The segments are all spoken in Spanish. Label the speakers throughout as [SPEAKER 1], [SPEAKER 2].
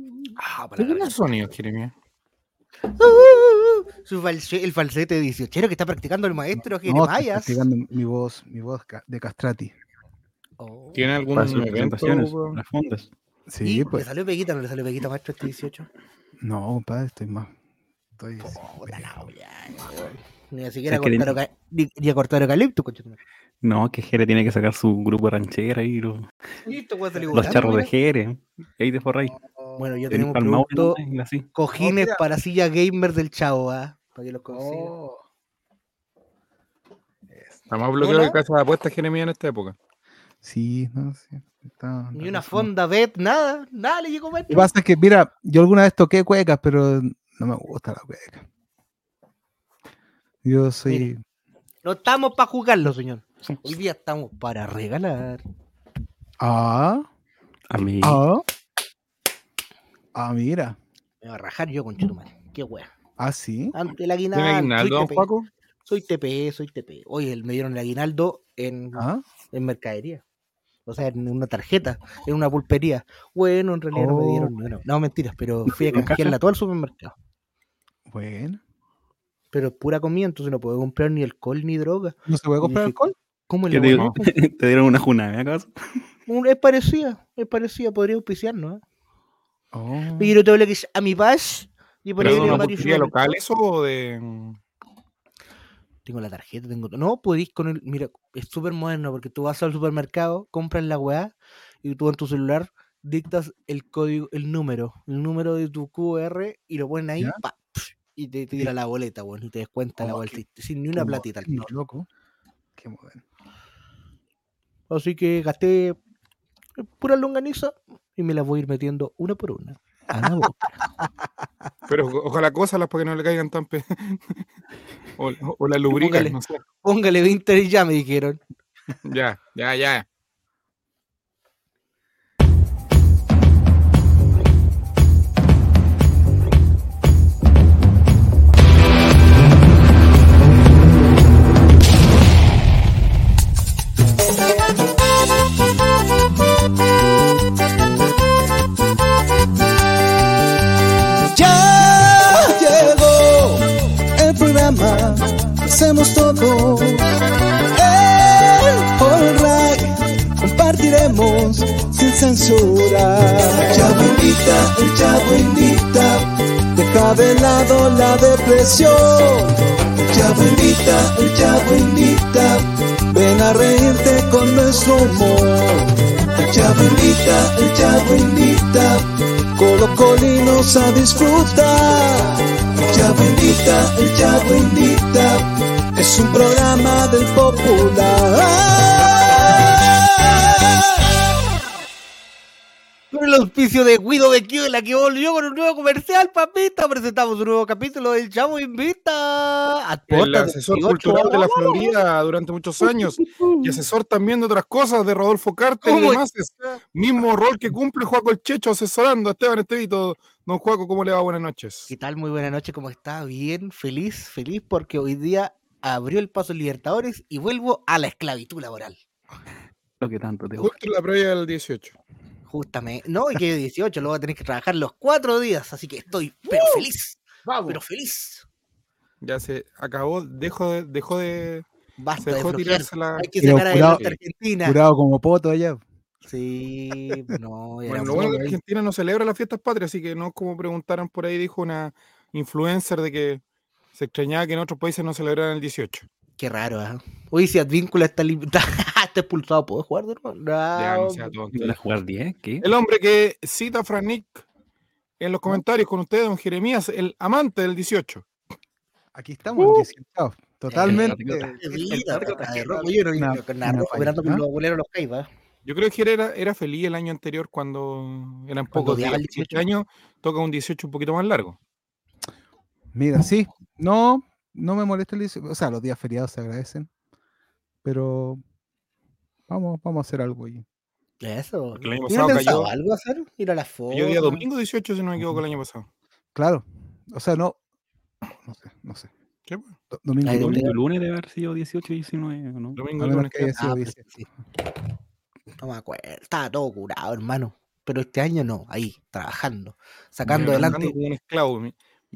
[SPEAKER 1] Agua para la
[SPEAKER 2] los
[SPEAKER 1] garganta.
[SPEAKER 2] sonidos, Jeremia?
[SPEAKER 1] Uh, su false- el falsete 18 que está practicando el maestro
[SPEAKER 3] No, estoy
[SPEAKER 1] Jeremías.
[SPEAKER 3] practicando mi voz, mi voz ca- de castrati.
[SPEAKER 1] Oh.
[SPEAKER 2] ¿Tiene algún
[SPEAKER 4] Para sus
[SPEAKER 2] evento?
[SPEAKER 4] presentaciones,
[SPEAKER 2] weón?
[SPEAKER 4] las fundas.
[SPEAKER 3] Sí,
[SPEAKER 1] ¿Y ¿Le
[SPEAKER 3] pues.
[SPEAKER 1] salió peguita no le salió peguita, maestro, este 18?
[SPEAKER 3] No, compadre, estoy más. Estoy.
[SPEAKER 1] Puta la weá, weón. Ni
[SPEAKER 4] Es
[SPEAKER 1] siquiera
[SPEAKER 4] que
[SPEAKER 1] cortar, oca- ni, ni a cortar eucalipto, conchetumare.
[SPEAKER 4] No, que Jere tiene que sacar su grupo ranchera y los,
[SPEAKER 1] Listo, weón, salió
[SPEAKER 4] los
[SPEAKER 1] volando,
[SPEAKER 4] charros de
[SPEAKER 1] mira.
[SPEAKER 4] Jere. Ahí te forráis.
[SPEAKER 1] Bueno, yo
[SPEAKER 4] Tenés
[SPEAKER 1] tenemos
[SPEAKER 4] palmado
[SPEAKER 1] un producto
[SPEAKER 4] nomás y así.
[SPEAKER 1] cojines
[SPEAKER 3] Oh, mira.
[SPEAKER 1] para silla gamer del chavo, ¿ah? Para que los consiga.
[SPEAKER 3] Oh.
[SPEAKER 2] Está más bloqueado
[SPEAKER 1] Hola.
[SPEAKER 2] que casa de apuestas, Jeremia, en esta época.
[SPEAKER 3] Sí, no sé. está-
[SPEAKER 1] Ni
[SPEAKER 3] está
[SPEAKER 1] una
[SPEAKER 3] pasando.
[SPEAKER 1] fonda bet, nada, nada le llegó
[SPEAKER 3] Lo que
[SPEAKER 1] maestro.
[SPEAKER 3] pasa es que, mira, yo alguna vez toqué cuecas, pero no me gusta la cueca. Yo soy.
[SPEAKER 1] Mire. No estamos para jugarlo, señor.
[SPEAKER 4] Sí.
[SPEAKER 1] Hoy día estamos para regalar.
[SPEAKER 3] Ah,
[SPEAKER 4] A mí.
[SPEAKER 3] ah. Ah, mira.
[SPEAKER 1] Me va a rajar yo, conchetumare. Qué wea.
[SPEAKER 3] Ah, sí.
[SPEAKER 1] Ante el
[SPEAKER 2] ¿Tiene
[SPEAKER 1] aguinaldo.
[SPEAKER 2] aguinaldo, don
[SPEAKER 1] soy TP,
[SPEAKER 2] Paco?
[SPEAKER 1] Soy TP, soy TP. Oye, el- me dieron el aguinaldo en,
[SPEAKER 3] Ah,
[SPEAKER 1] en mercadería. O sea, en una tarjeta, en una pulpería. Bueno, en realidad no me
[SPEAKER 3] Oh.
[SPEAKER 1] dieron. ni una. no, mentiras, pero fui a
[SPEAKER 4] ¿En caja?
[SPEAKER 1] canjearla todo al supermercado.
[SPEAKER 3] bueno.
[SPEAKER 1] Pero es pura comida, entonces no puedo comprar ni alcohol ni droga.
[SPEAKER 3] ¿No se puede comprar
[SPEAKER 1] Dije,
[SPEAKER 3] alcohol?
[SPEAKER 1] ¿Cómo es
[SPEAKER 4] ¿Qué
[SPEAKER 1] la
[SPEAKER 4] te
[SPEAKER 1] wea?
[SPEAKER 4] digo? te dieron una junada, ¿eh, acaso?
[SPEAKER 1] Un- Es parecida, es parecida, podría auspiciarnos. ¿eh?
[SPEAKER 3] Oh.
[SPEAKER 1] Pero todo lo que es a mi paz. Y por
[SPEAKER 2] ¿Pero
[SPEAKER 1] ahí
[SPEAKER 2] de
[SPEAKER 1] habría
[SPEAKER 2] una
[SPEAKER 1] varios
[SPEAKER 2] pulpería
[SPEAKER 1] lugares.
[SPEAKER 2] local eso o de...?
[SPEAKER 1] Tengo la tarjeta, tengo todo. No, podéis con el. Mira, es súper moderno porque tú vas al supermercado, compras la weá y tú en tu celular dictas el código, el número, el número de tu QR y lo ponen ahí
[SPEAKER 3] ¿Ya?
[SPEAKER 1] pa, pf, y te tira la boleta, weón, y te des cuenta la
[SPEAKER 3] Oh,
[SPEAKER 1] vuelta,
[SPEAKER 3] qué-
[SPEAKER 1] y- sin ni una
[SPEAKER 3] Qué
[SPEAKER 1] platita. al
[SPEAKER 3] moderno,
[SPEAKER 1] tiro.
[SPEAKER 3] loco. Qué moderno.
[SPEAKER 1] Así que gasté eh, pura longaniza y me las voy a ir metiendo una por una. A la
[SPEAKER 3] Ah,
[SPEAKER 1] boca.
[SPEAKER 2] Pero o- ojalá cosas para que no le caigan tan pe... o, o- o la lubrican,
[SPEAKER 1] Póngale.
[SPEAKER 2] no sé.
[SPEAKER 1] Póngale 20 y ya me dijeron.
[SPEAKER 2] Ya, ya, ya.
[SPEAKER 5] Ya llegó el programa, hacemos todo. El All Right, compartiremos sin censura. El chavo invita, el chavo invita, deja de lado la depresión. El chavo invita, el chavo invita, ven a reírte con nuestro humor. El chavo invita, el chavo invita, colocolinos a disfrutar. El chavo invita, el chavo invita, es un programa del popular.
[SPEAKER 1] Con el auspicio de Guido de la que volvió con un nuevo comercial, papita. Presentamos un nuevo capítulo del Chavo Invita.
[SPEAKER 2] El asesor cultural de la Florida durante muchos años y asesor también de otras cosas de Rodolfo Carter y
[SPEAKER 1] ¿Cómo
[SPEAKER 2] demás. Es mismo rol que cumple Juaco el Checho asesorando a Esteban Estevito. Don Juaco, ¿cómo le va? Buenas noches.
[SPEAKER 1] ¿Qué tal? Muy buena noche, ¿cómo está? Bien, feliz, feliz porque hoy día abrió el paso Libertadores y vuelvo a la esclavitud laboral.
[SPEAKER 4] Lo que tanto te gusta.
[SPEAKER 2] Justo en la previa del 18.
[SPEAKER 1] Justamente. No, y que 18 lo voy a tener que trabajar los cuatro días, así que estoy pero
[SPEAKER 2] Uh.
[SPEAKER 1] feliz, pero feliz.
[SPEAKER 2] Ya se acabó, dejó de, dejó de, se
[SPEAKER 1] Basta de
[SPEAKER 2] dejó
[SPEAKER 1] flojear.
[SPEAKER 2] tirarse la...
[SPEAKER 1] Hay que
[SPEAKER 3] Pero
[SPEAKER 1] sacar
[SPEAKER 3] curado-
[SPEAKER 1] adelante a Argentina.
[SPEAKER 3] Curado como poto allá.
[SPEAKER 1] Sí, no, era
[SPEAKER 2] Bueno,
[SPEAKER 1] muy
[SPEAKER 2] lo bueno es que
[SPEAKER 1] bueno.
[SPEAKER 2] Argentina no celebra las fiestas patrias, así que no es como preguntaran por ahí, dijo una influencer de que se extrañaba que en otros países no celebraran el 18.
[SPEAKER 1] Qué raro, ¿ah? Oye, si Advíncula está, li- está, expulsado, ¿puedo jugar de nuevo? No,
[SPEAKER 2] Ya, no sea
[SPEAKER 1] hombre.
[SPEAKER 2] tonto.
[SPEAKER 4] ¿Van a jugar 10? ¿Qué?
[SPEAKER 2] El hombre que cita a Franick en los comentarios con ustedes, don Jeremías, el amante del 18.
[SPEAKER 3] Aquí estamos,
[SPEAKER 4] Uh.
[SPEAKER 3] el 18. Totalmente.
[SPEAKER 1] Qué vida, ropa de ropa.
[SPEAKER 3] total.
[SPEAKER 1] Oye, no
[SPEAKER 3] Una-
[SPEAKER 1] vino con la
[SPEAKER 3] una
[SPEAKER 1] ropa, esperando que
[SPEAKER 3] pareja.
[SPEAKER 1] los boleros los caiba.
[SPEAKER 2] Yo creo que Jere era, era feliz el año anterior cuando eran pocos días.
[SPEAKER 1] odiaba el
[SPEAKER 2] El 18 años toca un 18 un poquito más largo.
[SPEAKER 3] Mira, sí. No, no me molesta el 18. O sea, los días feriados se agradecen. Pero vamos, vamos a hacer algo allí.
[SPEAKER 1] Eso.
[SPEAKER 2] Porque el año
[SPEAKER 1] ¿Y no
[SPEAKER 2] pasado cayó-
[SPEAKER 1] pensaba algo hacer? Ir a la foto.
[SPEAKER 2] Yo día domingo 18, si no me equivoco, el año pasado.
[SPEAKER 3] Claro. O sea, no. No sé, no sé.
[SPEAKER 2] ¿Qué, pues?
[SPEAKER 3] Do- Domingo,
[SPEAKER 1] Ay,
[SPEAKER 3] domingo.
[SPEAKER 4] Domingo, lunes debe haber sido 18 y 19, ¿o ¿no?
[SPEAKER 2] Domingo,
[SPEAKER 3] A menos
[SPEAKER 2] lunes.
[SPEAKER 3] que haya
[SPEAKER 1] Ah,
[SPEAKER 3] sido
[SPEAKER 1] pero
[SPEAKER 3] 18.
[SPEAKER 1] sí. No me acuerdo. Estaba todo curado, hermano. pero este año no, ahí, trabajando, sacando
[SPEAKER 2] Caminando
[SPEAKER 1] adelante.
[SPEAKER 2] como un esclavo. mi-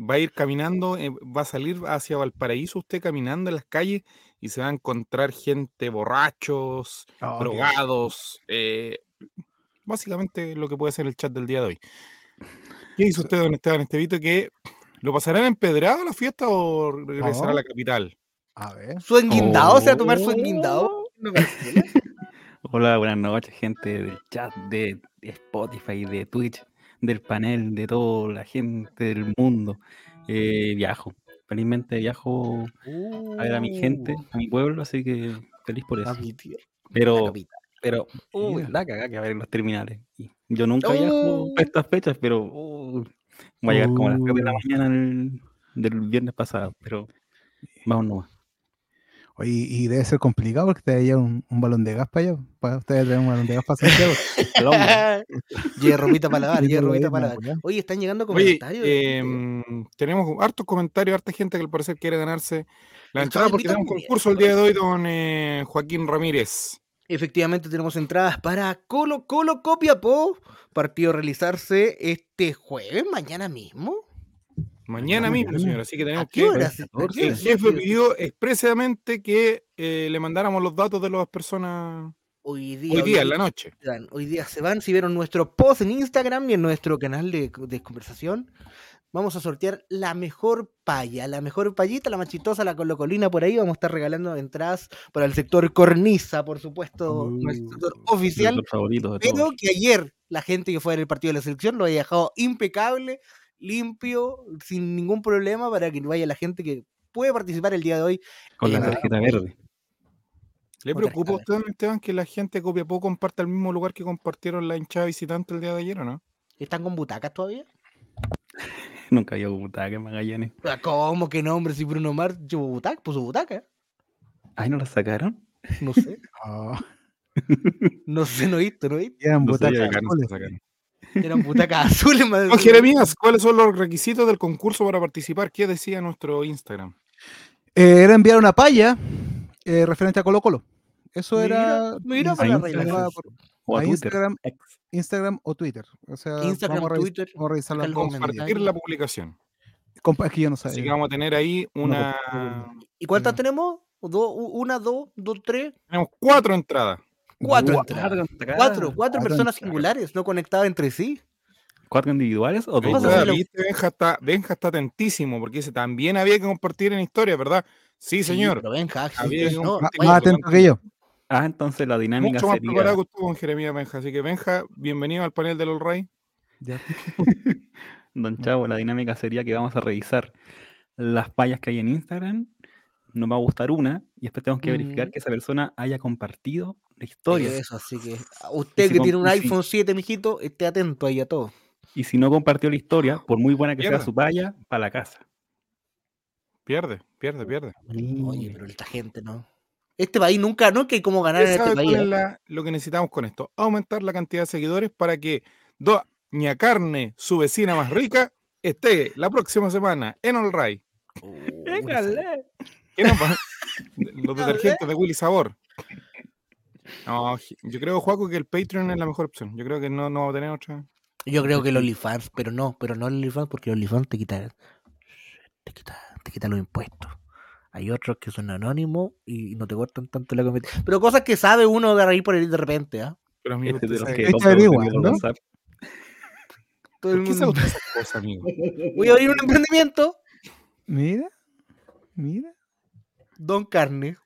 [SPEAKER 2] Va a ir caminando, eh, va a salir hacia Valparaíso usted caminando en las calles y se va a encontrar gente borrachos,
[SPEAKER 1] Oh,
[SPEAKER 3] Oh,
[SPEAKER 2] drogados. eh, básicamente lo que puede ser el chat del día de hoy. ¿Qué hizo usted, don Esteban Estevito? ¿Que ¿Lo pasarán empedrado a la fiesta o regresará a
[SPEAKER 3] No.
[SPEAKER 2] la capital?
[SPEAKER 3] A ver.
[SPEAKER 1] Su enguindado, se va a tomar su
[SPEAKER 2] Oh.
[SPEAKER 1] enguindado. No calcula.
[SPEAKER 4] Hola, buenas noches, gente del chat, de Spotify, de Twitch, del panel, de toda la gente del mundo. Eh, viajo. Felizmente viajo a ver a mi gente, a mi pueblo, así que feliz por
[SPEAKER 1] A
[SPEAKER 4] eso.
[SPEAKER 1] Ah, mi tío, la
[SPEAKER 4] Pero,
[SPEAKER 1] capital.
[SPEAKER 4] pero, uy,
[SPEAKER 3] Mira.
[SPEAKER 4] la cagada que va a haber en los terminales. Y Yo nunca viajo a estas fechas, pero uy, voy a llegar como a las 3 de la mañana del, del viernes pasado, pero vamos nomás.
[SPEAKER 3] Oye, y debe ser complicado porque te llevar un, un balón de gas para allá. Para ustedes traer un balón de gas para Santiago.
[SPEAKER 1] Lleve ropita para lavar, lleve
[SPEAKER 3] Yo lo
[SPEAKER 1] ropita
[SPEAKER 3] veo,
[SPEAKER 1] para
[SPEAKER 3] una
[SPEAKER 1] lavar.
[SPEAKER 3] weá.
[SPEAKER 1] Oye, están llegando
[SPEAKER 2] Oye,
[SPEAKER 1] comentarios.
[SPEAKER 2] em, tenemos hartos comentarios, harta gente que al parecer quiere ganarse la
[SPEAKER 1] El
[SPEAKER 2] entrada porque
[SPEAKER 1] Jaime
[SPEAKER 2] tenemos
[SPEAKER 1] también,
[SPEAKER 2] concurso el día de hoy, don eh, Joaquín Ramírez.
[SPEAKER 1] Efectivamente, tenemos entradas para Colo Colo Copiapó. Partido a realizarse este jueves, mañana mismo.
[SPEAKER 2] Mañana
[SPEAKER 4] Mañana
[SPEAKER 2] mismo,
[SPEAKER 4] mismo.
[SPEAKER 2] señor. Así que tenemos
[SPEAKER 1] ¿A qué
[SPEAKER 2] que.
[SPEAKER 1] hora se-
[SPEAKER 4] ¿Por
[SPEAKER 1] qué
[SPEAKER 2] El
[SPEAKER 1] hora
[SPEAKER 2] jefe
[SPEAKER 1] se-
[SPEAKER 2] pidió expresamente que eh, le mandáramos los datos de las personas
[SPEAKER 1] Hoy día,
[SPEAKER 2] hoy día, en la noche.
[SPEAKER 1] se van, hoy día se van. Si vieron nuestro post en Instagram y en nuestro canal de, de conversación, vamos a sortear la mejor paya, la mejor payita, la más chistosa, la colocolina por ahí. Vamos a estar regalando entradas para el sector cornisa, por
[SPEAKER 2] Oh.
[SPEAKER 1] supuesto, nuestro
[SPEAKER 3] Uh,
[SPEAKER 1] sector oficial.
[SPEAKER 4] Los favoritos de
[SPEAKER 1] Pero
[SPEAKER 4] todos.
[SPEAKER 1] que ayer la gente que fue en el partido de la selección lo haya dejado impecable, limpio, sin ningún problema para que vaya la gente que puede participar el día de hoy.
[SPEAKER 4] Con la
[SPEAKER 1] Claro.
[SPEAKER 4] tarjeta verde.
[SPEAKER 2] ¿Le
[SPEAKER 1] Otra
[SPEAKER 2] preocupa a
[SPEAKER 1] vez.
[SPEAKER 2] usted, don Esteban, que la gente de Copiapó comparta el mismo lugar que compartieron la hinchada visitante el día de ayer o no?
[SPEAKER 1] ¿Están con butacas todavía?
[SPEAKER 4] Nunca había butaca en Magallanes.
[SPEAKER 1] Ah, ¿Cómo que no, hombre? Si Bruno Mars llevó butaca, puso butaca.
[SPEAKER 4] Ay, ¿no la sacaron?
[SPEAKER 1] No sé,
[SPEAKER 3] Ah,
[SPEAKER 1] no sé, no he visto, no he visto.
[SPEAKER 3] eran
[SPEAKER 4] No sabía
[SPEAKER 3] butacas
[SPEAKER 4] que
[SPEAKER 3] azules.
[SPEAKER 1] Eran butacas azules, más
[SPEAKER 2] Don
[SPEAKER 1] encima.
[SPEAKER 2] Oh, Ah, Jeremías, ¿cuáles son los requisitos del concurso para participar? ¿Qué decía nuestro Instagram?
[SPEAKER 3] Eh, era enviar una palla eh, referente a Colo Colo. Eso
[SPEAKER 1] Mira,
[SPEAKER 3] era.
[SPEAKER 1] mira por
[SPEAKER 4] Ahí
[SPEAKER 1] la
[SPEAKER 4] está
[SPEAKER 1] regla.
[SPEAKER 4] la
[SPEAKER 3] Instagram,
[SPEAKER 4] O a
[SPEAKER 3] a
[SPEAKER 4] Twitter.
[SPEAKER 3] Instagram,
[SPEAKER 4] Ex.
[SPEAKER 3] Instagram o Twitter. O sea,
[SPEAKER 1] Instagram,
[SPEAKER 3] vamos a revis-
[SPEAKER 1] Twitter,
[SPEAKER 3] Vamos a revisar las
[SPEAKER 1] dejar
[SPEAKER 3] dos
[SPEAKER 1] los
[SPEAKER 3] medias.
[SPEAKER 1] comentarios.
[SPEAKER 2] Compartir la publicación.
[SPEAKER 3] Compa- Es que yo no
[SPEAKER 2] Así que
[SPEAKER 3] sabía.
[SPEAKER 2] vamos a tener ahí una.
[SPEAKER 1] ¿Y cuántas
[SPEAKER 3] Mm.
[SPEAKER 1] tenemos? ¿Dos, u- una, dos, dos, tres,
[SPEAKER 2] Tenemos cuatro entradas.
[SPEAKER 1] cuatro
[SPEAKER 3] Gua-
[SPEAKER 1] entradas. Cuatro,
[SPEAKER 4] entradas.
[SPEAKER 1] cuatro
[SPEAKER 3] cuatro
[SPEAKER 1] personas
[SPEAKER 3] entradas.
[SPEAKER 1] singulares, no conectadas entre sí.
[SPEAKER 4] ¿Cuatro individuales o
[SPEAKER 2] Ahí
[SPEAKER 4] dos?
[SPEAKER 1] Vamos a
[SPEAKER 2] está,
[SPEAKER 1] hacer la-
[SPEAKER 2] ¿viste? Benja está, Benja está atentísimo porque dice también había que compartir en historia, ¿verdad? Sí,
[SPEAKER 1] Sí,
[SPEAKER 2] señor.
[SPEAKER 1] pero Benja, sí,
[SPEAKER 2] Había
[SPEAKER 1] pues,
[SPEAKER 2] un-
[SPEAKER 1] no,
[SPEAKER 3] Ma-
[SPEAKER 2] vaya,
[SPEAKER 3] Más
[SPEAKER 1] vaya,
[SPEAKER 2] por
[SPEAKER 3] atento que yo.
[SPEAKER 4] Ah, entonces la dinámica
[SPEAKER 2] Mucho más
[SPEAKER 4] sería.
[SPEAKER 2] preparado que tú con Jeremías Benja. Así que Benja, bienvenido al panel del All Ray.
[SPEAKER 3] Ya.
[SPEAKER 4] Don Chavo, la dinámica sería que vamos a revisar las fallas que hay en Instagram. Nos va a gustar una y después tenemos que verificar
[SPEAKER 1] Mm.
[SPEAKER 4] que esa persona haya compartido la historia.
[SPEAKER 1] Eso, así que a usted
[SPEAKER 4] si
[SPEAKER 1] que
[SPEAKER 4] con-
[SPEAKER 1] tiene un
[SPEAKER 4] y si-
[SPEAKER 1] iPhone 7, mijito, esté atento ahí a todo.
[SPEAKER 4] Y si no compartió la historia, por muy buena que
[SPEAKER 2] Mierda.
[SPEAKER 4] sea su palla, para la casa.
[SPEAKER 2] Pierde, pierde, pierde.
[SPEAKER 1] Oye, pero esta gente, ¿no? Este país nunca, ¿no? Que hay cómo ganar en
[SPEAKER 2] ¿Usted
[SPEAKER 1] este
[SPEAKER 2] sabe
[SPEAKER 1] país.
[SPEAKER 2] cuál es
[SPEAKER 1] ¿eh?
[SPEAKER 2] la- lo que necesitamos con esto? Aumentar la cantidad de seguidores para que Doña Carne, su vecina más rica, esté la próxima semana en All Ray.
[SPEAKER 1] Oh,
[SPEAKER 2] ¿Qué nos va- Los detergentes de Willy Sabor. No, yo creo, Juaco, que el Patreon es la mejor opción. Yo creo que no, no va a tener otra.
[SPEAKER 1] Yo creo que el OnlyFans, pero no, pero no el OnlyFans porque el OnlyFans te quita, te quita, te quita los impuestos. Hay otros que son anónimos y no te cortan tanto la comida. Pero cosas que sabe uno de ahí por ahí de repente, ¿ah?
[SPEAKER 2] Pero, amigo,
[SPEAKER 4] Este es
[SPEAKER 2] usted
[SPEAKER 4] de
[SPEAKER 2] sabe-
[SPEAKER 4] los que
[SPEAKER 3] Hay que
[SPEAKER 4] compra contenido
[SPEAKER 3] averiguar,
[SPEAKER 4] por
[SPEAKER 3] ¿no?
[SPEAKER 4] WhatsApp.
[SPEAKER 1] Todo el
[SPEAKER 2] ¿Por qué sabe
[SPEAKER 1] mundo-
[SPEAKER 2] usted esas cosas, amigo?
[SPEAKER 1] Voy a abrir un emprendimiento,
[SPEAKER 3] Mira. Mira.
[SPEAKER 1] Don Carne.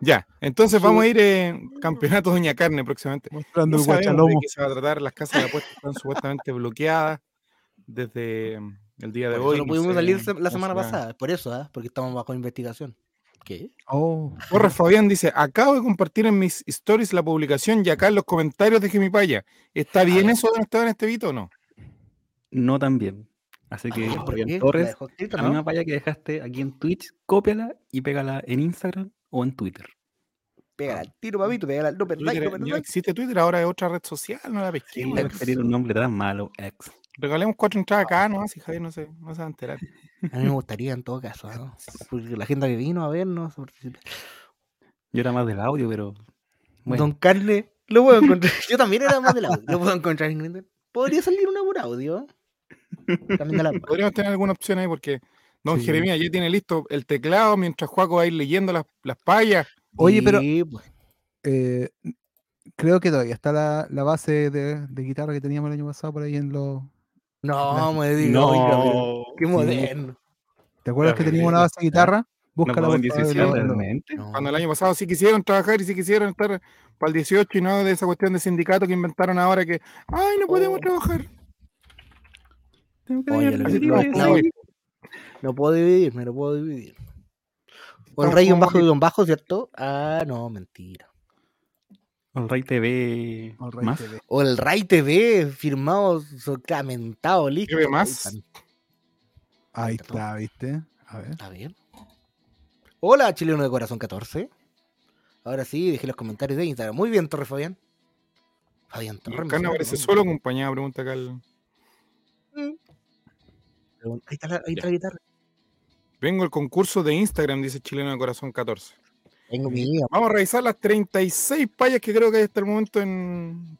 [SPEAKER 2] Ya, entonces vamos a ir en Campeonato Doña Carne próximamente.
[SPEAKER 3] Mostrando
[SPEAKER 2] No
[SPEAKER 3] el
[SPEAKER 2] sabemos de
[SPEAKER 3] guachalomo.
[SPEAKER 2] qué se va a tratar, las casas de apuestas están supuestamente bloqueadas desde mm, el día de
[SPEAKER 1] Por
[SPEAKER 2] hoy.
[SPEAKER 1] eso no
[SPEAKER 2] no
[SPEAKER 1] pudimos
[SPEAKER 2] sé
[SPEAKER 1] salir se-
[SPEAKER 2] cómo
[SPEAKER 1] la
[SPEAKER 2] se
[SPEAKER 1] semana
[SPEAKER 2] va.
[SPEAKER 1] pasada, por eso, ¿ah? Porque estamos bajo investigación. ¿Qué?
[SPEAKER 3] Oh.
[SPEAKER 2] Borra Fabián dice, acabo de compartir en mis stories la publicación y acá en los comentarios dejé mi paya. ¿Está
[SPEAKER 1] Ah.
[SPEAKER 2] bien eso de no estar en este vito o no?
[SPEAKER 4] No tan bien. Así que,
[SPEAKER 1] Ah, ¿por
[SPEAKER 4] Fabián
[SPEAKER 1] qué? La
[SPEAKER 4] Torres,
[SPEAKER 1] dejó escrita,
[SPEAKER 4] la
[SPEAKER 1] ¿no?
[SPEAKER 4] misma palla que dejaste aquí en Twitch, cópiala y pégala en Instagram o en Twitter.
[SPEAKER 1] Pégala al tiro, papito, pégala al no perdáis,
[SPEAKER 2] Twitter,
[SPEAKER 1] no
[SPEAKER 2] ya
[SPEAKER 1] perdáis.
[SPEAKER 2] existe Twitter, ahora es otra red social, no la pesquemos.
[SPEAKER 4] Ex sería un nombre tan malo, ex.
[SPEAKER 2] Regalemos cuatro entradas acá, no, así Javier no se, no se va a enterar.
[SPEAKER 1] A mí me gustaría en todo caso, ¿no? Porque la gente que vino a vernos. a participar.
[SPEAKER 4] Yo era más del audio, pero bueno,
[SPEAKER 1] Don Carne, Lo puedo encontrar. Yo también era más del audio. Lo puedo encontrar en Grindr. Podría salir una por audio. También de la...
[SPEAKER 2] Podríamos tener alguna opción ahí porque don
[SPEAKER 1] Sí.
[SPEAKER 2] Jeremías ya tiene listo el teclado mientras Juaco va a ir leyendo las, las payas.
[SPEAKER 3] Oye, pero-
[SPEAKER 1] Sí, pues.
[SPEAKER 3] eh, creo que todavía está la, la base de, de guitarra que teníamos el año pasado por ahí en los.
[SPEAKER 1] No, me digo. oiga, pero
[SPEAKER 4] No.
[SPEAKER 1] Qué moderno.
[SPEAKER 3] ¿Te acuerdas
[SPEAKER 2] Ya,
[SPEAKER 3] que
[SPEAKER 2] pero
[SPEAKER 3] teníamos una
[SPEAKER 4] eso
[SPEAKER 3] base de guitarra? Búscala
[SPEAKER 4] no
[SPEAKER 3] por
[SPEAKER 4] en
[SPEAKER 3] favor,
[SPEAKER 4] 17
[SPEAKER 3] en los- en los-
[SPEAKER 4] realmente.
[SPEAKER 1] No.
[SPEAKER 2] Cuando el año pasado sí quisieron trabajar y sí quisieron estar para el 18 y no de esa cuestión de sindicato que inventaron ahora que, ay, no podemos
[SPEAKER 1] Oh.
[SPEAKER 2] trabajar.
[SPEAKER 4] Tengo que
[SPEAKER 1] Oye,
[SPEAKER 4] tener
[SPEAKER 1] lo
[SPEAKER 2] Así
[SPEAKER 1] que
[SPEAKER 4] partido
[SPEAKER 1] no,
[SPEAKER 4] de
[SPEAKER 2] estamos
[SPEAKER 1] no.
[SPEAKER 4] esa-
[SPEAKER 2] hoy.
[SPEAKER 1] No puedo dividir, me lo puedo dividir. O el
[SPEAKER 2] Estamos
[SPEAKER 1] rey, un
[SPEAKER 2] como
[SPEAKER 1] bajo
[SPEAKER 2] que-
[SPEAKER 1] y un bajo, ¿cierto? Ah, no, mentira.
[SPEAKER 4] All Right TV.
[SPEAKER 3] All Right
[SPEAKER 4] más.
[SPEAKER 3] TV.
[SPEAKER 1] O el Ray TV, firmado, sacramentado, listo.
[SPEAKER 2] ve más?
[SPEAKER 1] Ahí
[SPEAKER 3] Ahí
[SPEAKER 1] Ahí está, ¿no?
[SPEAKER 3] está, ¿viste? A ver.
[SPEAKER 1] Está bien. Hola, chileno de corazón 14. Ahora sí, dejé los comentarios de Instagram. Muy bien, Torre Fabián. Fabián Torre. me
[SPEAKER 2] Cana
[SPEAKER 1] sigue,
[SPEAKER 2] aparece
[SPEAKER 1] bueno.
[SPEAKER 2] solo acompañada, pregunta acá. el-
[SPEAKER 1] Ahí está la, ahí está la guitarra.
[SPEAKER 2] Vengo al concurso de Instagram, dice Chileno de Corazón 14.
[SPEAKER 1] Tengo mi idea.
[SPEAKER 2] Vamos a revisar las 36 payas que creo que hay hasta el momento en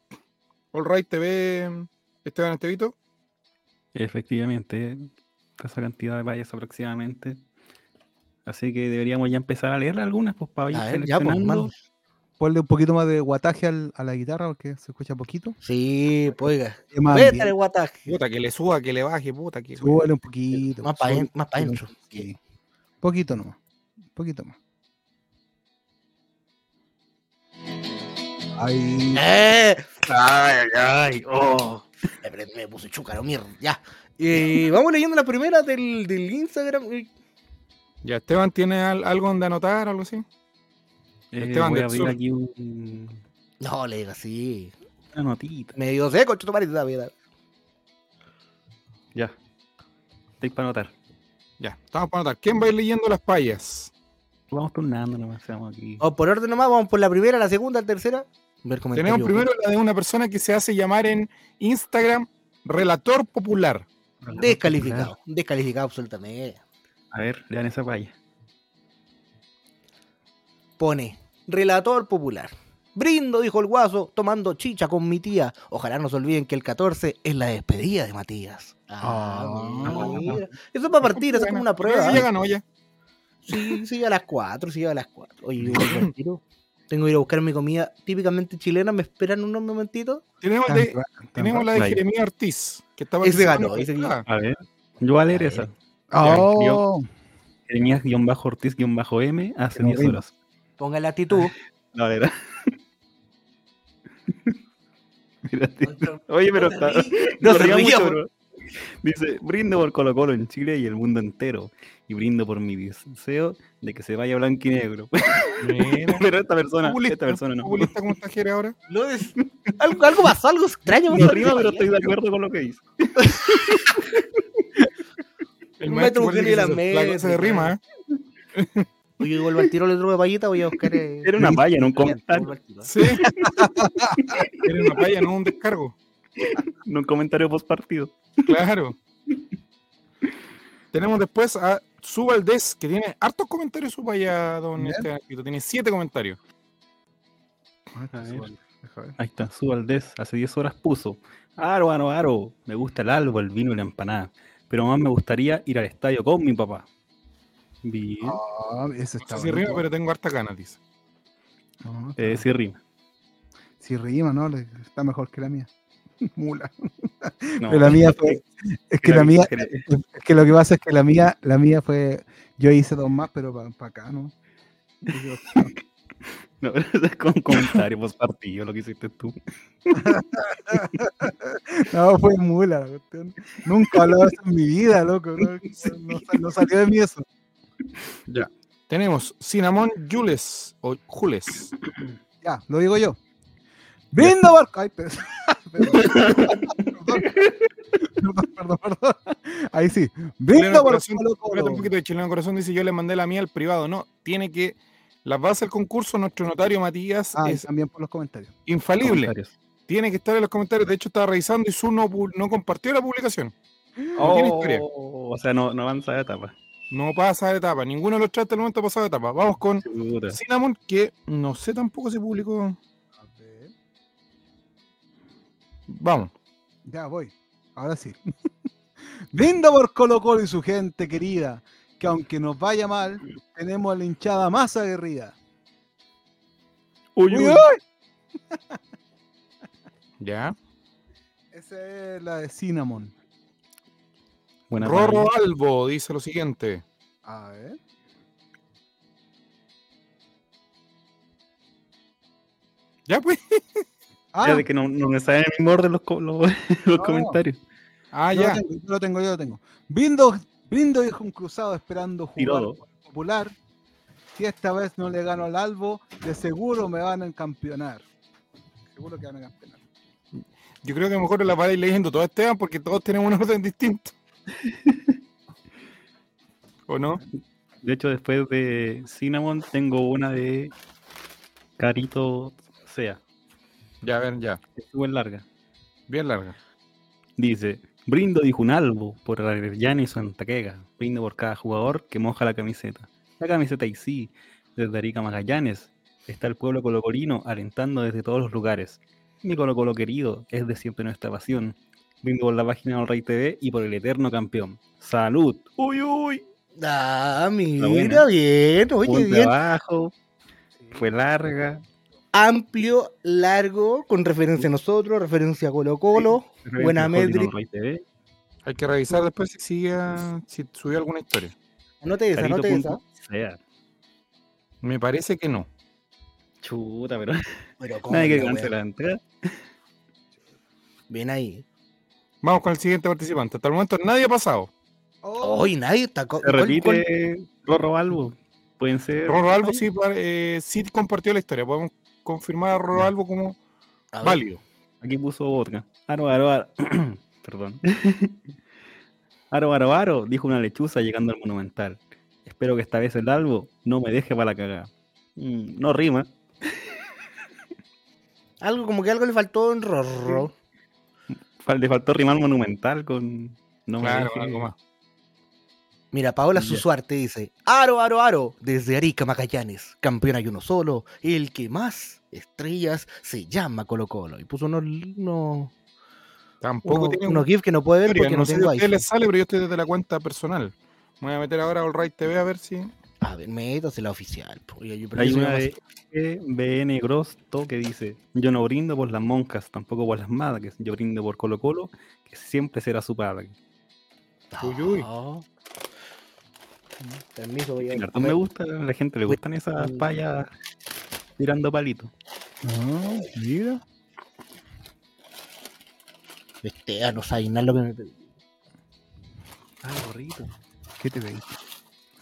[SPEAKER 2] All Right TV. Esteban Estevito.
[SPEAKER 4] Efectivamente, esa cantidad de vallas aproximadamente. Así que deberíamos ya empezar a leer algunas, pues para ir
[SPEAKER 1] A ver, ya, pues,
[SPEAKER 4] seleccionando.
[SPEAKER 1] manda.
[SPEAKER 3] Ponle un poquito más de guataje al- a la guitarra porque se escucha poquito.
[SPEAKER 1] Sí, pues, oiga.
[SPEAKER 3] Y más
[SPEAKER 1] Vete
[SPEAKER 3] ambiente.
[SPEAKER 1] al guataje.
[SPEAKER 2] Puta, que le suba, que le baje, puta. Que,
[SPEAKER 3] Súbele un poquito.
[SPEAKER 1] Más pa'
[SPEAKER 3] súbele
[SPEAKER 1] en-
[SPEAKER 3] un
[SPEAKER 1] más pa'
[SPEAKER 3] poquito,
[SPEAKER 1] dentro.
[SPEAKER 3] sí. Poquito nomás. Poquito más. Ahí.
[SPEAKER 1] ¡Eh! ¡Ay, ay, ay! ¡Oh! Me, pre- me puse chúcaro, mierda. Ya. Eh, vamos leyendo la primera del, del Instagram. Uy,
[SPEAKER 2] Ya, Esteban, ¿tiene al- algo donde anotar, algo así?
[SPEAKER 4] Eh,
[SPEAKER 2] Esteban
[SPEAKER 4] voy
[SPEAKER 2] del
[SPEAKER 4] a abrir
[SPEAKER 2] Sur.
[SPEAKER 4] aquí un-
[SPEAKER 1] No, le digo así.
[SPEAKER 4] una notita.
[SPEAKER 1] Me dio seco, chuto marido, dale, dale.
[SPEAKER 4] Ya. Estoy para anotar.
[SPEAKER 2] Ya, estamos para anotar. ¿Quién va a ir leyendo las payas?
[SPEAKER 4] Vamos turnando nomás, estamos aquí.
[SPEAKER 1] O por orden nomás, vamos por la primera, la segunda, la tercera. Ver comentario.
[SPEAKER 2] Tenemos primero la de una persona que se hace llamar en Instagram Relator Popular.
[SPEAKER 1] Descalificado. Descalificado absolutamente.
[SPEAKER 4] A ver, lean esa valla.
[SPEAKER 1] Pone, relator popular. Brindo, dijo el guaso, tomando chicha con mi tía. Ojalá no se olviden que el 14 es la despedida de Matías.
[SPEAKER 3] Ah.
[SPEAKER 1] mira. Eso es para partir, eso es como una prueba.
[SPEAKER 2] Ya ganó, ya.
[SPEAKER 1] Sí, sí, a las 4, sí, a las 4. Oye, yo voy al tiro. Tengo que ir a buscar mi comida típicamente chilena. ¿Me esperan unos momentitos?
[SPEAKER 2] Tenemos,
[SPEAKER 3] tan
[SPEAKER 2] de-
[SPEAKER 3] ra- tan
[SPEAKER 2] tenemos
[SPEAKER 3] ra-
[SPEAKER 2] la de
[SPEAKER 4] Vaya.
[SPEAKER 2] Jeremía Ortiz. Que está
[SPEAKER 1] Ese
[SPEAKER 2] participando
[SPEAKER 1] ganó,
[SPEAKER 2] en la
[SPEAKER 1] ese
[SPEAKER 2] jugada.
[SPEAKER 4] A ver. Yo voy a leer
[SPEAKER 1] A
[SPEAKER 4] esa.
[SPEAKER 1] ver.
[SPEAKER 3] Oh,
[SPEAKER 4] Jeremías-Ortiz-M hace
[SPEAKER 3] Que nos
[SPEAKER 4] 10
[SPEAKER 3] rimos.
[SPEAKER 4] horas.
[SPEAKER 1] Pongan la actitud.
[SPEAKER 4] No, era. Mírate.
[SPEAKER 1] No,
[SPEAKER 4] Oye, pero
[SPEAKER 1] se
[SPEAKER 4] está.
[SPEAKER 1] ríe, No
[SPEAKER 4] nos
[SPEAKER 1] se
[SPEAKER 4] reíamos
[SPEAKER 1] ría,
[SPEAKER 4] mucho,
[SPEAKER 1] por-
[SPEAKER 4] bro. Dice, brindo por Colo Colo en Chile y el mundo entero. Y brindo por mi deseo de que se vaya blanco y negro.
[SPEAKER 2] Mira.
[SPEAKER 4] Pero esta persona,
[SPEAKER 2] Populista,
[SPEAKER 4] esta persona no.
[SPEAKER 2] populista como está Jere ahora.
[SPEAKER 1] Lo des- Algo, algo pasó, algo extraño.
[SPEAKER 4] No
[SPEAKER 1] pasó.
[SPEAKER 4] rima, pero estoy de acuerdo con lo que dice.
[SPEAKER 2] El
[SPEAKER 1] Un metro
[SPEAKER 2] maestro parece
[SPEAKER 1] Eugenio
[SPEAKER 2] que
[SPEAKER 1] la
[SPEAKER 2] se-
[SPEAKER 1] mete,
[SPEAKER 2] la clase de rima, ¿eh?
[SPEAKER 1] Oye, yo vuelvo al tiro del otro de payita, voy a buscar. eh,
[SPEAKER 4] Era una valla en un comentario,
[SPEAKER 1] vuelvo al tiro.
[SPEAKER 2] Sí. Era una paya, no un descargo.
[SPEAKER 4] en un comentario post partido.
[SPEAKER 2] Claro. Tenemos después a Su Valdés, que tiene hartos comentarios su paya, don
[SPEAKER 3] Ya.
[SPEAKER 2] Esteban Espito. Tiene siete comentarios.
[SPEAKER 3] Ah,
[SPEAKER 4] ver.
[SPEAKER 3] bueno, deja ver.
[SPEAKER 4] Ahí está, su Valdés hace 10 horas puso. Aro, aro, aro. Me gusta el algo, el vino y la empanada. Pero más me gustaría ir al estadio con mi papá. Bien.
[SPEAKER 3] Ah, ese
[SPEAKER 2] No sé
[SPEAKER 3] está
[SPEAKER 2] si rima,
[SPEAKER 3] bonito.
[SPEAKER 2] pero tengo harta ganas, dice.
[SPEAKER 3] Ah,
[SPEAKER 4] Eh,
[SPEAKER 3] está-
[SPEAKER 4] sí rima.
[SPEAKER 3] Si rima, ¿no? Le- Está mejor que la mía. Mula.
[SPEAKER 4] No,
[SPEAKER 3] Pero la mía fue- Es que la mía, es que lo que pasa es que la mía, la mía fue. Yo hice dos más, pero para acá, ¿no? Yo-
[SPEAKER 4] No, pero eso es con comentario post partido lo que hiciste tú.
[SPEAKER 3] No, fue mula la cuestión. Nunca he hablado de eso en mi vida, loco. No, no sal- no salió de mí eso.
[SPEAKER 2] Tenemos Cinnamon Jules o Jules.
[SPEAKER 3] Ya, lo digo yo. Brindo por. Ay, pero- perdón. Perdón, perdón, perdón. Ahí sí. Brindo
[SPEAKER 2] Chileno
[SPEAKER 3] por
[SPEAKER 2] Corazón,
[SPEAKER 3] Colo
[SPEAKER 2] espérate un
[SPEAKER 3] Colo.
[SPEAKER 2] poquito de Chileno Corazón dice, yo le mandé la mía al privado. No, tiene que... Las bases del concurso, nuestro notario Matías
[SPEAKER 3] Ah, y
[SPEAKER 2] es
[SPEAKER 3] también por los comentarios.
[SPEAKER 2] infalible.
[SPEAKER 4] Comentarios.
[SPEAKER 2] Tiene que estar en los comentarios. De hecho, estaba revisando y Su no, pu- no compartió la publicación. No tiene historia.
[SPEAKER 4] Oh, o sea, no, no avanza de etapa.
[SPEAKER 2] No pasa de etapa. Ninguno de los chats hasta el momento ha pasado de etapa. Vamos con
[SPEAKER 4] Chuta.
[SPEAKER 2] Cinnamon, que no sé tampoco si publicó. Vamos.
[SPEAKER 3] Ya voy. Ahora sí. Brinda por Colo Colo y su gente querida, que aunque nos vaya mal, tenemos a la hinchada más aguerrida.
[SPEAKER 2] Uy,
[SPEAKER 3] ¡Uy,
[SPEAKER 2] uy.
[SPEAKER 3] uy!
[SPEAKER 2] Ya.
[SPEAKER 3] Esa es la de Cinnamon.
[SPEAKER 4] Buena
[SPEAKER 2] Rorro
[SPEAKER 4] maravilla.
[SPEAKER 2] Albo dice lo siguiente.
[SPEAKER 3] A ver.
[SPEAKER 2] Ya pues.
[SPEAKER 3] Ah,
[SPEAKER 4] Ya de que no, no me saben el mismo orden los, co- los- los
[SPEAKER 3] No.
[SPEAKER 4] comentarios.
[SPEAKER 2] Ah,
[SPEAKER 3] yo,
[SPEAKER 2] ya.
[SPEAKER 3] Lo tengo, yo lo tengo, yo lo tengo. Brindo, brindo viejo un cruzado esperando jugar
[SPEAKER 4] Pirodo.
[SPEAKER 3] con el popular. Si esta vez no le gano al Albo, de seguro me van a campeonar. Seguro que van a campeonar.
[SPEAKER 2] Yo creo que a lo mejor la vara y leyendo todo Esteban porque todos tenemos un orden distinto. ¿O no?
[SPEAKER 4] De hecho, después de Cinnamon tengo una de Carito Sea.
[SPEAKER 2] Ya, a ver, ya.
[SPEAKER 4] que Es igual larga.
[SPEAKER 2] Bien larga.
[SPEAKER 4] Dice, brindo dijo un albo por Arellano y su entrega, brindo por cada jugador que moja la camiseta. La camiseta y sí, desde Arica a Magallanes, está el pueblo colocolino alentando desde todos los lugares. Mi colocolo querido es de siempre nuestra pasión. Brindo por la página del Rey TV y por el eterno campeón. ¡Salud! ¡Uy, uy!
[SPEAKER 1] Ah, mira,
[SPEAKER 4] buena.
[SPEAKER 1] bien, oye,
[SPEAKER 4] Buen
[SPEAKER 1] bien.
[SPEAKER 4] trabajo, fue larga.
[SPEAKER 1] Amplio, largo, con referencia a nosotros, referencia a Colo Colo. Buena
[SPEAKER 4] Jordi en el
[SPEAKER 1] métrica.
[SPEAKER 4] Rey TV,
[SPEAKER 2] Hay que revisar después si siga, si subió alguna historia.
[SPEAKER 1] Anote esa, anote esa.
[SPEAKER 4] carito punto sea.
[SPEAKER 2] Me parece que no.
[SPEAKER 4] Chuta, pero
[SPEAKER 1] Pero cómo
[SPEAKER 4] nadie que
[SPEAKER 1] la wea.
[SPEAKER 4] cancelar la entrada.
[SPEAKER 1] Bien ahí.
[SPEAKER 2] Vamos con el siguiente participante. Hasta el momento nadie ha pasado.
[SPEAKER 3] Oh,
[SPEAKER 1] Hoy nadie está. co-
[SPEAKER 4] Se
[SPEAKER 1] ¿cuál- cuál-
[SPEAKER 4] repite Rorro Albo. Pueden ser.
[SPEAKER 2] Rorro Albo sí, par- eh, sí compartió la historia. Podemos confirmar a Rorro Albo como
[SPEAKER 1] a ver,
[SPEAKER 2] válido.
[SPEAKER 4] Aquí puso otra. Aro, aro, aro. Perdón. aro, aro, aro, dijo una lechuza llegando al monumental. Espero que esta vez el Albo no me deje para la cagada. Mm, no rima.
[SPEAKER 1] Algo como que algo le faltó en Rorro.
[SPEAKER 4] Fal- Le faltó rimar monumental con. No me
[SPEAKER 2] claro,
[SPEAKER 4] deje-
[SPEAKER 2] algo más.
[SPEAKER 1] Mira, Paola
[SPEAKER 4] Ya.
[SPEAKER 1] Susuarte dice: Aro, aro, aro, desde Arica Magallanes, campeón hay uno solo, el que más estrellas se llama Colo Colo. Y puso unos, unos,
[SPEAKER 2] Tampoco
[SPEAKER 1] unos,
[SPEAKER 2] tiene
[SPEAKER 1] unos
[SPEAKER 2] una
[SPEAKER 1] GIF que no puede ver porque
[SPEAKER 2] historia.
[SPEAKER 1] no,
[SPEAKER 2] No sé si
[SPEAKER 1] tengo
[SPEAKER 2] a
[SPEAKER 1] ahí.
[SPEAKER 2] ustedes les sale, pero yo estoy desde la cuenta personal. Me voy a meter ahora a All Right TV a ver si.
[SPEAKER 1] A ver, métase la oficial. po. Oye, yo- pero
[SPEAKER 4] Hay
[SPEAKER 1] yo
[SPEAKER 4] una
[SPEAKER 1] me-
[SPEAKER 4] de BN Grosto que dice: Yo no brindo por las monjas, tampoco por las madres. Yo brindo por Colo Colo, que siempre será su padre.
[SPEAKER 2] Uy, uy.
[SPEAKER 1] Ah. Permiso, voy a.
[SPEAKER 4] Tiene hartos me gusta, a la gente le gustan esas
[SPEAKER 1] Mm.
[SPEAKER 4] payas tirando palitos.
[SPEAKER 3] ah, mira.
[SPEAKER 1] Este, a no Sainar lo que me pedí.
[SPEAKER 4] Ah, gorrito.
[SPEAKER 3] ¿Qué te veis?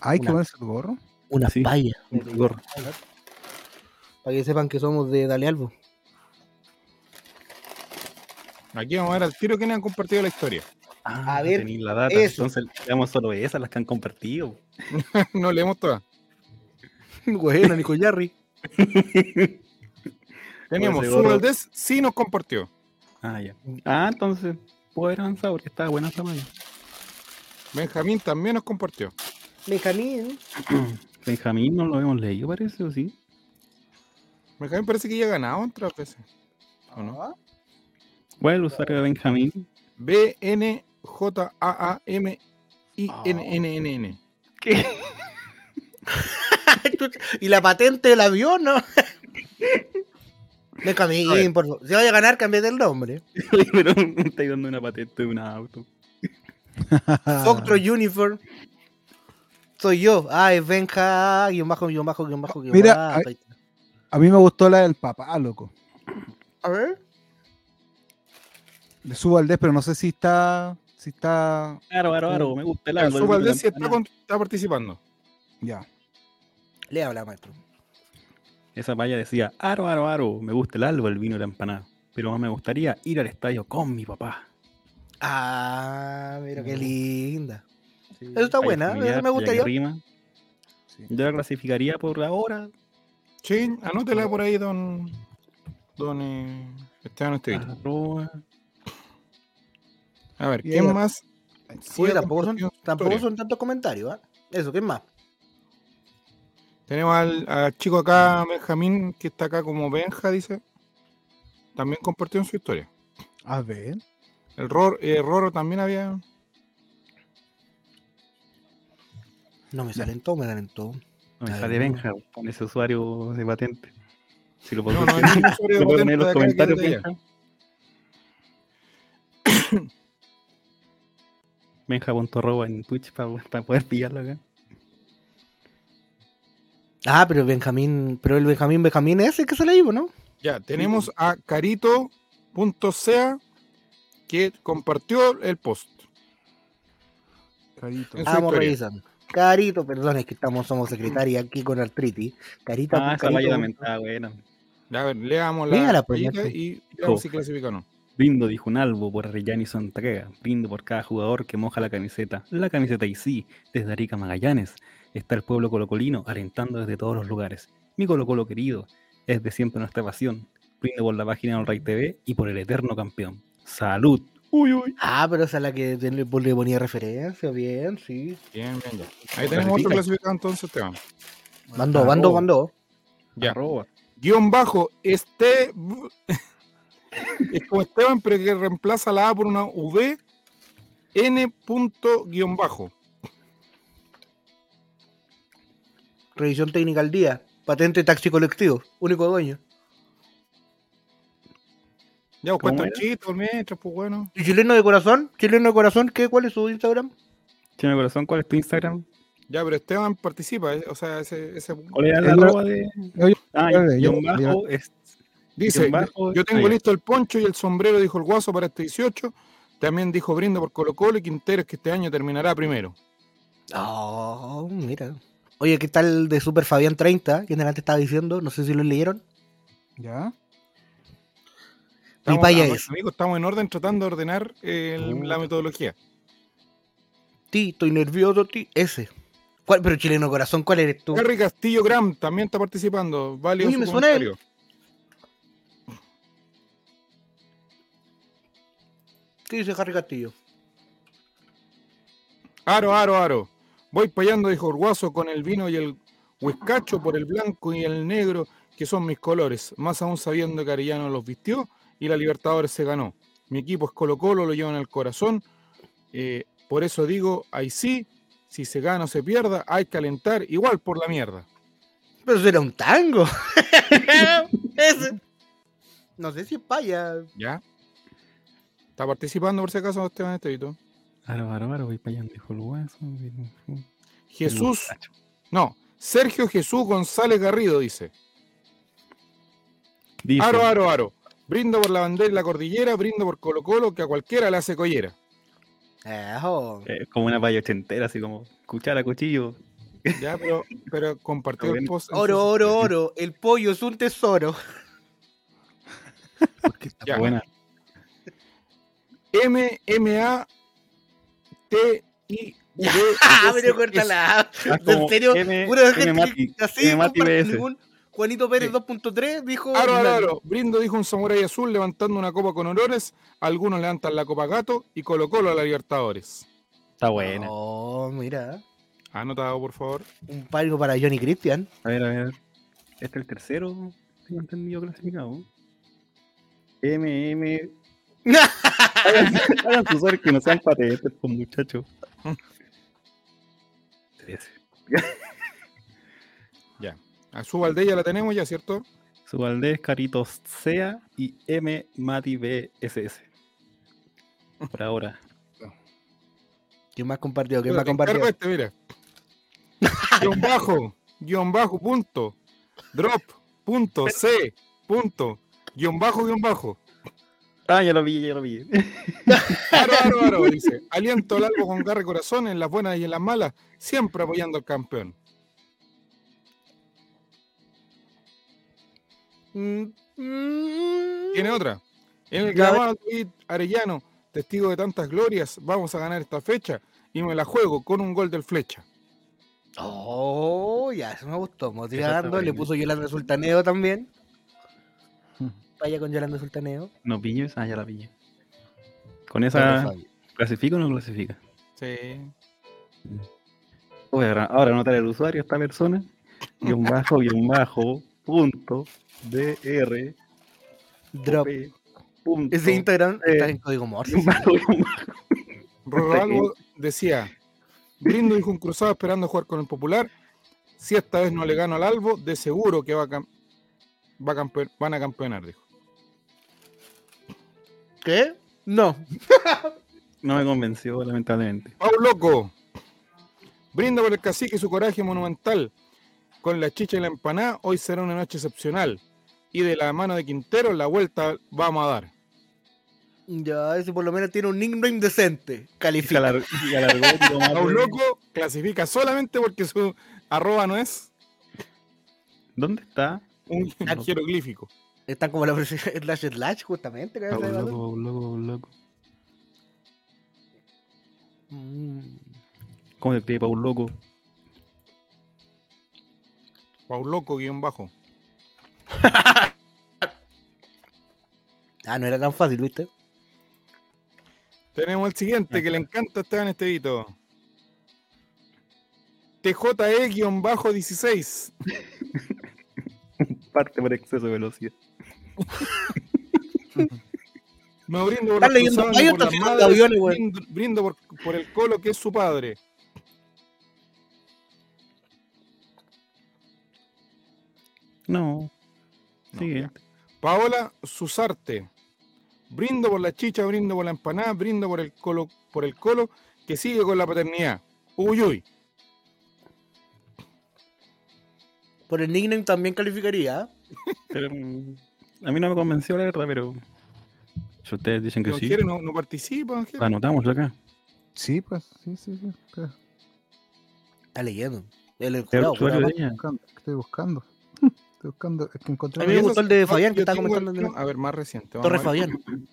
[SPEAKER 3] Hay que
[SPEAKER 1] Una-
[SPEAKER 3] ponerse tu gorro.
[SPEAKER 1] Una
[SPEAKER 4] Sí.
[SPEAKER 1] paya.
[SPEAKER 4] Un gorro.
[SPEAKER 1] Para que sepan que somos de Dale Albo.
[SPEAKER 2] Aquí vamos a ver al tiro quién han compartido la historia.
[SPEAKER 4] Ah,
[SPEAKER 1] A ver,
[SPEAKER 4] tenéis la data.
[SPEAKER 1] eso.
[SPEAKER 4] Entonces, digamos solo esas las que han compartido.
[SPEAKER 2] no leemos todas.
[SPEAKER 1] Bueno, Nico Yarri.
[SPEAKER 2] Tenemos
[SPEAKER 4] ese
[SPEAKER 2] Su
[SPEAKER 4] gorro.
[SPEAKER 2] Valdés, sí nos compartió.
[SPEAKER 4] Ah, ya.
[SPEAKER 1] Mm.
[SPEAKER 4] Ah, entonces, puedo haber avanzado porque estaba buena esta malla.
[SPEAKER 2] Benjamín también nos compartió.
[SPEAKER 1] Benjamín.
[SPEAKER 4] Benjamín no lo hemos leído, parece, ¿o sí?
[SPEAKER 2] Benjamín parece que ya ha ganado otras veces. ¿O no?
[SPEAKER 3] Ah,
[SPEAKER 4] ¿Cuál es el usuario de Benjamín?
[SPEAKER 2] B N J A A M I N N N N.
[SPEAKER 1] y la patente del avión, ¿no? Benjamín,
[SPEAKER 2] A ver.
[SPEAKER 1] por favor. Si vaya a ganar, cambiate el nombre.
[SPEAKER 4] Oye, Pero me estáis dando una patente de un auto.
[SPEAKER 3] Ah.
[SPEAKER 1] Octro Uniform. Soy yo. Ah, es Benja. Guión bajo, guión bajo, guión bajo, guión
[SPEAKER 3] Mira,
[SPEAKER 1] bajo.
[SPEAKER 3] a ver. A mí me gustó la del papá, loco.
[SPEAKER 1] A ver.
[SPEAKER 3] De su Valdés, pero no sé si está. Si está.
[SPEAKER 4] Claro, claro, claro, me gusta el
[SPEAKER 2] Ya,
[SPEAKER 4] árbol.
[SPEAKER 2] Su Valdés sí está,
[SPEAKER 4] la empanada.
[SPEAKER 2] con- está participando.
[SPEAKER 3] Ya.
[SPEAKER 1] Le habla, maestro.
[SPEAKER 4] Esa paya decía, aro, aro, aro, me gusta el árbol, el vino y la empanada. Pero más me gustaría ir al estadio con mi papá.
[SPEAKER 1] Ah, mira qué
[SPEAKER 3] Mm.
[SPEAKER 1] linda.
[SPEAKER 3] Sí.
[SPEAKER 1] Eso está
[SPEAKER 4] Hay
[SPEAKER 1] buena.
[SPEAKER 4] familiar,
[SPEAKER 1] esa
[SPEAKER 4] ya que
[SPEAKER 1] Me gustaría.
[SPEAKER 4] rima.
[SPEAKER 3] Sí.
[SPEAKER 4] Yo la clasificaría por ahora.
[SPEAKER 2] Sí, anótela por ahí, don. Don eh, Esteban Estevito.
[SPEAKER 4] Arroba.
[SPEAKER 2] A ver,
[SPEAKER 3] Y
[SPEAKER 2] ¿quién
[SPEAKER 3] ahí-
[SPEAKER 2] más?
[SPEAKER 1] Sí,
[SPEAKER 2] ha
[SPEAKER 1] tampoco son,
[SPEAKER 2] compartido su
[SPEAKER 1] tampoco
[SPEAKER 2] historia?
[SPEAKER 1] son tantos comentarios. ¿ah? Eso, ¿qué más?
[SPEAKER 2] Tenemos al, al chico acá, Benjamín, que está acá como Benja, dice. También compartió en su historia.
[SPEAKER 3] A ver.
[SPEAKER 2] El Ror- eh, Roro también había.
[SPEAKER 1] No me salen todo, me salen todo.
[SPEAKER 4] No, me
[SPEAKER 1] Ay,
[SPEAKER 4] sale
[SPEAKER 1] no.
[SPEAKER 4] Benja, con ese usuario de patente. Si lo puedo
[SPEAKER 2] No, no, hay ningún usuario
[SPEAKER 4] lo puedo
[SPEAKER 2] potente
[SPEAKER 4] poner en los
[SPEAKER 2] de acá que
[SPEAKER 4] comentarios, pues.
[SPEAKER 2] de allá.
[SPEAKER 4] Benja. Benja.roba en Twitch para poder pillarlo acá.
[SPEAKER 1] Ah, pero Benjamín, pero el Benjamín Benjamín es el que se le iba, ¿no?
[SPEAKER 2] Ya, tenemos a carito.sea que compartió el post.
[SPEAKER 3] Carito.
[SPEAKER 4] Ah,
[SPEAKER 2] Esa
[SPEAKER 1] Vamos
[SPEAKER 2] historia.
[SPEAKER 1] revisando. Carito, perdón, es que estamos, somos secretaria aquí con artritis. Carita,
[SPEAKER 4] Ah, esa
[SPEAKER 1] Carito,
[SPEAKER 4] valla lamentada, buena.
[SPEAKER 2] Ya, a ver, leamos la
[SPEAKER 1] Léala, pues,
[SPEAKER 2] playita
[SPEAKER 1] Nacho.
[SPEAKER 2] y veamos
[SPEAKER 4] Oh.
[SPEAKER 2] si clasifican o no.
[SPEAKER 4] Brindo, dijo un albo por Arellano y su entrega. Brindo por cada jugador que moja la camiseta. La camiseta y sí, desde Arica a Magallanes. Está el pueblo colocolino alentando desde todos los lugares. Mi colocolo querido, es de siempre nuestra pasión. Brindo por la página del Rey TV y por el eterno campeón. ¡Salud! ¡Uy, uy!
[SPEAKER 1] Ah, pero esa es la que te- le ponía referencia, bien, sí.
[SPEAKER 2] Bien, bien, ya. Ahí tenemos otro
[SPEAKER 4] Clasifican.
[SPEAKER 2] clasificado entonces, Esteban.
[SPEAKER 1] Mandó, mandó,
[SPEAKER 4] Arroba.
[SPEAKER 1] mandó.
[SPEAKER 2] Ya.
[SPEAKER 4] Arroba.
[SPEAKER 2] Guión bajo, este. Es como Esteban, pero que reemplaza la A por una V. N punto guión bajo.
[SPEAKER 1] Revisión técnica al día. Patente taxi colectivo. Único dueño.
[SPEAKER 2] Ya, os
[SPEAKER 4] ¿Cómo
[SPEAKER 2] cuento el
[SPEAKER 4] era?
[SPEAKER 2] chiste mientras, pues bueno.
[SPEAKER 1] ¿Y chileno de corazón? ¿Chileno de corazón? ¿Qué? ¿Cuál es su Instagram?
[SPEAKER 4] Chino Corazón, ¿cuál es tu Instagram?
[SPEAKER 2] Ya, pero Esteban participa, eh, o sea, ese, ese-
[SPEAKER 4] ¿Cuál era la
[SPEAKER 3] El-
[SPEAKER 4] arroba de...?
[SPEAKER 3] Oye,
[SPEAKER 4] Ah,
[SPEAKER 3] dale,
[SPEAKER 4] guión
[SPEAKER 3] ya, ya.
[SPEAKER 4] bajo es...
[SPEAKER 2] Dice,
[SPEAKER 4] guión bajo-
[SPEAKER 2] yo
[SPEAKER 4] Ah,
[SPEAKER 2] tengo
[SPEAKER 4] ya.
[SPEAKER 2] listo el poncho y el sombrero, dijo el guaso para este 18. También dijo Brindo por Colo Colo y Quinteros que este año terminará primero.
[SPEAKER 1] Oh, mira. Oye, ¿qué tal de Super Fabián 30? Que antes estaba diciendo, no sé si lo leyeron.
[SPEAKER 3] ¿Ya?
[SPEAKER 2] Estamos,
[SPEAKER 1] paya
[SPEAKER 2] ah,
[SPEAKER 1] es.
[SPEAKER 2] amigos, estamos en orden tratando de ordenar eh, el- la
[SPEAKER 3] Puta.
[SPEAKER 2] metodología.
[SPEAKER 1] Ti, estoy nervioso, ti. Ese. ¿Cuál? Pero chileno de corazón, ¿cuál eres tú?
[SPEAKER 2] Harry Castillo Graham también está participando. Válido
[SPEAKER 1] Oye,
[SPEAKER 2] su
[SPEAKER 1] me suena él.
[SPEAKER 2] comentario.
[SPEAKER 1] ¿Qué dice Harry Castillo?
[SPEAKER 2] Aro, aro, aro. Voy payando, dijo el guaso, con el vino y el huescacho por el blanco y el negro, que son mis colores. Más aún sabiendo que Arellano los vistió y la Libertadores se ganó. Mi equipo es Colo Colo, lo llevan al corazón. Eh, por eso digo, ahí sí, si se gana o se pierda, hay que alentar igual por la mierda.
[SPEAKER 1] Pero será un tango. Ese. No sé si es paya.
[SPEAKER 2] ¿Ya? ¿Está participando por si acaso Esteban Estevito?
[SPEAKER 4] Aro, aro, aro, voy para allá, dijo el guaso. dijo-
[SPEAKER 2] Jesús, no, Sergio Jesús González Garrido dice.
[SPEAKER 4] Dice,
[SPEAKER 2] Aro, aro, aro. Brindo por la bandera y la cordillera, brindo por Colo Colo, que a cualquiera le hace collera.
[SPEAKER 1] Ejo.
[SPEAKER 4] eh, como una valla ochentera, así como cuchara, cuchillo.
[SPEAKER 2] Ya, pero, pero compartió el
[SPEAKER 4] Bueno.
[SPEAKER 2] post. en
[SPEAKER 1] Oro,
[SPEAKER 2] sus-
[SPEAKER 4] eh,
[SPEAKER 1] oro, oro. El pollo es un tesoro.
[SPEAKER 2] Ya.
[SPEAKER 4] Buena.
[SPEAKER 2] M, M, A, T, I, V,
[SPEAKER 1] Ah,
[SPEAKER 2] S,
[SPEAKER 1] pero
[SPEAKER 2] S.
[SPEAKER 1] cortala.
[SPEAKER 4] Ah,
[SPEAKER 1] ¿En
[SPEAKER 4] como
[SPEAKER 1] serio?
[SPEAKER 4] M-
[SPEAKER 1] Pura gente
[SPEAKER 4] Mati,
[SPEAKER 1] que así
[SPEAKER 4] M Mati
[SPEAKER 1] comparte
[SPEAKER 4] BS.
[SPEAKER 1] ningún Juanito Pérez
[SPEAKER 2] Sí.
[SPEAKER 1] 2.3 dijo.
[SPEAKER 2] Aro, aro, aro. Brindo, dijo un samurái azul, levantando una copa con honores. Algunos levantan la copa gato y Colo Colo a la Libertadores.
[SPEAKER 4] Está buena.
[SPEAKER 1] Oh, mira.
[SPEAKER 2] Anotado, por favor.
[SPEAKER 1] Un palco para Johnny Christian.
[SPEAKER 4] A ver, a ver. Este es el tercero, tengo entendido clasificado. M, M. Hagan hagan sus horas que no sean patetes, pues muchachos. Trece.
[SPEAKER 2] A su Valdella la tenemos ya, ¿cierto?
[SPEAKER 4] Su Valdés, Caritos Sea y M, Mati BSS. Por ahora.
[SPEAKER 1] ¿Quién más compartió? ¿Quién
[SPEAKER 2] Mira,
[SPEAKER 1] más
[SPEAKER 2] te encargo
[SPEAKER 1] compartió?
[SPEAKER 2] este, mira. guión bajo, guión bajo, punto. Drop, punto, C, punto. Guión bajo, guión bajo.
[SPEAKER 4] Ah, ya lo vi, ya lo vi.
[SPEAKER 2] Aro, aro, aro, dice. Aliento largo con garra y corazón en las buenas y en las malas, siempre apoyando al campeón.
[SPEAKER 1] Mm, mm.
[SPEAKER 2] Tiene otra. En el
[SPEAKER 1] Ya, a ver.
[SPEAKER 2] grabado tweet Arellano, testigo de tantas glorias, vamos a ganar esta fecha y me la juego con un gol del flecha.
[SPEAKER 1] Oh, ya, eso me gustó.
[SPEAKER 4] Eso está
[SPEAKER 1] Motivando, le
[SPEAKER 4] bueno.
[SPEAKER 1] puso Yolanda Sultaneo también.
[SPEAKER 3] Hmm.
[SPEAKER 1] Vaya con Yolanda Sultaneo.
[SPEAKER 4] ¿No pillo esa? Ah, ya la pillé. ¿Con
[SPEAKER 1] Pobre
[SPEAKER 4] esa
[SPEAKER 1] Fabi.
[SPEAKER 4] clasifica o no clasifica?
[SPEAKER 2] Sí.
[SPEAKER 4] Voy a gra- ahora anotar el usuario, esta persona. Guión bajo, guión bajo, punto, DR,
[SPEAKER 1] Drop.
[SPEAKER 4] OP, Punto.
[SPEAKER 1] Ese Instagram
[SPEAKER 4] Eh,
[SPEAKER 1] está en código Morse.
[SPEAKER 4] Un mago y un mago.
[SPEAKER 2] Rodalbo decía, Brindo dijo un cruzado esperando jugar con el popular. Si esta vez no le gano al Albo, de seguro que va a cam- va a campe- van a campeonar, dijo.
[SPEAKER 1] ¿Qué? No.
[SPEAKER 4] No me convenció, lamentablemente.
[SPEAKER 2] ¡Pau Loco! Brinda por el cacique y su coraje monumental. Con la chicha y la empanada, hoy será una noche excepcional. Y de la mano de Quintero, la vuelta vamos a dar.
[SPEAKER 1] Ya, ese por lo menos tiene un nickname decente.
[SPEAKER 4] Y se
[SPEAKER 1] Califica.
[SPEAKER 4] alar- y alargó y lo
[SPEAKER 2] Pau
[SPEAKER 4] mató.
[SPEAKER 2] Loco clasifica solamente porque su arroba no es
[SPEAKER 4] ¿Dónde está?
[SPEAKER 2] un
[SPEAKER 1] Loco.
[SPEAKER 2] jeroglífico.
[SPEAKER 1] Está como la versión Slash Slash, justamente. que
[SPEAKER 4] Pau
[SPEAKER 1] había salido.
[SPEAKER 4] loco, Pau loco, Pau loco.
[SPEAKER 1] Mm.
[SPEAKER 4] ¿Cómo se escribe Pau loco?
[SPEAKER 2] Pau Loco guión bajo.
[SPEAKER 1] Ah, no era tan fácil, ¿viste?
[SPEAKER 2] Tenemos el siguiente que le encanta a Esteban Estevito. E TJE-16.
[SPEAKER 4] Parte por exceso de velocidad.
[SPEAKER 2] Me brindo por
[SPEAKER 1] Están
[SPEAKER 2] los
[SPEAKER 1] leyendo
[SPEAKER 2] cruzados
[SPEAKER 1] Mayo,
[SPEAKER 2] y por
[SPEAKER 1] están leyendo
[SPEAKER 2] las madres,
[SPEAKER 1] aviones, güey.
[SPEAKER 2] Brindo, brindo por, por el colo que es su padre.
[SPEAKER 4] No.
[SPEAKER 2] No,
[SPEAKER 4] Sigue.
[SPEAKER 2] Paola Susarte. Brindo por la chicha, brindo por la empanada, brindo por el colo, por el colo que sigue con la paternidad. Uy, uy.
[SPEAKER 1] Por el nickname también calificaría. ¿eh?
[SPEAKER 4] Pero, mm, a mí no me convenció la verdad, pero. Si ustedes dicen que
[SPEAKER 2] Don
[SPEAKER 4] sí,
[SPEAKER 2] Jere no, no participa, don Jere.
[SPEAKER 4] la anotamos acá.
[SPEAKER 3] Sí, pues, sí, sí, sí. Estoy
[SPEAKER 1] Está leyendo. El, el
[SPEAKER 4] El
[SPEAKER 1] jurado,
[SPEAKER 4] usuario
[SPEAKER 1] jurado.
[SPEAKER 4] de ella.
[SPEAKER 3] buscando, estoy buscando. Estoy buscando, es que encontré
[SPEAKER 1] A
[SPEAKER 3] una
[SPEAKER 1] mí me
[SPEAKER 2] Esas-
[SPEAKER 1] gustó el de Fabián, que
[SPEAKER 2] yo
[SPEAKER 1] estaba
[SPEAKER 2] tengo
[SPEAKER 1] comentando
[SPEAKER 2] el-
[SPEAKER 1] en
[SPEAKER 2] A ver, más reciente. vamos a
[SPEAKER 1] Torres
[SPEAKER 2] ver.
[SPEAKER 1] Fabián.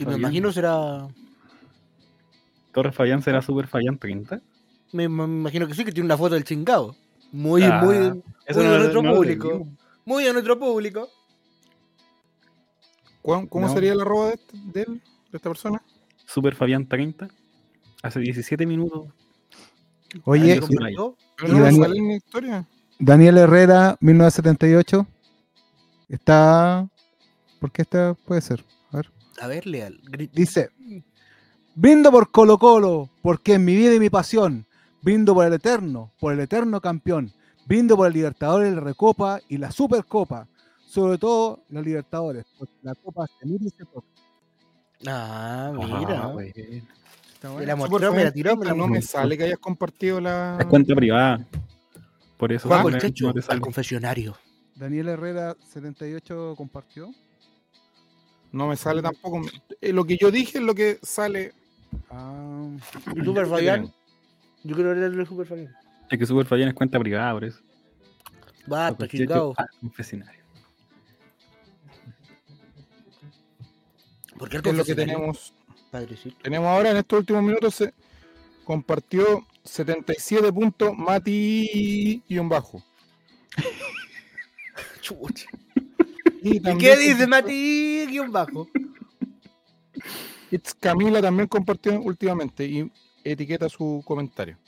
[SPEAKER 1] Y me
[SPEAKER 4] Fabián.
[SPEAKER 1] imagino será.
[SPEAKER 4] Torres Fabián será súper Fabián 30.
[SPEAKER 1] Me, me imagino que sí, que tiene una foto del chingado. Muy,
[SPEAKER 4] Ah,
[SPEAKER 1] muy,
[SPEAKER 4] Eso
[SPEAKER 1] Uy,
[SPEAKER 4] no-
[SPEAKER 1] el otro
[SPEAKER 4] no lo
[SPEAKER 1] público.
[SPEAKER 4] leímos.
[SPEAKER 1] muy a nuestro público.
[SPEAKER 2] ¿Cómo, cómo
[SPEAKER 3] No.
[SPEAKER 2] sería la arroba de, este- de él, de esta persona?
[SPEAKER 4] Super Fabián 30. Hace 17 minutos.
[SPEAKER 3] Oye,
[SPEAKER 4] Adiós,
[SPEAKER 3] y-
[SPEAKER 4] Brian.
[SPEAKER 2] Pero
[SPEAKER 3] Y
[SPEAKER 2] no nos
[SPEAKER 3] Daniel-
[SPEAKER 2] sale en la historia.
[SPEAKER 3] Daniel Herrera, 1978. Está. ¿Por qué está? Puede ser. A ver.
[SPEAKER 1] A ver, Leal. gri-
[SPEAKER 3] Dice: Brindo por Colo Colo, porque es mi vida y mi pasión. Brindo por el eterno, por el eterno campeón. Brindo por el Libertadores, la Recopa y la Supercopa. Sobre todo los Libertadores, porque la Copa se mira y se toca.
[SPEAKER 1] Ah,
[SPEAKER 4] Ah,
[SPEAKER 1] mira.
[SPEAKER 4] güey.
[SPEAKER 3] Está
[SPEAKER 1] me
[SPEAKER 3] bueno.
[SPEAKER 1] la
[SPEAKER 2] Eso, por
[SPEAKER 1] mostró, me la
[SPEAKER 2] favor,
[SPEAKER 1] tiró, me la
[SPEAKER 2] no
[SPEAKER 1] mostró.
[SPEAKER 2] me sale que hayas compartido la.
[SPEAKER 4] Es cuenta privada. Por eso.
[SPEAKER 1] Juan
[SPEAKER 4] no-
[SPEAKER 1] el Checho
[SPEAKER 4] no te
[SPEAKER 1] al
[SPEAKER 4] sale.
[SPEAKER 1] confesionario.
[SPEAKER 3] Daniel Herrera, 78, compartió.
[SPEAKER 2] No me sale tampoco. Eh, lo que yo dije es lo que sale.
[SPEAKER 3] Ah,
[SPEAKER 1] ¿Y Super Fabián? Yo quiero leer el Super Fabián.
[SPEAKER 4] Es que Super Fabián es cuenta privada, por eso.
[SPEAKER 1] Basta,
[SPEAKER 4] Super Checho
[SPEAKER 1] chingado.
[SPEAKER 4] al confesionario.
[SPEAKER 1] ¿Por qué el
[SPEAKER 2] Es lo que
[SPEAKER 1] confesionario?
[SPEAKER 2] tenemos.
[SPEAKER 1] Padrecito.
[SPEAKER 2] Tenemos ahora en estos últimos minutos. Se compartió 77 puntos Mati y un bajo.
[SPEAKER 1] Chucha.
[SPEAKER 2] Y,
[SPEAKER 1] ¿Y
[SPEAKER 2] también
[SPEAKER 1] qué dice
[SPEAKER 2] compartió-
[SPEAKER 1] Mati? Guión bajo.
[SPEAKER 2] It's Camila también compartió últimamente y etiqueta su comentario.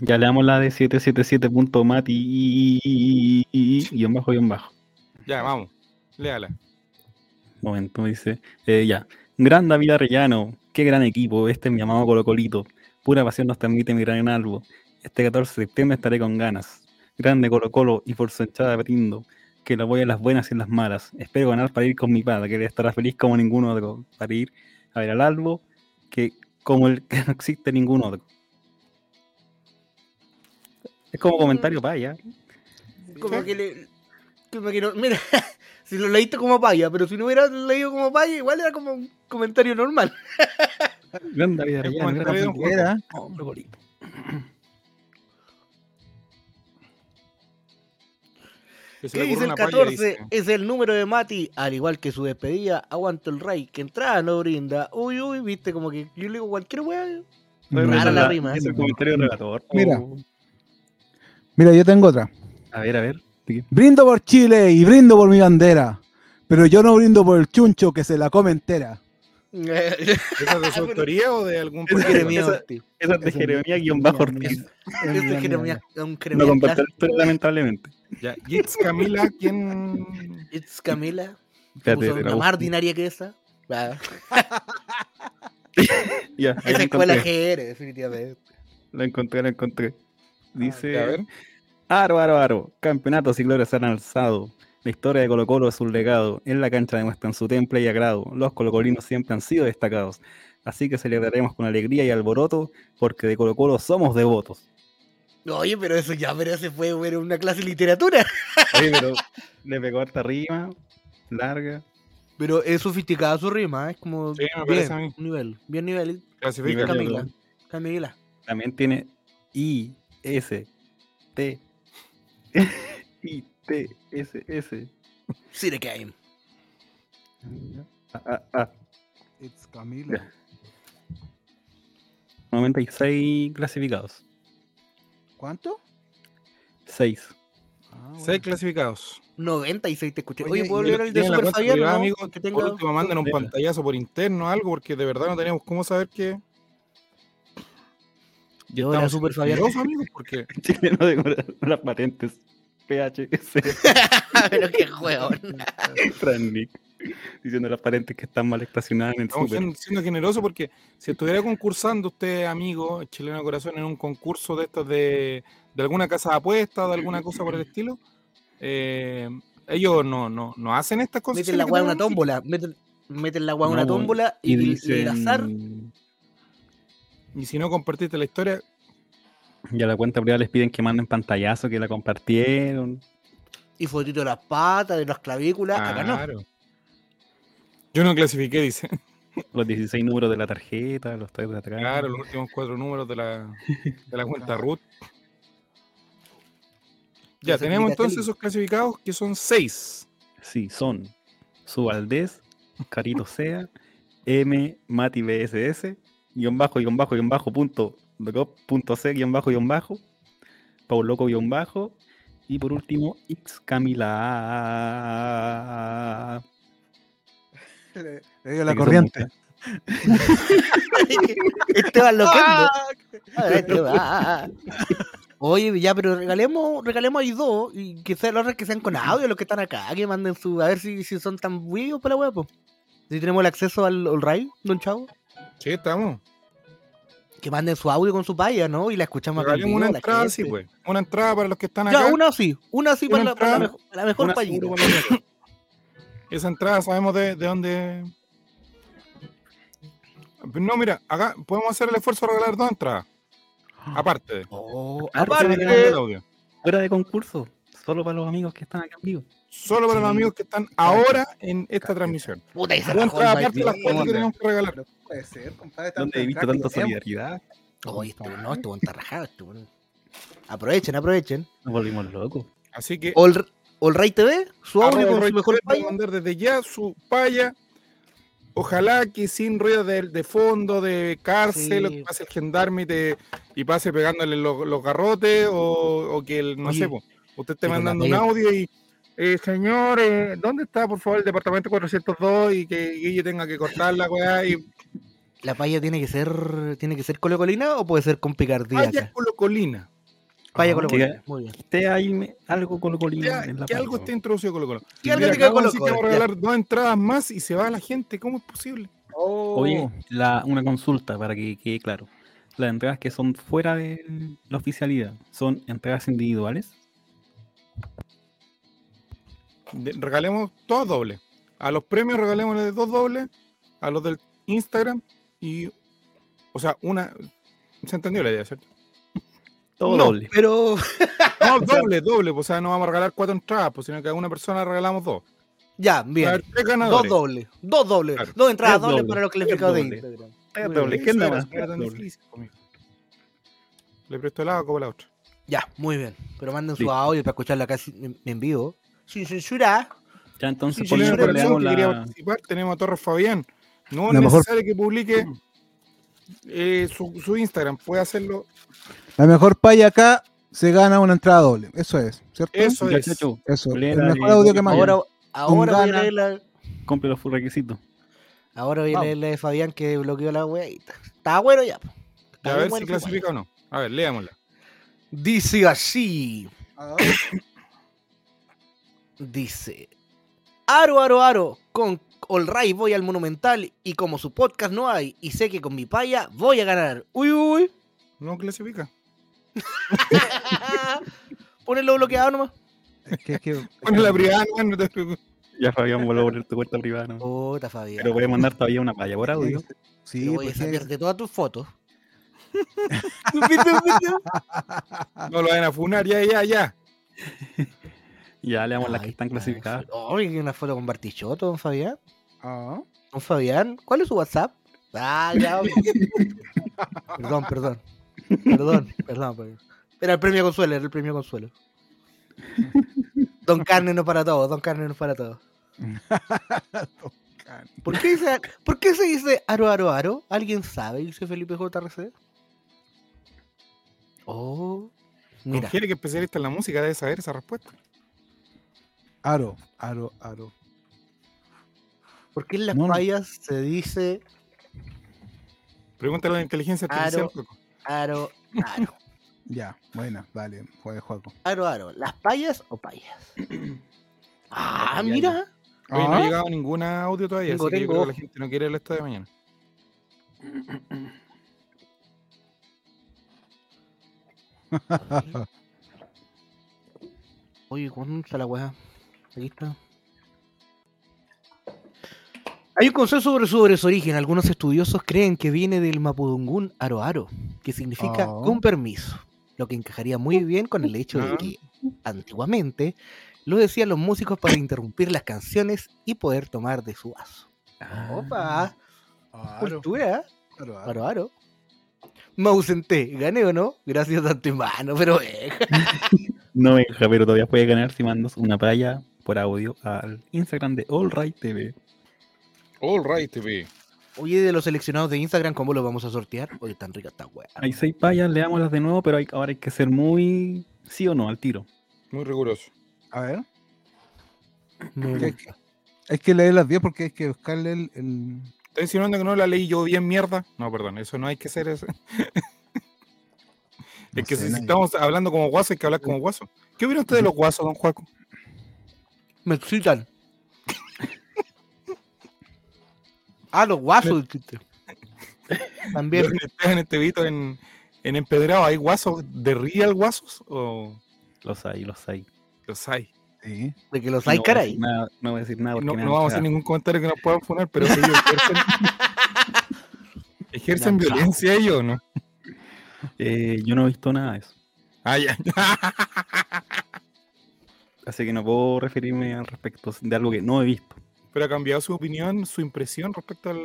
[SPEAKER 4] Ya le damos la de 777.mati y guión bajo, guión bajo.
[SPEAKER 2] Ya, vamos. Léala.
[SPEAKER 4] Momento, dice. eh, ya. Gran David Arellano. Qué gran equipo. Este es mi amado Colocolito. Pura pasión nos transmite mi gran albo. Este 14 de septiembre estaré con ganas. Grande Colo Colo y por su hinchada brindo. Que la voy a las buenas y en las malas. Espero ganar para ir con mi padre, que le estará feliz como ningún otro. Para ir a ver al albo, que como el que no existe ningún otro. Es como comentario vaya.
[SPEAKER 1] Como que le. Como que no. Mira, si lo leíste como paya, pero si no hubieras leído como paya, igual era como un comentario normal.
[SPEAKER 4] Gran David Arellano. gran
[SPEAKER 2] comentario de un
[SPEAKER 4] David
[SPEAKER 2] juego.
[SPEAKER 4] Herrera, Colo Colito.
[SPEAKER 2] Que se
[SPEAKER 1] ¿Qué
[SPEAKER 2] le ocurre
[SPEAKER 1] dice el
[SPEAKER 2] una palla,
[SPEAKER 1] 14?
[SPEAKER 2] dice.
[SPEAKER 1] Es el número de Mati, al igual que su despedida, aguanto el rey, que entrada no brinda. Uy, uy, viste, como que yo le digo cualquier weá. Rara
[SPEAKER 4] Esa
[SPEAKER 1] la
[SPEAKER 4] es
[SPEAKER 1] rima,
[SPEAKER 4] ese
[SPEAKER 1] ¿eh?
[SPEAKER 4] Es el comentario del relator. Oh.
[SPEAKER 3] Mira. Mira, yo tengo otra.
[SPEAKER 4] A ver, a ver. sigue.
[SPEAKER 3] Brindo por Chile y brindo por mi bandera. Pero yo no brindo por el chuncho que se la come entera.
[SPEAKER 2] ¿Esa es de su
[SPEAKER 1] Ah, pero-
[SPEAKER 2] autoría o de algún
[SPEAKER 4] Ese
[SPEAKER 1] Quiere
[SPEAKER 2] profesor?
[SPEAKER 1] mi
[SPEAKER 4] Esa-
[SPEAKER 1] hostia.
[SPEAKER 4] Esa es
[SPEAKER 3] Esa
[SPEAKER 4] de
[SPEAKER 3] es
[SPEAKER 4] Jeremia guión
[SPEAKER 3] mía,
[SPEAKER 4] bajo
[SPEAKER 3] Es
[SPEAKER 4] Ortiz.
[SPEAKER 1] Este
[SPEAKER 3] mía,
[SPEAKER 1] es Jeremia-
[SPEAKER 3] mía.
[SPEAKER 1] un
[SPEAKER 4] No
[SPEAKER 1] Jeremia
[SPEAKER 4] comparto la
[SPEAKER 1] clásico.
[SPEAKER 4] historia, lamentablemente.
[SPEAKER 2] Ya, Yitz Camila, ¿quién
[SPEAKER 1] It's Camila.
[SPEAKER 4] Espérate,
[SPEAKER 1] Puso
[SPEAKER 4] te la
[SPEAKER 1] una
[SPEAKER 4] busco.
[SPEAKER 1] más ordinaria que esa. Ah,
[SPEAKER 4] Ya, ahí
[SPEAKER 1] esa
[SPEAKER 4] la
[SPEAKER 1] escuela
[SPEAKER 4] encontré,
[SPEAKER 1] GR, definitivamente.
[SPEAKER 4] la encontré, la encontré. Dice,
[SPEAKER 2] A ver.
[SPEAKER 4] Aro, aro, aro. Campeonatos y glorias se han alzado. La historia de Colo Colo es un legado. En la cancha demuestran su temple y agrado. Los colocolinos siempre han sido destacados. Así que celebraremos con alegría y alboroto porque de Colo Colo somos devotos.
[SPEAKER 1] Oye, pero eso ya, pero ese fue bueno, una clase de literatura.
[SPEAKER 4] Oye, pero le pegó harta rima, larga.
[SPEAKER 1] Pero es sofisticada su rima, ¿eh? es como
[SPEAKER 2] Sí, me parece a
[SPEAKER 1] bien,
[SPEAKER 2] mí.
[SPEAKER 1] nivel, bien nivel.
[SPEAKER 2] Clasifica.
[SPEAKER 4] Nivel
[SPEAKER 1] Camila, Camila.
[SPEAKER 4] También tiene I, S, T. I, T, S, S.
[SPEAKER 1] Sí, the game.
[SPEAKER 4] Ah, ah, ah.
[SPEAKER 3] It's Camila.
[SPEAKER 4] 96 clasificados.
[SPEAKER 3] ¿Cuánto?
[SPEAKER 4] 6.
[SPEAKER 3] Ah,
[SPEAKER 2] Seis
[SPEAKER 3] bueno.
[SPEAKER 2] clasificados.
[SPEAKER 1] 96 te escuché. Oye,
[SPEAKER 3] Oye,
[SPEAKER 1] ¿puedo
[SPEAKER 3] y
[SPEAKER 1] leer
[SPEAKER 2] Mira,
[SPEAKER 1] el de
[SPEAKER 2] tienen la
[SPEAKER 1] Super
[SPEAKER 2] cuenta
[SPEAKER 1] Fabián?
[SPEAKER 2] privada,
[SPEAKER 1] no?
[SPEAKER 2] amigo,
[SPEAKER 1] Que tenga-
[SPEAKER 2] Por último, mandan un
[SPEAKER 4] Mira.
[SPEAKER 2] pantallazo por interno o algo, porque de verdad no tenemos cómo saber que.
[SPEAKER 1] Yo era Super Fabián.
[SPEAKER 2] mentirosos, amigos, porque
[SPEAKER 4] Chileno de Cora- las patentes. PHS,
[SPEAKER 1] Ah, pero qué juego.
[SPEAKER 4] Transnick. Diciendo a las patentes que están mal estacionadas en el
[SPEAKER 2] estamos
[SPEAKER 4] súper.
[SPEAKER 2] siendo, siendo generosos, porque si estuviera concursando usted, amigo, chileno de corazón, en un concurso de estos de, de alguna casa de apuestas, de alguna cosa por el estilo, eh, ellos no, no, no hacen estas cosas.
[SPEAKER 1] Meten la
[SPEAKER 2] que
[SPEAKER 1] weá en una
[SPEAKER 2] tenemos nosotros.
[SPEAKER 1] tómbola. Meten, meten la weá en
[SPEAKER 4] No,
[SPEAKER 1] una tómbola y,
[SPEAKER 4] Y
[SPEAKER 1] y el azar.
[SPEAKER 4] dicen.
[SPEAKER 2] Y si no compartiste la historia,
[SPEAKER 4] Y a la cuenta privada les piden que manden pantallazo que la compartieron.
[SPEAKER 1] Y fotito de las patas, de las clavículas. Acá no.
[SPEAKER 2] claro. Yo no clasifiqué, dice.
[SPEAKER 4] Los 16 números de la tarjeta, los tres de atrás.
[SPEAKER 2] Claro, los últimos cuatro números de la, de la cuenta
[SPEAKER 3] Claro.
[SPEAKER 2] root. Ya,
[SPEAKER 1] Esa
[SPEAKER 2] tenemos
[SPEAKER 1] tirita
[SPEAKER 2] entonces
[SPEAKER 1] Kelly.
[SPEAKER 2] esos clasificados que son seis.
[SPEAKER 4] Sí, son Su Valdés, Carito Sea, M, Mati BSS, guión bajo, guión bajo, guión bajo, punto, docob, punto C, guión bajo, guión bajo, Paul Loco, guión bajo, y por último, X Camila.
[SPEAKER 3] Le, le dio la
[SPEAKER 4] Sí, son
[SPEAKER 3] corriente.
[SPEAKER 1] Esteban loquendo.
[SPEAKER 2] Ah,
[SPEAKER 1] A ver, Esteban. ah, ah. Oye, ya, pero regalemos, regalemos ahí dos. Y que sean los otros que sean con audio, los que están acá, que manden su. A ver si, si son tan buenos para la web. Si tenemos el acceso al, al RAI, don Chavo.
[SPEAKER 2] Sí, estamos.
[SPEAKER 1] Que manden su audio con su paya, ¿no? Y la escuchamos acá en
[SPEAKER 2] Regalemos
[SPEAKER 1] vivo,
[SPEAKER 2] una
[SPEAKER 1] la
[SPEAKER 2] entrada,
[SPEAKER 1] gente.
[SPEAKER 2] sí, pues. Una entrada para los que están acá.
[SPEAKER 1] Ya, una sí, una sí
[SPEAKER 2] Una
[SPEAKER 1] para, la, para la
[SPEAKER 2] entrada,
[SPEAKER 1] mejo- la mejor
[SPEAKER 4] una
[SPEAKER 1] payita.
[SPEAKER 4] seguro
[SPEAKER 2] Esa entrada sabemos de, de dónde. No, mira, acá podemos hacer el esfuerzo de regalar dos entradas. Aparte de.
[SPEAKER 1] Oh,
[SPEAKER 4] Aparte
[SPEAKER 1] aparte,
[SPEAKER 4] de-
[SPEAKER 2] del audio.
[SPEAKER 4] Fuera de concurso, solo para los amigos que están acá en vivo.
[SPEAKER 2] Solo para los amigos que están ahora en esta transmisión.
[SPEAKER 1] puta, esa
[SPEAKER 2] Dos
[SPEAKER 1] mejor
[SPEAKER 2] entradas aparte de
[SPEAKER 1] payita.
[SPEAKER 2] las cuatro que
[SPEAKER 3] Onda.
[SPEAKER 2] tenemos que regalar.
[SPEAKER 3] Pero ¿cómo puede ser, compadre? Tanto
[SPEAKER 4] Donde he visto
[SPEAKER 3] entrada que
[SPEAKER 4] tanta
[SPEAKER 3] tenemos.
[SPEAKER 4] solidaridad.
[SPEAKER 1] Oye, esto no, esto está rajado, esto, bueno. Aprovechen, aprovechen.
[SPEAKER 4] Nos volvimos locos.
[SPEAKER 2] Así que
[SPEAKER 1] Ol, Olray TV, su audio
[SPEAKER 2] Arroba
[SPEAKER 1] con
[SPEAKER 2] Roy
[SPEAKER 1] su mejor
[SPEAKER 2] Pérez va a
[SPEAKER 1] paya.
[SPEAKER 2] mandar desde ya su paya. Ojalá que sin ruido de, de fondo, de cárcel, o
[SPEAKER 1] Sí.
[SPEAKER 2] que pase el gendarme y, te- y pase pegándole los, los garrotes, o, o que el, no
[SPEAKER 1] Oye,
[SPEAKER 2] sé, po, usted esté
[SPEAKER 1] y con la
[SPEAKER 2] mandando un
[SPEAKER 1] pega.
[SPEAKER 2] audio y, eh, señor, eh, ¿dónde está por favor el departamento 402 y que Guille tenga que cortar la weá? Y
[SPEAKER 1] La paya tiene que ser, tiene que ser colocolina o puede ser con picardía
[SPEAKER 2] vaya
[SPEAKER 1] acá.
[SPEAKER 2] con colina.
[SPEAKER 1] Paya
[SPEAKER 4] Ah,
[SPEAKER 1] colocolina,
[SPEAKER 4] que-
[SPEAKER 1] muy bien.
[SPEAKER 4] Que esté ahí me- algo con
[SPEAKER 2] Que,
[SPEAKER 4] en la
[SPEAKER 2] que algo esté
[SPEAKER 4] parte.
[SPEAKER 2] introducido Colo Colo.
[SPEAKER 1] Que algo
[SPEAKER 2] Mira,
[SPEAKER 1] tenga
[SPEAKER 2] acabamos de decir
[SPEAKER 1] Colo
[SPEAKER 2] que vamos a
[SPEAKER 1] Colo, ya.
[SPEAKER 2] regalar dos entradas más y se va la gente. ¿Cómo es posible?
[SPEAKER 3] Oh,
[SPEAKER 4] Oye, la, una consulta para que quede claro. Las entregas que son fuera de la oficialidad, ¿son entregas individuales?
[SPEAKER 2] de- regalemos todos dobles. A los premios regalémosle dos dobles, a los del Instagram y. O sea, una. ¿Se entendió la idea, cierto?
[SPEAKER 4] Todo
[SPEAKER 2] No.
[SPEAKER 4] doble.
[SPEAKER 1] Pero
[SPEAKER 2] No, doble, doble. pues, O sea, no vamos a regalar cuatro entradas, pues, sino que a una persona regalamos dos.
[SPEAKER 1] ya,
[SPEAKER 2] Va a
[SPEAKER 1] bien.
[SPEAKER 2] haber tres
[SPEAKER 1] Dos
[SPEAKER 2] ganadores.
[SPEAKER 1] dobles, dos dobles,
[SPEAKER 2] Claro.
[SPEAKER 1] dos entradas
[SPEAKER 4] Tres
[SPEAKER 1] dobles
[SPEAKER 4] dobles,
[SPEAKER 1] para los
[SPEAKER 4] tres
[SPEAKER 1] clasificados de
[SPEAKER 4] dobles.
[SPEAKER 1] Instagram.
[SPEAKER 4] Tres
[SPEAKER 1] Muy
[SPEAKER 4] dobles,
[SPEAKER 1] bien.
[SPEAKER 4] ¿qué
[SPEAKER 2] Eso
[SPEAKER 4] anda
[SPEAKER 2] era,
[SPEAKER 4] más?
[SPEAKER 2] no era tan
[SPEAKER 4] Doble.
[SPEAKER 2] difícil conmigo. Le presto el lado, como la otra.
[SPEAKER 1] Ya, muy bien. Pero manden su
[SPEAKER 4] Listo.
[SPEAKER 1] audio para escucharla acá sin- en en vivo. Sin censura.
[SPEAKER 4] Ya entonces
[SPEAKER 1] Sí,
[SPEAKER 4] por
[SPEAKER 1] sí,
[SPEAKER 4] lo
[SPEAKER 1] yo
[SPEAKER 2] Chileno
[SPEAKER 1] creo que
[SPEAKER 4] menos le
[SPEAKER 2] Corazón
[SPEAKER 4] damos
[SPEAKER 2] que quería
[SPEAKER 4] la...
[SPEAKER 2] participar, tenemos a Torres Fabián. No es
[SPEAKER 3] La mejor-
[SPEAKER 2] necesario que publique eh, su, su Instagram, puede hacerlo.
[SPEAKER 3] La mejor paya acá se gana una entrada doble. Eso es, ¿cierto?
[SPEAKER 2] Eso
[SPEAKER 4] Ya,
[SPEAKER 2] es.
[SPEAKER 4] Chacho,
[SPEAKER 3] Eso. El
[SPEAKER 4] Plena
[SPEAKER 3] mejor
[SPEAKER 4] de-
[SPEAKER 3] audio que más.
[SPEAKER 1] Ahora, ahora voy a
[SPEAKER 3] gana.
[SPEAKER 1] leer la,
[SPEAKER 4] cumple los requisitos.
[SPEAKER 1] ahora voy a
[SPEAKER 3] Vamos.
[SPEAKER 1] leer la de Fabián que bloqueó la wea. y está- Está bueno ya. po. Está bien
[SPEAKER 2] A ver si
[SPEAKER 1] bueno su
[SPEAKER 2] clasifica o no. A ver, leámosla.
[SPEAKER 1] wea. Dice así.
[SPEAKER 3] Ah,
[SPEAKER 1] Dice. Aro, aro, aro. Con All Right voy al Monumental y como su podcast no hay y sé que con mi paya voy a ganar. Uy, uy, uy.
[SPEAKER 2] No clasifica.
[SPEAKER 1] Ponelo bloqueado nomás.
[SPEAKER 3] Es que, es que- es
[SPEAKER 2] Pone
[SPEAKER 3] que-
[SPEAKER 2] la privada, no, no te preocupes.
[SPEAKER 4] Ya Fabián voló por tu cuenta privada. ¿no?
[SPEAKER 1] Puta, Fabián.
[SPEAKER 4] Pero voy a mandar todavía una palla por audio.
[SPEAKER 3] Sí,
[SPEAKER 1] Pero voy a
[SPEAKER 3] pues,
[SPEAKER 1] sacar
[SPEAKER 3] sí,
[SPEAKER 1] de todas tus fotos. Ah.
[SPEAKER 2] No lo van a funar, ya, ya, ya.
[SPEAKER 4] Ya le damos las que
[SPEAKER 1] Ay,
[SPEAKER 4] están
[SPEAKER 1] madre,
[SPEAKER 4] clasificadas.
[SPEAKER 1] Oye, una foto con Bartichotto, don Fabián.
[SPEAKER 3] ah,
[SPEAKER 1] Don Fabián, ¿cuál es su WhatsApp? Ah, ya. ok. perdón, perdón. Perdón, perdón. perdón. Era el premio Consuelo, era el premio Consuelo. Don Carne no para todos, Don Carne no para todos.
[SPEAKER 3] Carne.
[SPEAKER 1] ¿Por qué, dice, ¿Por qué se dice aro, aro, aro? ¿Alguien sabe? Dice Felipe JRC. Oh, mira.
[SPEAKER 2] Confiere que especialista en la música debe saber esa respuesta.
[SPEAKER 3] aro, aro, aro.
[SPEAKER 1] ¿Por qué en las
[SPEAKER 3] No, no.
[SPEAKER 1] payas se dice
[SPEAKER 2] Pregúntale a la inteligencia artificial.
[SPEAKER 1] Aro. aro, aro?
[SPEAKER 3] Ya, buena, vale, juega el juego.
[SPEAKER 1] Aro, aro. ¿Las payas o payas? Ah,
[SPEAKER 4] Las payas.
[SPEAKER 1] mira.
[SPEAKER 2] Oye, no
[SPEAKER 3] Ah.
[SPEAKER 2] ha llegado ningún audio todavía,
[SPEAKER 1] Tengo,
[SPEAKER 2] así que yo
[SPEAKER 1] tengo.
[SPEAKER 2] creo que la gente no quiere el esto de mañana.
[SPEAKER 1] Oye, ¿cuándo está la weá? Aquí está. Hay un consenso sobre, sobre su origen. Algunos estudiosos creen que viene del mapudungún aro aro, que significa
[SPEAKER 3] Oh.
[SPEAKER 1] con permiso, lo que encajaría muy bien con el hecho de
[SPEAKER 2] Ah.
[SPEAKER 1] que antiguamente lo decían los músicos para interrumpir las canciones y poder tomar de su vaso. Ah.
[SPEAKER 4] Ah,
[SPEAKER 1] Opa,
[SPEAKER 3] Aro,
[SPEAKER 1] cultura, ¿eh?
[SPEAKER 3] aro, aro.
[SPEAKER 1] aro aro. Me ausenté, gané o no, gracias a antemano, pero eh,
[SPEAKER 4] No, Benja, pero todavía puedes ganar si mandas una palla por audio al Instagram de All Right TV.
[SPEAKER 2] All right, TV.
[SPEAKER 1] Oye, de los seleccionados de Instagram, ¿cómo los vamos a sortear? Oye, tan rica esta weá.
[SPEAKER 4] Hay seis payas, le damos las de nuevo, pero hay- ahora hay que ser muy sí o no al tiro.
[SPEAKER 2] Muy riguroso.
[SPEAKER 3] A ver,
[SPEAKER 1] Me
[SPEAKER 3] ¿Qué?
[SPEAKER 1] gusta.
[SPEAKER 3] hay que leerlas bien porque hay que buscarle el. el-
[SPEAKER 2] ¿Estás insinuando que no la leí yo bien mierda? No, perdón, eso no hay que ser eso.
[SPEAKER 3] no
[SPEAKER 2] es que
[SPEAKER 3] sé,
[SPEAKER 2] si
[SPEAKER 3] nadie.
[SPEAKER 2] estamos hablando como guaso, hay que hablar como guaso. ¿Qué opina usted de los guasos, don Juaco?
[SPEAKER 1] Me excitan. ah, los guasos dijiste.
[SPEAKER 2] Yo
[SPEAKER 1] También.
[SPEAKER 2] que estaba en este vito en, en Empedrado, ¿hay guasos de real guasos o
[SPEAKER 4] Los hay, los hay. Pues
[SPEAKER 2] los hay?
[SPEAKER 3] Sí.
[SPEAKER 1] De que los hay,
[SPEAKER 4] no voy a decir
[SPEAKER 1] caray.
[SPEAKER 4] nada- no voy a decir nada porque
[SPEAKER 2] No,
[SPEAKER 4] me
[SPEAKER 2] no
[SPEAKER 4] dan
[SPEAKER 2] vamos a hacer
[SPEAKER 4] cagada.
[SPEAKER 2] ningún comentario que nos puedan poner, pero ellos ejercen, ejercen
[SPEAKER 1] Me han
[SPEAKER 2] violencia ellos, o ¿no?
[SPEAKER 4] Eh, yo no he visto nada de eso.
[SPEAKER 2] Ah, ya.
[SPEAKER 4] Así que no puedo referirme al respecto de algo que no he visto.
[SPEAKER 2] Pero ha cambiado su opinión, su impresión respecto al.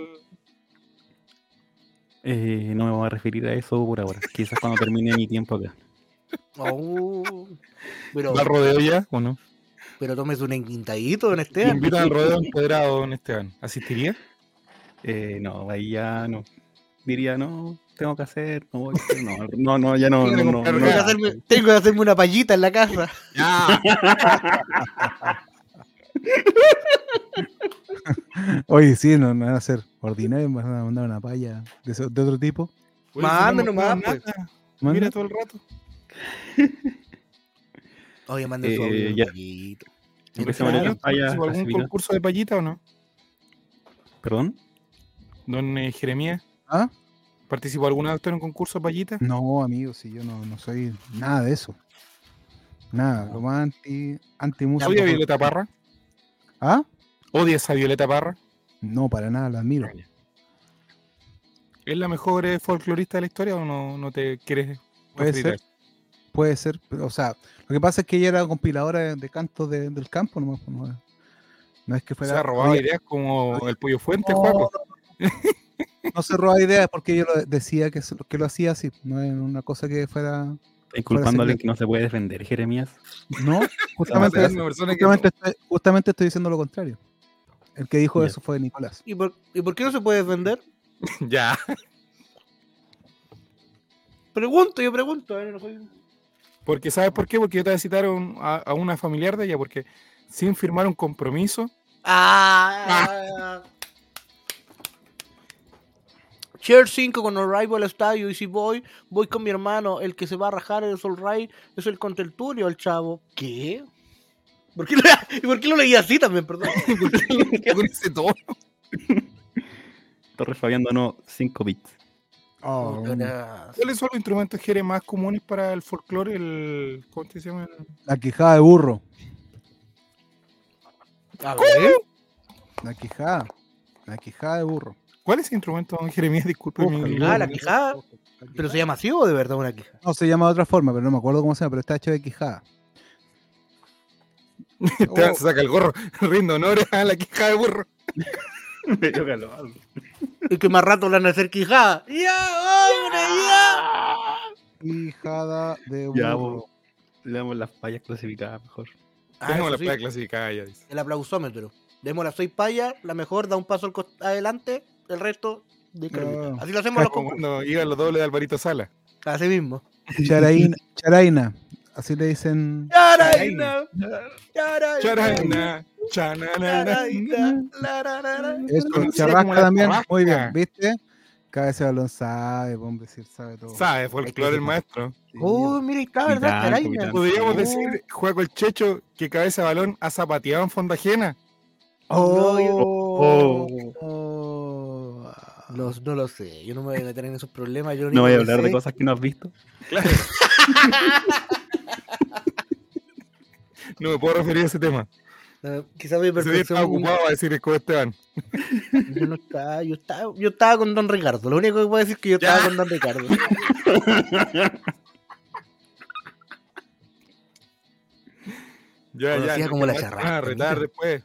[SPEAKER 4] Eh, no me voy a referir a eso por ahora. Quizás cuando termine mi tiempo acá.
[SPEAKER 1] Oh. Pero,
[SPEAKER 2] ¿Va al rodeo ya o no?
[SPEAKER 1] pero tomes un enquintadito, don
[SPEAKER 2] Lo
[SPEAKER 1] Esteban.
[SPEAKER 2] invitan al rodeo empedrado, don Esteban. ¿Asistiría?
[SPEAKER 4] Eh, no, ahí ya no. Diría, no, tengo que hacer, no voy a hacer, No, no, no, ya no. no, no, no,
[SPEAKER 1] Tengo que, hacerme, tengo que hacerme una payita en la casa.
[SPEAKER 2] Ya.
[SPEAKER 3] Oye, sí, no, no van a ser ordinarios, me van a mandar una palla de, eso- de otro tipo.
[SPEAKER 1] Manda
[SPEAKER 2] no
[SPEAKER 1] nomás,
[SPEAKER 2] nada,
[SPEAKER 3] pues. Manda.
[SPEAKER 2] Mira todo el rato.
[SPEAKER 1] Oye, manden su
[SPEAKER 4] Eh,
[SPEAKER 1] audio,
[SPEAKER 4] ya.
[SPEAKER 1] un payito.
[SPEAKER 4] Empecemos
[SPEAKER 2] Don
[SPEAKER 4] la
[SPEAKER 2] Esteban,
[SPEAKER 4] campaña
[SPEAKER 2] ¿participó algún
[SPEAKER 4] clasificada.
[SPEAKER 2] concurso de payita o no?
[SPEAKER 4] Perdón.
[SPEAKER 2] Don eh, Jeremías,
[SPEAKER 3] ¿Ah?
[SPEAKER 2] ¿participó alguna vez usted en un concurso de payita?
[SPEAKER 3] No, amigo, si yo no, no soy nada de eso. Nada, lo más anti, anti música.
[SPEAKER 2] ¿Odia a Violeta Parra?
[SPEAKER 3] ¿Ah?
[SPEAKER 2] ¿Odias a Violeta Parra?
[SPEAKER 3] No, para nada, la admiro.
[SPEAKER 2] ¿Es la mejor eh, folclorista de la historia o no, no te quieres
[SPEAKER 3] Puede
[SPEAKER 2] referir a
[SPEAKER 3] ser. Puede ser, pero, o sea, lo que pasa es que ella era compiladora de, de cantos de- del campo, nomás, pues, no, no es que
[SPEAKER 2] eso?
[SPEAKER 3] fuera.
[SPEAKER 2] Se ha robado
[SPEAKER 3] oye,
[SPEAKER 2] ideas como el Pollo Fuente,
[SPEAKER 3] No,
[SPEAKER 2] Juaco.
[SPEAKER 3] no se roba ideas porque yo lo decía que, se- que lo hacía así, no es una cosa que fuera.
[SPEAKER 4] Estoy culpando a alguien
[SPEAKER 3] secreto.
[SPEAKER 4] que no se puede defender, Jeremías.
[SPEAKER 3] No, justamente,
[SPEAKER 2] Es una persona que
[SPEAKER 3] justamente estoy, justamente estoy diciendo lo contrario. El que dijo
[SPEAKER 4] Ya.
[SPEAKER 3] eso fue Nicolás.
[SPEAKER 1] ¿Y por, ¿Y por qué no se puede defender?
[SPEAKER 2] no- Ya.
[SPEAKER 1] Pregunto, yo pregunto. eh, no soy-
[SPEAKER 2] Porque, ¿sabes por qué? Porque yo te voy a citar a, un- a- a una familiar de ella, porque sin firmar un compromiso,
[SPEAKER 1] Ah. Cher 5 con O'Reilly voy al estadio y si voy, voy con mi hermano. El que se va a rajar es O'Reilly, es el contertulio, el chavo. ¿Qué? ¿Por qué, lo, ¿Por qué lo leí así también? Perdón.
[SPEAKER 2] Con ese tono.
[SPEAKER 4] Torres Fabián donó 5 bits.
[SPEAKER 3] Oh,
[SPEAKER 2] ¿Cuáles son los instrumentos que eres más comunes para el folclore? El, ¿Cómo te llama?
[SPEAKER 3] la quijada de burro.
[SPEAKER 1] A ver.
[SPEAKER 3] La quijada. La quijada de burro.
[SPEAKER 2] ¿Cuál es el instrumento, don Jeremías? Disculpe. mi-
[SPEAKER 1] Ah, la quijada. ¿Pero se llama así o de verdad una quijada?
[SPEAKER 3] No, se llama de otra forma, pero no me acuerdo cómo se llama, pero está hecho de quijada.
[SPEAKER 2] Te vas a sacar el gorro. Rindo honores a la quijada de burro.
[SPEAKER 1] Y que más rato le van a hacer quijada. Ah, ¡Ya, hombre, ya!
[SPEAKER 3] Quijada de burro.
[SPEAKER 4] Ya, bo. Le damos las fallas clasificadas mejor.
[SPEAKER 1] Ah,
[SPEAKER 2] Tenemos la
[SPEAKER 1] eso sí,
[SPEAKER 2] placa clasificada ya, dice.
[SPEAKER 1] el aplausómetro. Demos la soy paya, la mejor da un paso al cost- adelante, el resto de
[SPEAKER 3] No.
[SPEAKER 1] Así lo hacemos los
[SPEAKER 2] Como
[SPEAKER 1] concursos.
[SPEAKER 2] cuando iban los dobles de Alvarito Sala.
[SPEAKER 1] Así mismo.
[SPEAKER 3] Charaína, charaína. Así le dicen.
[SPEAKER 1] Charaina,
[SPEAKER 2] Charana, chanana.
[SPEAKER 3] Eso,
[SPEAKER 2] Conocida como
[SPEAKER 3] charrasca
[SPEAKER 2] la
[SPEAKER 3] también.
[SPEAKER 2] charrasca.
[SPEAKER 3] Muy bien, ¿viste? Cada ese balón sabe, hombre, sí, sabe todo.
[SPEAKER 2] Sabe, folclore el maestro.
[SPEAKER 1] Oh, mira, está, ¿verdad?
[SPEAKER 4] Mitad,
[SPEAKER 1] Charaina.
[SPEAKER 4] mitad.
[SPEAKER 2] Podríamos
[SPEAKER 1] Oh.
[SPEAKER 2] decir, juega el Checho, que cabeza de balón ha zapateado en fonda ajena.
[SPEAKER 1] No, yo-
[SPEAKER 3] Oh.
[SPEAKER 1] Los- Oh. no lo sé, yo no me voy a meter en esos problemas. Yo
[SPEAKER 4] No voy a
[SPEAKER 1] único que
[SPEAKER 4] hablar de
[SPEAKER 1] sé-
[SPEAKER 4] cosas que no has visto.
[SPEAKER 2] No me puedo referir a ese tema.
[SPEAKER 1] Eh, Quizás mi
[SPEAKER 2] Ese día estaba
[SPEAKER 1] perfección.
[SPEAKER 2] ocupado a decir Escobar Esteban.
[SPEAKER 1] Yo, no estaba, yo, estaba, yo estaba con Don Ricardo. Lo único que puedo decir es que yo estaba
[SPEAKER 2] Ya.
[SPEAKER 1] con Don Ricardo.
[SPEAKER 2] Ya,
[SPEAKER 1] Conocida
[SPEAKER 2] no
[SPEAKER 1] como la
[SPEAKER 2] te vas
[SPEAKER 1] charrasca,
[SPEAKER 2] A retar
[SPEAKER 1] mira.
[SPEAKER 2] después.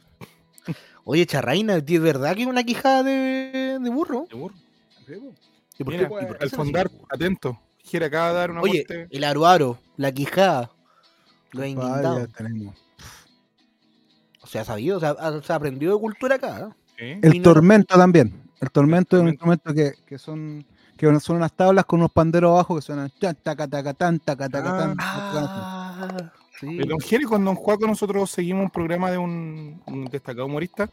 [SPEAKER 1] Oye, Charraina, ¿de verdad que es una quijada de, de burro? ¿Y por qué-
[SPEAKER 2] Mira,
[SPEAKER 1] y por qué
[SPEAKER 2] al
[SPEAKER 1] se le
[SPEAKER 2] fondar,
[SPEAKER 1] dice burro?
[SPEAKER 2] atento. Gira acaba de dar una
[SPEAKER 1] Oye,
[SPEAKER 2] muerte.
[SPEAKER 1] el aruaro, la quijada, lo ha
[SPEAKER 3] Vale, ya
[SPEAKER 1] inventado.
[SPEAKER 3] tenemos.
[SPEAKER 1] O sea, sabido, o sea, ha- se ha aprendido de cultura acá. ¿eh?
[SPEAKER 2] Sí.
[SPEAKER 1] Y
[SPEAKER 3] El
[SPEAKER 1] no-
[SPEAKER 3] tormento también. El tormento es un instrumento que, que son que son unas tablas con unos panderos abajo que suenan chan, taca, taca, tan, taca, taca, tan.
[SPEAKER 1] Ah, sí.
[SPEAKER 2] El Don Jere con Don Juaco nosotros seguimos un programa de un, un destacado humorista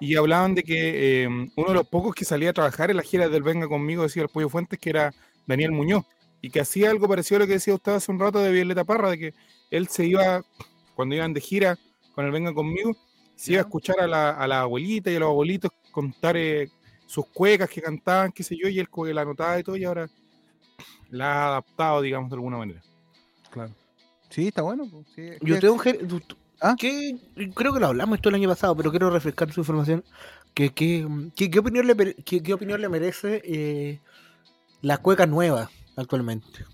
[SPEAKER 2] y hablaban de que eh, uno de los pocos que salía a trabajar en las giras del Venga conmigo, decía el Pollo Fuentes, que era Daniel Muñoz y que hacía algo parecido a lo que decía usted hace un rato de Violeta Parra, de que él se iba, cuando iban de gira con el Venga conmigo, se iba a escuchar a la, a la abuelita y a los abuelitos contar eh, sus cuecas que cantaban, qué sé yo, y él co- la anotaba y todo, y ahora la ha adaptado, digamos, de alguna manera.
[SPEAKER 3] Claro. Sí, está bueno. pues, sí, es
[SPEAKER 1] Yo
[SPEAKER 3] que-
[SPEAKER 1] tengo un gen- tú- tú-
[SPEAKER 3] ¿Ah?
[SPEAKER 1] ¿qué? creo que lo hablamos esto el año pasado, pero quiero refrescar su información. ¿Qué, qué, qué- qué opinión, le, mere- qué, qué opinión le merece eh, la cueca nueva actualmente?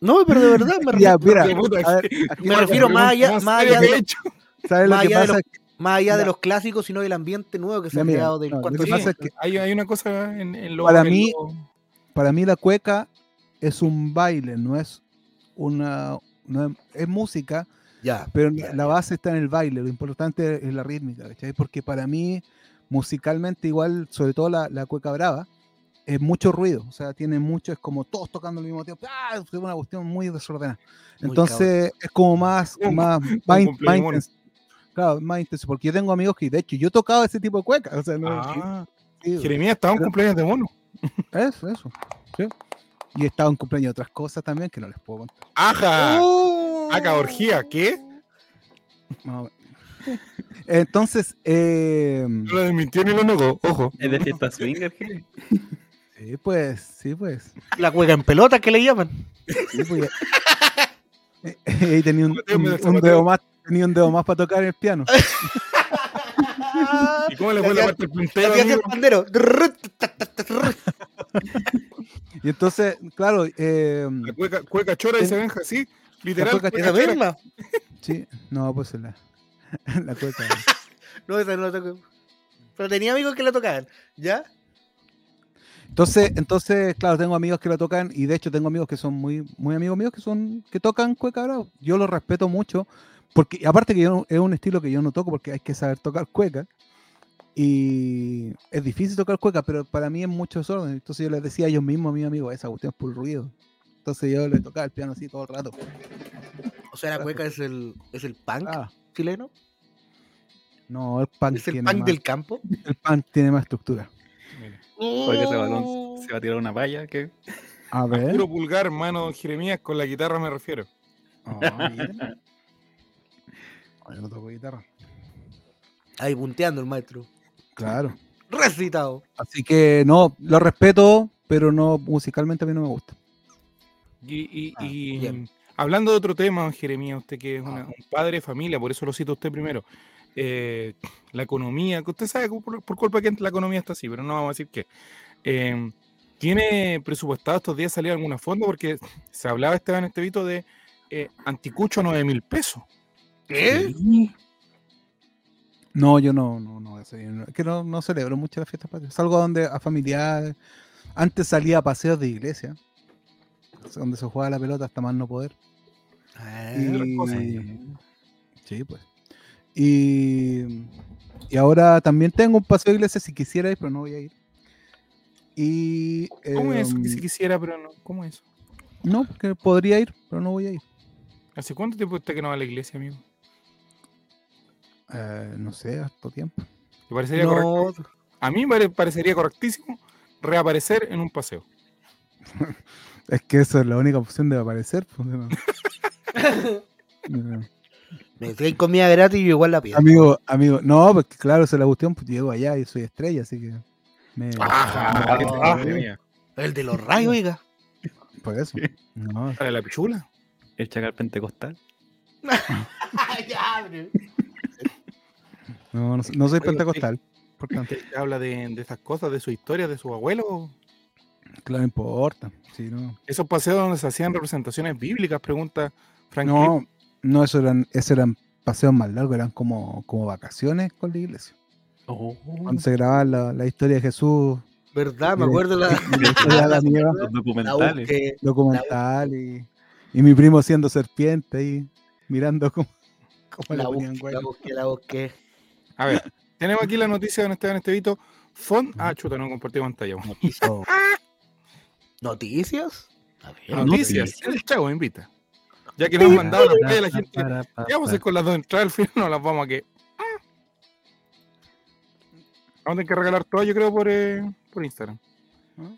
[SPEAKER 1] No, pero de verdad me
[SPEAKER 3] Ya,
[SPEAKER 1] refiero,
[SPEAKER 3] mira,
[SPEAKER 2] Qué puta,
[SPEAKER 3] a ver, aquí
[SPEAKER 1] me
[SPEAKER 3] va la
[SPEAKER 1] refiero más allá,
[SPEAKER 2] Más
[SPEAKER 1] más
[SPEAKER 2] seria
[SPEAKER 1] allá
[SPEAKER 2] que he
[SPEAKER 1] de,
[SPEAKER 2] hecho.
[SPEAKER 3] ¿Sabes lo
[SPEAKER 1] más
[SPEAKER 3] que
[SPEAKER 1] allá de
[SPEAKER 3] pasa?
[SPEAKER 1] más allá de
[SPEAKER 3] mira.
[SPEAKER 1] los clásicos, sino del ambiente nuevo que se
[SPEAKER 3] Ya,
[SPEAKER 1] ha
[SPEAKER 3] mira,
[SPEAKER 1] creado del
[SPEAKER 3] no, lo
[SPEAKER 1] cuarto
[SPEAKER 3] que
[SPEAKER 2] Sí,
[SPEAKER 1] siglo.
[SPEAKER 3] pasa es que-
[SPEAKER 2] hay, hay una cosa en, en lo
[SPEAKER 3] Para
[SPEAKER 2] en
[SPEAKER 3] mí-
[SPEAKER 2] lo-
[SPEAKER 3] Para mí la cueca es un baile, no es una no es, es música,
[SPEAKER 1] Ya,
[SPEAKER 3] pero
[SPEAKER 1] ya,
[SPEAKER 3] la base está en el baile, lo importante es la rítmica, ¿cachai? Porque para mí musicalmente igual, sobre todo la, la cueca brava, es mucho ruido, o sea, tiene mucho, es como todos tocando al mismo tiempo, ¡ah! es una cuestión muy desordenada.
[SPEAKER 1] Muy
[SPEAKER 3] Entonces es como más,
[SPEAKER 2] Un-
[SPEAKER 3] más, más, in-
[SPEAKER 2] cumpleaños
[SPEAKER 3] más
[SPEAKER 2] mono.
[SPEAKER 3] intenso. Claro, más intenso, porque yo tengo amigos que, de hecho, yo tocaba ese tipo de cueca, o sea, no,
[SPEAKER 2] Ah,
[SPEAKER 3] sí,
[SPEAKER 2] Jeremías estaba en
[SPEAKER 3] Pero-
[SPEAKER 2] cumpleaños de mono.
[SPEAKER 3] eso, eso. sí. Y he estado en cumpleaños de otras cosas también que no les puedo contar.
[SPEAKER 2] ¡Ajá!
[SPEAKER 1] ¡Oh!
[SPEAKER 2] Acá, orgía, ¿qué?
[SPEAKER 3] más o menos. Entonces, eh,
[SPEAKER 2] No lo desmintió ni lo negó, ojo.
[SPEAKER 4] Es de fiesta swinger, Jere.
[SPEAKER 3] sí, pues, sí, pues.
[SPEAKER 1] La cueca en pelota que le llaman.
[SPEAKER 3] sí, pues, ya. Eh, ahí tenía un,
[SPEAKER 2] Mateo, me
[SPEAKER 3] un-
[SPEAKER 2] dejó
[SPEAKER 3] un
[SPEAKER 2] Mateo.
[SPEAKER 3] dedo más, tenía un dedo más para tocar el piano.
[SPEAKER 2] ¿Y cómo le fue
[SPEAKER 1] Le
[SPEAKER 2] la
[SPEAKER 1] hacía-
[SPEAKER 2] parte del
[SPEAKER 1] Le
[SPEAKER 2] puntero,
[SPEAKER 1] hacía así
[SPEAKER 2] amigo?
[SPEAKER 1] el pandero.
[SPEAKER 3] Y entonces, claro, eh,
[SPEAKER 2] La cueca, cueca chora, dice Benja, sí. Literal,
[SPEAKER 3] cueca
[SPEAKER 2] cueca
[SPEAKER 1] Esa
[SPEAKER 2] chora.
[SPEAKER 1] misma.
[SPEAKER 3] sí, no, pues la, la cueca.
[SPEAKER 1] No, esa no la toqué. Pero tenía amigos que la tocaban. ¿Ya?
[SPEAKER 3] Entonces, entonces, claro, tengo amigos que la tocan y de hecho tengo amigos que son muy, muy amigos míos que son que tocan cueca brava. Yo los respeto mucho porque y aparte que yo no- es un estilo que yo no toco porque hay que saber tocar cueca y es difícil tocar cueca, pero para mí es mucho desorden. Entonces yo les decía a ellos mismos, a mis amigos, esa cuestión es por ruido. Entonces yo les tocaba el piano así todo el rato.
[SPEAKER 1] O sea, la cueca es el, es el punk
[SPEAKER 3] Ah,
[SPEAKER 1] chileno.
[SPEAKER 3] no, el punk,
[SPEAKER 1] Es el
[SPEAKER 3] tiene,
[SPEAKER 1] punk
[SPEAKER 3] más,
[SPEAKER 1] del campo.
[SPEAKER 3] el punk tiene más estructura.
[SPEAKER 4] Porque ese balón se va a tirar una valla. que
[SPEAKER 3] A ver.
[SPEAKER 2] Puro pulgar, mano Jeremías, con la guitarra me refiero.
[SPEAKER 3] Ah, bien. Ay, no toco guitarra.
[SPEAKER 1] Ahí punteando el maestro.
[SPEAKER 3] Claro.
[SPEAKER 1] Recitado.
[SPEAKER 3] Así que no, lo respeto, pero no musicalmente a mí no me gusta.
[SPEAKER 2] Y, y-
[SPEAKER 1] Ah,
[SPEAKER 2] y,
[SPEAKER 1] bien. Ah.
[SPEAKER 2] mm, hablando de otro tema, don Jeremías, usted que es una- un padre de familia, por eso lo cito a usted primero. eh, la economía, que usted sabe cu- por, por culpa de quién la economía está así, pero no vamos a decir qué. Eh, ¿Tiene presupuestado estos días salir a alguna fondo? Porque se hablaba Esteban Estevito de eh, anticucho 9 mil pesos. ¿Qué?
[SPEAKER 3] No, yo no, no, no, eso yo no- es que no, no celebro mucho las fiestas patrias. Salgo a donde, a familiares. Antes salía a paseos de iglesia, donde se juega la pelota hasta más no poder.
[SPEAKER 1] Ah,
[SPEAKER 2] otras cosas.
[SPEAKER 3] Y, sí, pues. Y, y ahora también tengo un paseo de iglesia si quisiera ir, pero no voy a ir. Y
[SPEAKER 2] ¿Cómo es eso?
[SPEAKER 3] em,
[SPEAKER 2] Que si quisiera, pero no. ¿Cómo es eso?
[SPEAKER 3] no, porque podría ir, pero no voy a ir.
[SPEAKER 2] ¿Hace cuánto tiempo usted que no va a la iglesia, amigo?
[SPEAKER 3] Eh, no sé, harto tiempo.
[SPEAKER 2] ¿Le parecería correcto?
[SPEAKER 1] no,
[SPEAKER 2] A mí me pare- parecería correctísimo reaparecer en un paseo.
[SPEAKER 3] Es que eso es la única opción de aparecer. pues, no. Eh,
[SPEAKER 1] me traen comida gratis y yo igual la pido.
[SPEAKER 3] Amigo, amigo, no, porque claro, se la cuestión, pues llego allá y soy estrella, así que. me-
[SPEAKER 2] Ajá,
[SPEAKER 3] me-
[SPEAKER 2] qué
[SPEAKER 1] Ah,
[SPEAKER 2] terrible, mía.
[SPEAKER 1] El de los rayos, oiga.
[SPEAKER 3] por eso. No,
[SPEAKER 2] Para la pichula.
[SPEAKER 4] El chacal pentecostal.
[SPEAKER 1] Ya, bro.
[SPEAKER 3] no, no, no soy pentecostal, por tanto,
[SPEAKER 2] Usted habla de, de esas cosas, de su historia, de sus abuelos.
[SPEAKER 3] claro, no importa. sí, no.
[SPEAKER 2] Esos paseos donde se hacían representaciones bíblicas, pregunta Frank. Clip.
[SPEAKER 3] no, no, eso eran, eso eran paseos más largos, eran como, como vacaciones con la iglesia. Cuando se grababa la, la historia de Jesús,
[SPEAKER 1] ¿Verdad? Me acuerdo la,
[SPEAKER 3] la historia de la nieve,
[SPEAKER 4] Los
[SPEAKER 1] la
[SPEAKER 4] documentales.
[SPEAKER 1] busqué.
[SPEAKER 3] documental y, y mi primo siendo serpiente ahí, mirando cómo, cómo le
[SPEAKER 1] La
[SPEAKER 3] ponían
[SPEAKER 1] busqué, la
[SPEAKER 3] hueco.
[SPEAKER 1] busqué, la busqué.
[SPEAKER 2] A ver, tenemos aquí la noticia de don Esteban Estevito. Font. Ah, chuta, no compartí pantalla. bueno.
[SPEAKER 3] Oh,
[SPEAKER 1] ¿Noticias? A ver.
[SPEAKER 2] Noticias. El Chavo invita. Ya que nos han mandado la playa de la gente. ¿Qué vamos a hacer con las dos entradas? Al final no las vamos a que. Ah. Vamos a tener que regalar todas, yo creo, por, eh, por Instagram.
[SPEAKER 3] ¿Ah?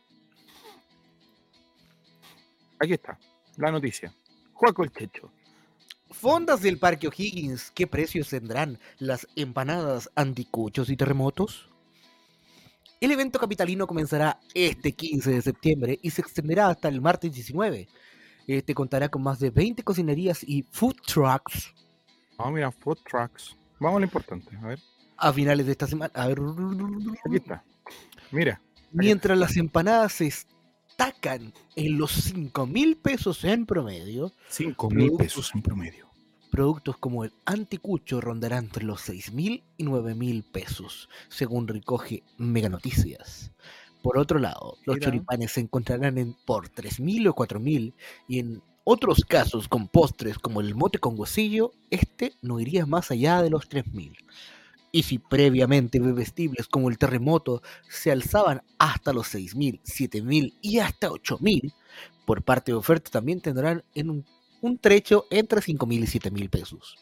[SPEAKER 2] Aquí está, la noticia. Juaco el Checho.
[SPEAKER 1] Fondas del Parque O'Higgins, ¿qué precios tendrán las empanadas anticuchos y terremotos? El evento capitalino comenzará este 15 de septiembre y se extenderá hasta el martes 19. Este contará con más de 20 cocinerías y food trucks
[SPEAKER 2] Ah, mira, food trucks. Vamos a lo importante, a ver.
[SPEAKER 1] a finales de esta semana. A ver,
[SPEAKER 2] Aquí está. Mira,
[SPEAKER 1] mientras las empanadas se destacan en los 5 mil pesos en promedio,
[SPEAKER 2] 5
[SPEAKER 1] mil pesos
[SPEAKER 2] en promedio.
[SPEAKER 1] Productos como el anticucho rondarán entre los 6.000 y 9.000 pesos, según recoge Mega Noticias. Por otro lado, los
[SPEAKER 3] Mira.
[SPEAKER 1] choripanes se encontrarán en, por 3.000 o 4.000 y en otros casos con postres como el mote con huesillo, este no iría más allá de los 3.000. Y si previamente bebestibles como el terremoto se alzaban hasta los 6.000, 7.000 y hasta 8.000, por parte de oferta también tendrán en un un trecho entre 5.000 y 7.000 pesos.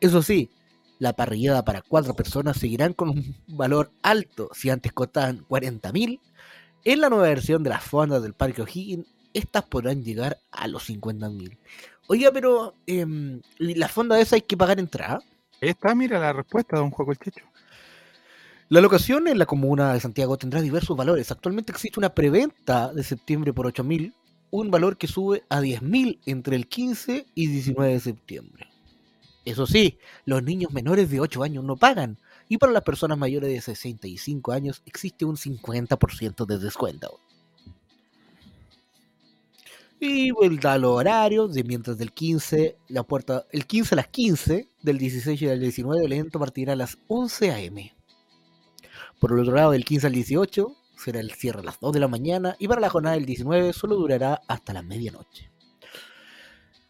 [SPEAKER 1] Eso sí, la parrillada para cuatro personas seguirán con un valor alto si antes costaban 40.000. En la nueva versión de las fondas del Parque O'Higgins, estas podrán llegar a los 50.000. Oiga, pero em, ¿y la fonda de esa hay que pagar entrada.
[SPEAKER 2] Ahí está, mira la respuesta de don Juaco el Checho.
[SPEAKER 1] La locación en la comuna de Santiago tendrá diversos valores. Actualmente existe una preventa de septiembre por 8.000, un valor que sube a 10.000 entre el 15 y 19 de septiembre. Eso sí, los niños menores de 8 años no pagan y para las personas mayores de 65 años existe un 50% de descuento. Y vuelta a los horarios, de mientras del 15, la puerta, el 15 a las 15, del 16 y al 19 el evento partirá a las 11 a.m. Por el otro lado, del 15 al 18 será el cierre a las 2 de la mañana y para la jornada del 19 solo durará hasta la medianoche.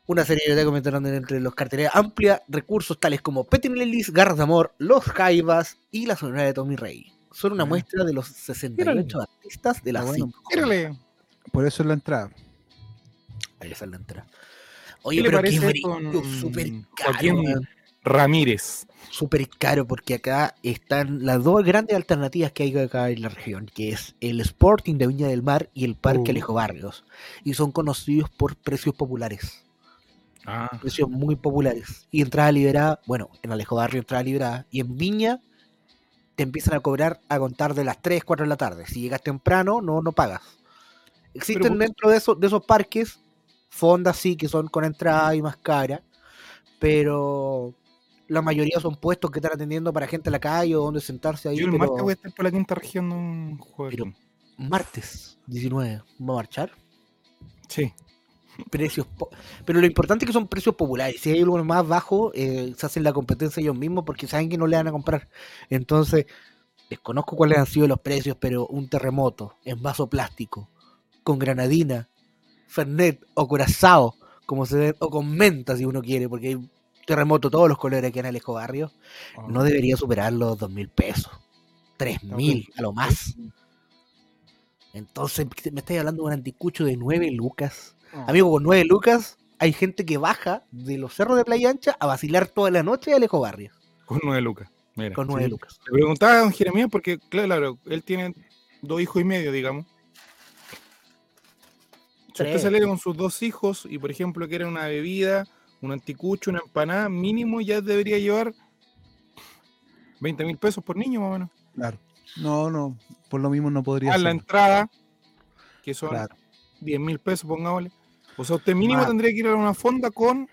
[SPEAKER 1] Una serie de comentarán entre los carteles amplia recursos tales como Petty Lelis, Garras de Amor, Los Jaivas y la sonora de Tommy Rey. Son una
[SPEAKER 3] Bueno.
[SPEAKER 1] muestra de los 68 artistas de las
[SPEAKER 3] Está Ah, bueno.
[SPEAKER 1] cinco jornadas.
[SPEAKER 2] Mírale,
[SPEAKER 3] Por eso es la entrada.
[SPEAKER 1] Ahí sale la entrada.
[SPEAKER 2] ¿qué
[SPEAKER 1] Oye,
[SPEAKER 2] le
[SPEAKER 1] pero qué
[SPEAKER 2] parece
[SPEAKER 1] brillo,
[SPEAKER 2] con
[SPEAKER 1] súper caro,
[SPEAKER 2] Joaquín
[SPEAKER 1] weón,
[SPEAKER 2] Ramírez?
[SPEAKER 1] súper caro, porque acá están las dos grandes alternativas que hay acá en la región, que es el Sporting de Viña del Mar y el Parque
[SPEAKER 2] Uh.
[SPEAKER 1] Alejo Barrios, y son conocidos por precios populares.
[SPEAKER 2] Ah,
[SPEAKER 1] precios muy populares. Y entrada liberada, bueno, en Alejo Barrio entrada liberada. Y en Viña te empiezan a cobrar a contar de las 3, 4 de la tarde. Si llegas temprano, no, no pagas. Existen
[SPEAKER 2] Pero vos-
[SPEAKER 1] dentro de, eso- de esos parques fondas, sí, que son con entrada y más cara, pero la mayoría son puestos que están atendiendo para gente en la calle o donde sentarse ahí.
[SPEAKER 2] yo el
[SPEAKER 1] pero-
[SPEAKER 2] martes voy a estar por la quinta región, don Joaquín.
[SPEAKER 1] martes 19, va a marchar.
[SPEAKER 2] Sí.
[SPEAKER 1] precios. po- Pero lo importante es que son precios populares. Si hay uno más bajo, eh, se hacen la competencia ellos mismos porque saben que no le van a comprar. Entonces, desconozco cuáles han sido los precios, pero un terremoto en vaso plástico, con granadina, fernet o curazao, como se ve, o con menta si uno quiere, porque hay terremoto todos los colores aquí en Alejo Barrio,
[SPEAKER 2] Ah. oh,
[SPEAKER 1] no debería superar los dos mil pesos. Tres mil, a lo más. Entonces, me estáis hablando de un anticucho de nueve lucas.
[SPEAKER 2] oh,
[SPEAKER 1] Ah. Amigo, con 9 lucas hay gente que baja de los cerros de Playa Ancha a vacilar toda la noche a Alejo Barrio.
[SPEAKER 2] Con nueve lucas. Mira.
[SPEAKER 1] Con 9 lucas.
[SPEAKER 2] Le preguntaba a don Jeremías porque, claro, claro, él tiene dos hijos y medio, digamos. Si usted
[SPEAKER 1] Tres.
[SPEAKER 2] sale con sus dos hijos y, por ejemplo, quiere una bebida, un anticucho, una empanada, mínimo ya debería llevar 20 mil pesos por niño, más o menos.
[SPEAKER 3] Claro. No, no, por lo mismo no podría
[SPEAKER 2] Más
[SPEAKER 3] ser.
[SPEAKER 2] Ah, la entrada, que son
[SPEAKER 3] Claro.
[SPEAKER 2] 10 mil pesos, pongámosle. O sea, usted mínimo
[SPEAKER 1] Más.
[SPEAKER 2] tendría que ir a una fonda con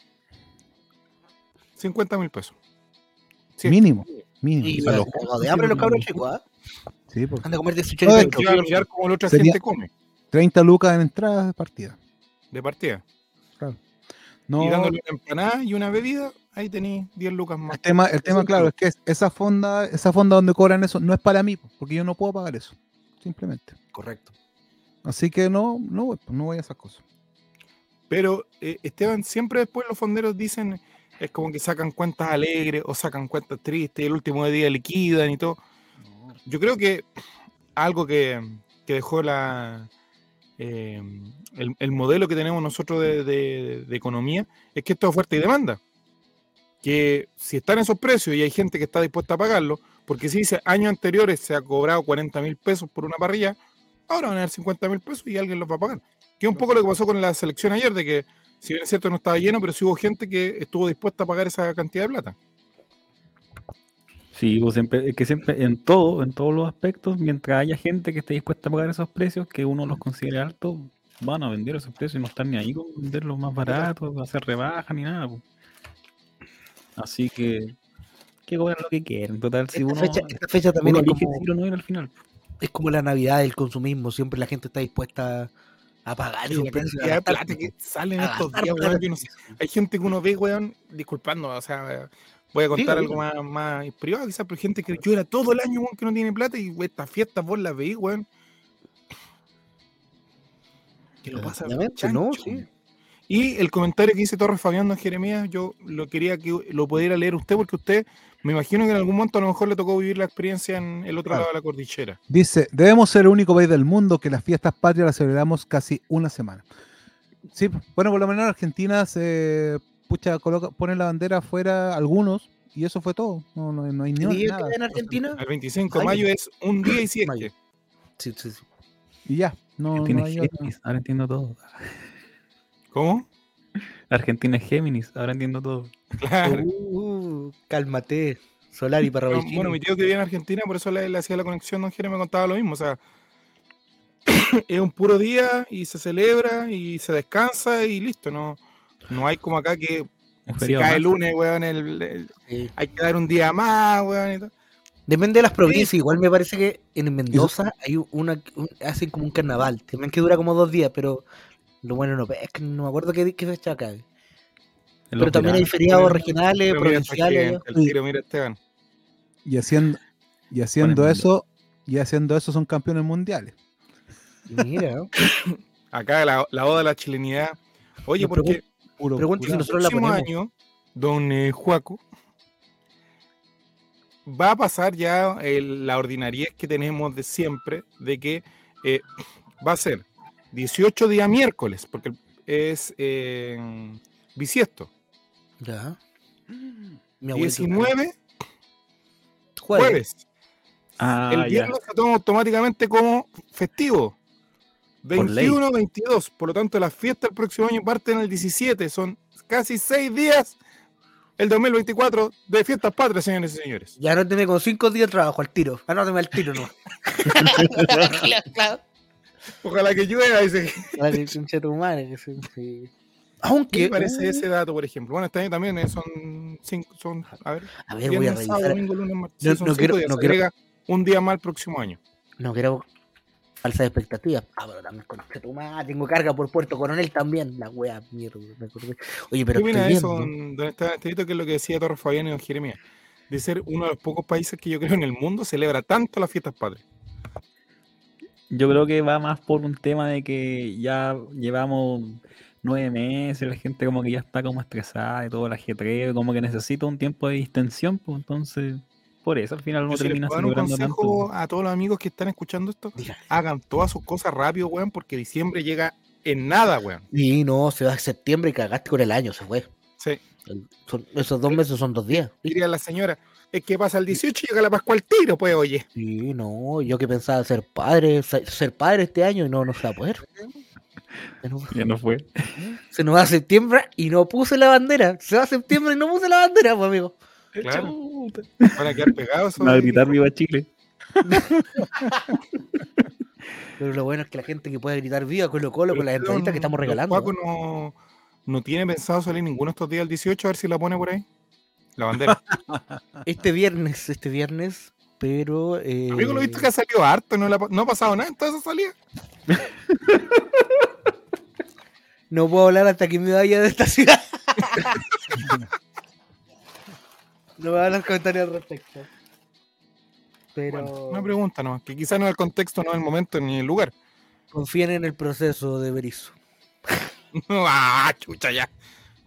[SPEAKER 2] 50 mil pesos. Sí.
[SPEAKER 3] Mínimo, mínimo. pues,
[SPEAKER 1] Y
[SPEAKER 2] a
[SPEAKER 1] bueno,
[SPEAKER 2] los
[SPEAKER 1] cagados de hambre los cabros chicos, ¿ah?
[SPEAKER 3] Sí, pues. porque
[SPEAKER 1] Anda a comer de su
[SPEAKER 3] No,
[SPEAKER 1] chorizo.
[SPEAKER 3] es
[SPEAKER 2] Porque va a mirar cómo la otra
[SPEAKER 3] Sería-
[SPEAKER 2] gente come
[SPEAKER 3] 30 lucas en entradas de partida.
[SPEAKER 2] de partida.
[SPEAKER 3] No,
[SPEAKER 2] Y dándole una empanada y una bebida, ahí tenés 10 lucas más.
[SPEAKER 3] el tema, el tema claro, es que es- esa fonda, esa fonda donde cobran eso no es para mí, pues, porque yo no puedo pagar eso, simplemente.
[SPEAKER 1] Correcto.
[SPEAKER 3] Así que no, no voy, pues, no voy a esas cosas.
[SPEAKER 2] Pero, eh, Esteban, siempre después los fonderos dicen, es como que sacan cuentas alegres o sacan cuentas tristes, y el último día liquidan y todo. Yo creo que algo que, que dejó la, eh, el, el modelo que tenemos nosotros de, de- de economía es que esto es oferta y demanda. Que si están esos precios y hay gente que está dispuesta a pagarlo, porque si dice años anteriores se ha cobrado 40 mil pesos por una parrilla, ahora van a dar 50 mil pesos y alguien los va a pagar. Que es un poco lo que pasó con la selección ayer, de que si bien es cierto no estaba lleno, pero sí hubo gente que estuvo dispuesta a pagar esa cantidad de plata.
[SPEAKER 4] Sí, pues siempre, es que siempre, en todo, en todos los aspectos, mientras haya gente que esté dispuesta a pagar esos precios, que uno los considere altos, van a vender esos precios y no están ni ahí con venderlos más baratos, hacer rebajas ni nada. po. Así que, que cobran lo que quieran. Total, si
[SPEAKER 1] esta,
[SPEAKER 4] uno,
[SPEAKER 1] fecha, esta fecha también
[SPEAKER 4] uno
[SPEAKER 1] es
[SPEAKER 4] elige
[SPEAKER 1] como,
[SPEAKER 4] si ir o no ir al final.
[SPEAKER 1] es como la Navidad del consumismo. Siempre la gente está dispuesta a pagar
[SPEAKER 2] Y
[SPEAKER 1] esos
[SPEAKER 2] la
[SPEAKER 1] precios, a
[SPEAKER 2] cantidad de
[SPEAKER 1] gastar
[SPEAKER 2] plata que sale en
[SPEAKER 1] a
[SPEAKER 2] estos
[SPEAKER 1] gastar
[SPEAKER 2] días,
[SPEAKER 1] plata.
[SPEAKER 2] weón, yo no sé. Hay gente que uno ve, weón, disculpando, o sea, voy a
[SPEAKER 1] Diga,
[SPEAKER 2] contar algo más, más privado quizás, pero gente que llora todo el año, weón, que no tiene plata y weón, estas fiestas vos las veís, weón. Que lo pasa
[SPEAKER 1] Obviamente, ¿no?
[SPEAKER 2] chancho,
[SPEAKER 1] Sí.
[SPEAKER 2] weón. Y el comentario que dice Torres Fabián, don Jeremías, yo lo quería que lo pudiera leer usted, porque usted, me imagino que en algún momento a lo mejor le tocó vivir la experiencia en el otro
[SPEAKER 3] Claro.
[SPEAKER 2] lado de la cordillera.
[SPEAKER 3] Dice, debemos ser el único país del mundo que las fiestas patrias las celebramos casi una semana. Sí, bueno, por lo menos en Argentina se pucha, coloca, ponen la bandera afuera algunos y eso fue todo. No, no, no hay ni
[SPEAKER 1] ¿Y
[SPEAKER 3] nada.
[SPEAKER 1] en Argentina?
[SPEAKER 2] El 25 de
[SPEAKER 1] Ay,
[SPEAKER 2] mayo es un día y siete.
[SPEAKER 1] Mayo. Sí, sí, sí.
[SPEAKER 3] Y ya, no, no
[SPEAKER 4] Argentina es
[SPEAKER 3] hay
[SPEAKER 4] Géminis, ahora entiendo todo.
[SPEAKER 2] ¿Cómo?
[SPEAKER 4] Argentina es Géminis, ahora entiendo todo.
[SPEAKER 2] Claro.
[SPEAKER 1] Uh, uh, cálmate, Solari para
[SPEAKER 2] No, bueno, mi tío que vive en Argentina, por eso le, le hacía la conexión, don Jere me contaba lo mismo. O sea, es un puro día y se celebra y se descansa y listo. No, no hay como acá que
[SPEAKER 4] Un
[SPEAKER 2] se
[SPEAKER 4] feriado
[SPEAKER 2] cae
[SPEAKER 4] más.
[SPEAKER 2] el lunes, weón, el- el- hay que dar un día más, weón. Y todo.
[SPEAKER 1] Depende de las provincias, igual me parece que en Mendoza hay una un- hacen como un carnaval, también que dura como dos días, pero lo bueno no, es que no me acuerdo qué, qué fecha acá.
[SPEAKER 4] En
[SPEAKER 1] Pero
[SPEAKER 4] los
[SPEAKER 1] también hay
[SPEAKER 4] veranos.
[SPEAKER 1] feriados
[SPEAKER 2] pero-
[SPEAKER 1] regionales,
[SPEAKER 2] Pero mira, esta
[SPEAKER 1] provinciales.
[SPEAKER 2] gente, el
[SPEAKER 3] Sí.
[SPEAKER 2] tiro, mira, Esteban.
[SPEAKER 3] Y haciendo, y haciendo
[SPEAKER 4] Ponen
[SPEAKER 3] eso, y haciendo eso son campeones mundiales.
[SPEAKER 1] allá. Mira, ¿no?
[SPEAKER 2] Acá la, la oda a la chilenidad. Oye,
[SPEAKER 1] Nos
[SPEAKER 2] porque
[SPEAKER 3] Puro
[SPEAKER 1] Pregunto si
[SPEAKER 3] curado.
[SPEAKER 1] nosotros la
[SPEAKER 2] próximo
[SPEAKER 1] ponemos.
[SPEAKER 2] año, don eh, Juaco, va a pasar ya el- la ordinariedad que tenemos de siempre, de que eh, va a ser 18 día miércoles, porque es eh, bisiesto,
[SPEAKER 1] Ya. Mi abuelito-
[SPEAKER 2] 19
[SPEAKER 1] jueves.
[SPEAKER 2] jueves.
[SPEAKER 4] Ah,
[SPEAKER 2] el
[SPEAKER 4] ya.
[SPEAKER 2] viernes se toma automáticamente como festivo.
[SPEAKER 4] ley.
[SPEAKER 2] 21, 22. Por lo tanto, las fiestas el próximo año parten el 17. Son casi seis días el 2024 de fiestas patrias, señores y señores.
[SPEAKER 1] Ya no con cinco días de trabajo al tiro. Anótame al tiro, no.
[SPEAKER 6] Claro, claro.
[SPEAKER 2] Ojalá que llueva, dice.
[SPEAKER 1] Vale, pinche tu madre, que sí, sí.
[SPEAKER 2] ¿Qué
[SPEAKER 1] Aunque. uh,
[SPEAKER 2] parece ese dato, por ejemplo? Bueno, este año también eh, son cinco, son, a ver,
[SPEAKER 1] A ver, Eh, voy a
[SPEAKER 2] viernes, sábado,
[SPEAKER 1] revisar.
[SPEAKER 2] domingo, lunes, martes.
[SPEAKER 1] No-
[SPEAKER 2] Sí, son
[SPEAKER 1] no
[SPEAKER 2] cinco
[SPEAKER 1] quiero-
[SPEAKER 2] días,
[SPEAKER 1] no
[SPEAKER 2] se
[SPEAKER 1] quiero-
[SPEAKER 2] agrega un día más el próximo año.
[SPEAKER 1] No quiero falsas expectativas. Ah, pero también con tu madre. Tengo carga por Puerto Coronel también. La wea, mierda. me acordé. Oye, pero
[SPEAKER 2] ¿Qué opina
[SPEAKER 1] estoy
[SPEAKER 2] de eso,
[SPEAKER 1] viendo.
[SPEAKER 2] don, don Esteban Estevito, que es lo que decía Torres Fabián y don Jeremías? De ser uno de los pocos países que yo creo en el mundo celebra tanto las fiestas patrias.
[SPEAKER 4] Yo creo que va más por un tema de que ya llevamos nueve meses, la gente como que ya está como estresada y todo el ajetreo, como que necesita un tiempo de distensión, pues entonces, por eso al final
[SPEAKER 2] Yo
[SPEAKER 4] no
[SPEAKER 2] si les
[SPEAKER 4] termina
[SPEAKER 2] puedo dar un
[SPEAKER 4] celebrando
[SPEAKER 2] consejo
[SPEAKER 4] tanto.
[SPEAKER 2] a todos los amigos que están escuchando esto,
[SPEAKER 1] Dígame.
[SPEAKER 2] hagan todas sus cosas rápido, weón, porque diciembre llega en nada, weón.
[SPEAKER 1] Y no, se va a septiembre y cagaste con el año, se fue.
[SPEAKER 2] Sí.
[SPEAKER 1] El- son- esos dos meses son dos días.
[SPEAKER 2] Diría la señora, es que pasa el 18 y llega la Pascua al tiro, pues, oye.
[SPEAKER 1] Sí, no, yo que pensaba ser padre, se- ser padre este año y no, no se va a poder. Se nos,
[SPEAKER 4] Ya no fue.
[SPEAKER 1] se nos va a septiembre y no puse la bandera. Se va a septiembre y no puse la bandera, pues amigo.
[SPEAKER 2] Claro,
[SPEAKER 4] Chuta.
[SPEAKER 2] van a quedar pegados.
[SPEAKER 4] Me va a
[SPEAKER 2] oye.
[SPEAKER 4] gritar viva Chile.
[SPEAKER 1] Pero lo bueno es que la gente que puede gritar viva Colo Colo con las
[SPEAKER 2] Pero
[SPEAKER 1] entrevistas que estamos
[SPEAKER 2] don
[SPEAKER 1] regalando.
[SPEAKER 2] Paco no, no tiene pensado salir ninguno de estos días el 18, a ver si la pone por ahí. La bandera.
[SPEAKER 1] ¿no? Este viernes, este viernes, pero. Eh,
[SPEAKER 2] Amigo, lo he visto que ha salido harto, no, le ha pa- no ha pasado nada en toda esa salida.
[SPEAKER 1] No puedo hablar hasta que me vaya de esta ciudad. no me van a contar al respecto. Pero
[SPEAKER 2] Bueno, una pregunta nomás, que quizás no es el contexto, no es el momento ni el lugar.
[SPEAKER 1] confíen en el proceso de Berizzo.
[SPEAKER 2] ah, chucha, ya.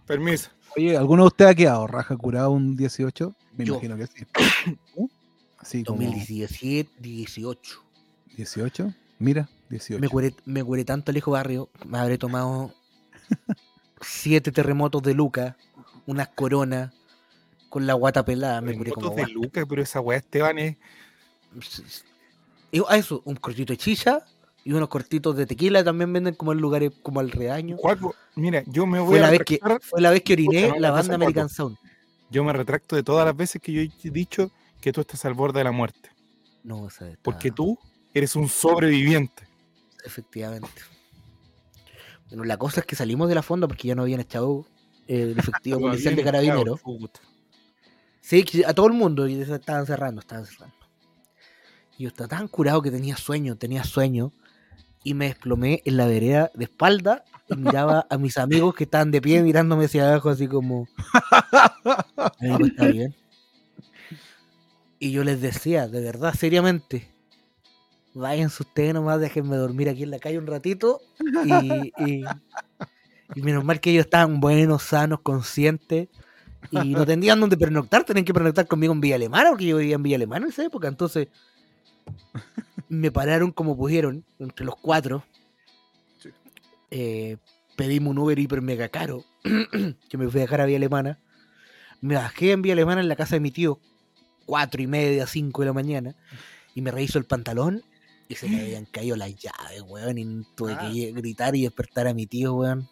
[SPEAKER 2] Permiso.
[SPEAKER 3] Oye, ¿alguno de ustedes ha quedado raja curado un 18? Me
[SPEAKER 1] Yo.
[SPEAKER 3] imagino que sí. Sí, como
[SPEAKER 1] 2017, 18.
[SPEAKER 3] 18. Mira, 18.
[SPEAKER 1] Me curé, me curé tanto el hijo barrio, me habré tomado siete terremotos de Luca, unas coronas, con la guata pelada, me curé como
[SPEAKER 2] Fotos de
[SPEAKER 1] guata.
[SPEAKER 2] Lucas, pero esa weá Esteban es.
[SPEAKER 1] Y a eso, un cortito de chicha y unos cortitos de tequila también venden como en lugares como el reaño.
[SPEAKER 2] Juaco, mira, yo me voy
[SPEAKER 1] Fue
[SPEAKER 2] a
[SPEAKER 1] la, vez que,
[SPEAKER 2] retractar,
[SPEAKER 1] fue la vez que oriné
[SPEAKER 2] Escucha, no,
[SPEAKER 1] la
[SPEAKER 2] no
[SPEAKER 1] banda
[SPEAKER 2] sé,
[SPEAKER 1] American
[SPEAKER 2] Paco.
[SPEAKER 1] Sound.
[SPEAKER 2] yo me retracto de todas las veces que yo he dicho que tú estás al borde de la muerte.
[SPEAKER 1] No, esa está-
[SPEAKER 2] Porque tú eres un sobreviviente.
[SPEAKER 1] Efectivamente. Bueno, la cosa es que salimos de la fonda porque ya no habían echado eh, el efectivo policial de carabineros.
[SPEAKER 2] Puta.
[SPEAKER 1] Sí, que a todo el mundo. Y eso estaban cerrando, estaban cerrando. Y yo estaba tan curado que tenía sueño, tenía sueño. Y me desplomé en la vereda de espalda y miraba a mis amigos que estaban de pie mirándome hacia abajo, así como. "Amigo, ¿está bien?". Y yo les decía, de verdad, seriamente. Váyanse ustedes nomás, déjenme dormir aquí en la calle un ratito. Y, y, y menos mal que ellos estaban buenos, sanos, conscientes y no tendrían donde pernoctar, tenían que pernoctar conmigo en Villa Alemana, porque yo vivía en Villa Alemana en esa época, entonces me pararon como pudieron, entre los cuatro. Eh, pedimos un Uber hiper mega caro, que me fui a dejar a Villa Alemana. Me bajé en Villa Alemana en la casa de mi tío, cuatro y media, cinco de la mañana, y me rehizo el pantalón y se me habían caído las llaves, weón, y tuve que ir- gritar y despertar a mi tío, weón.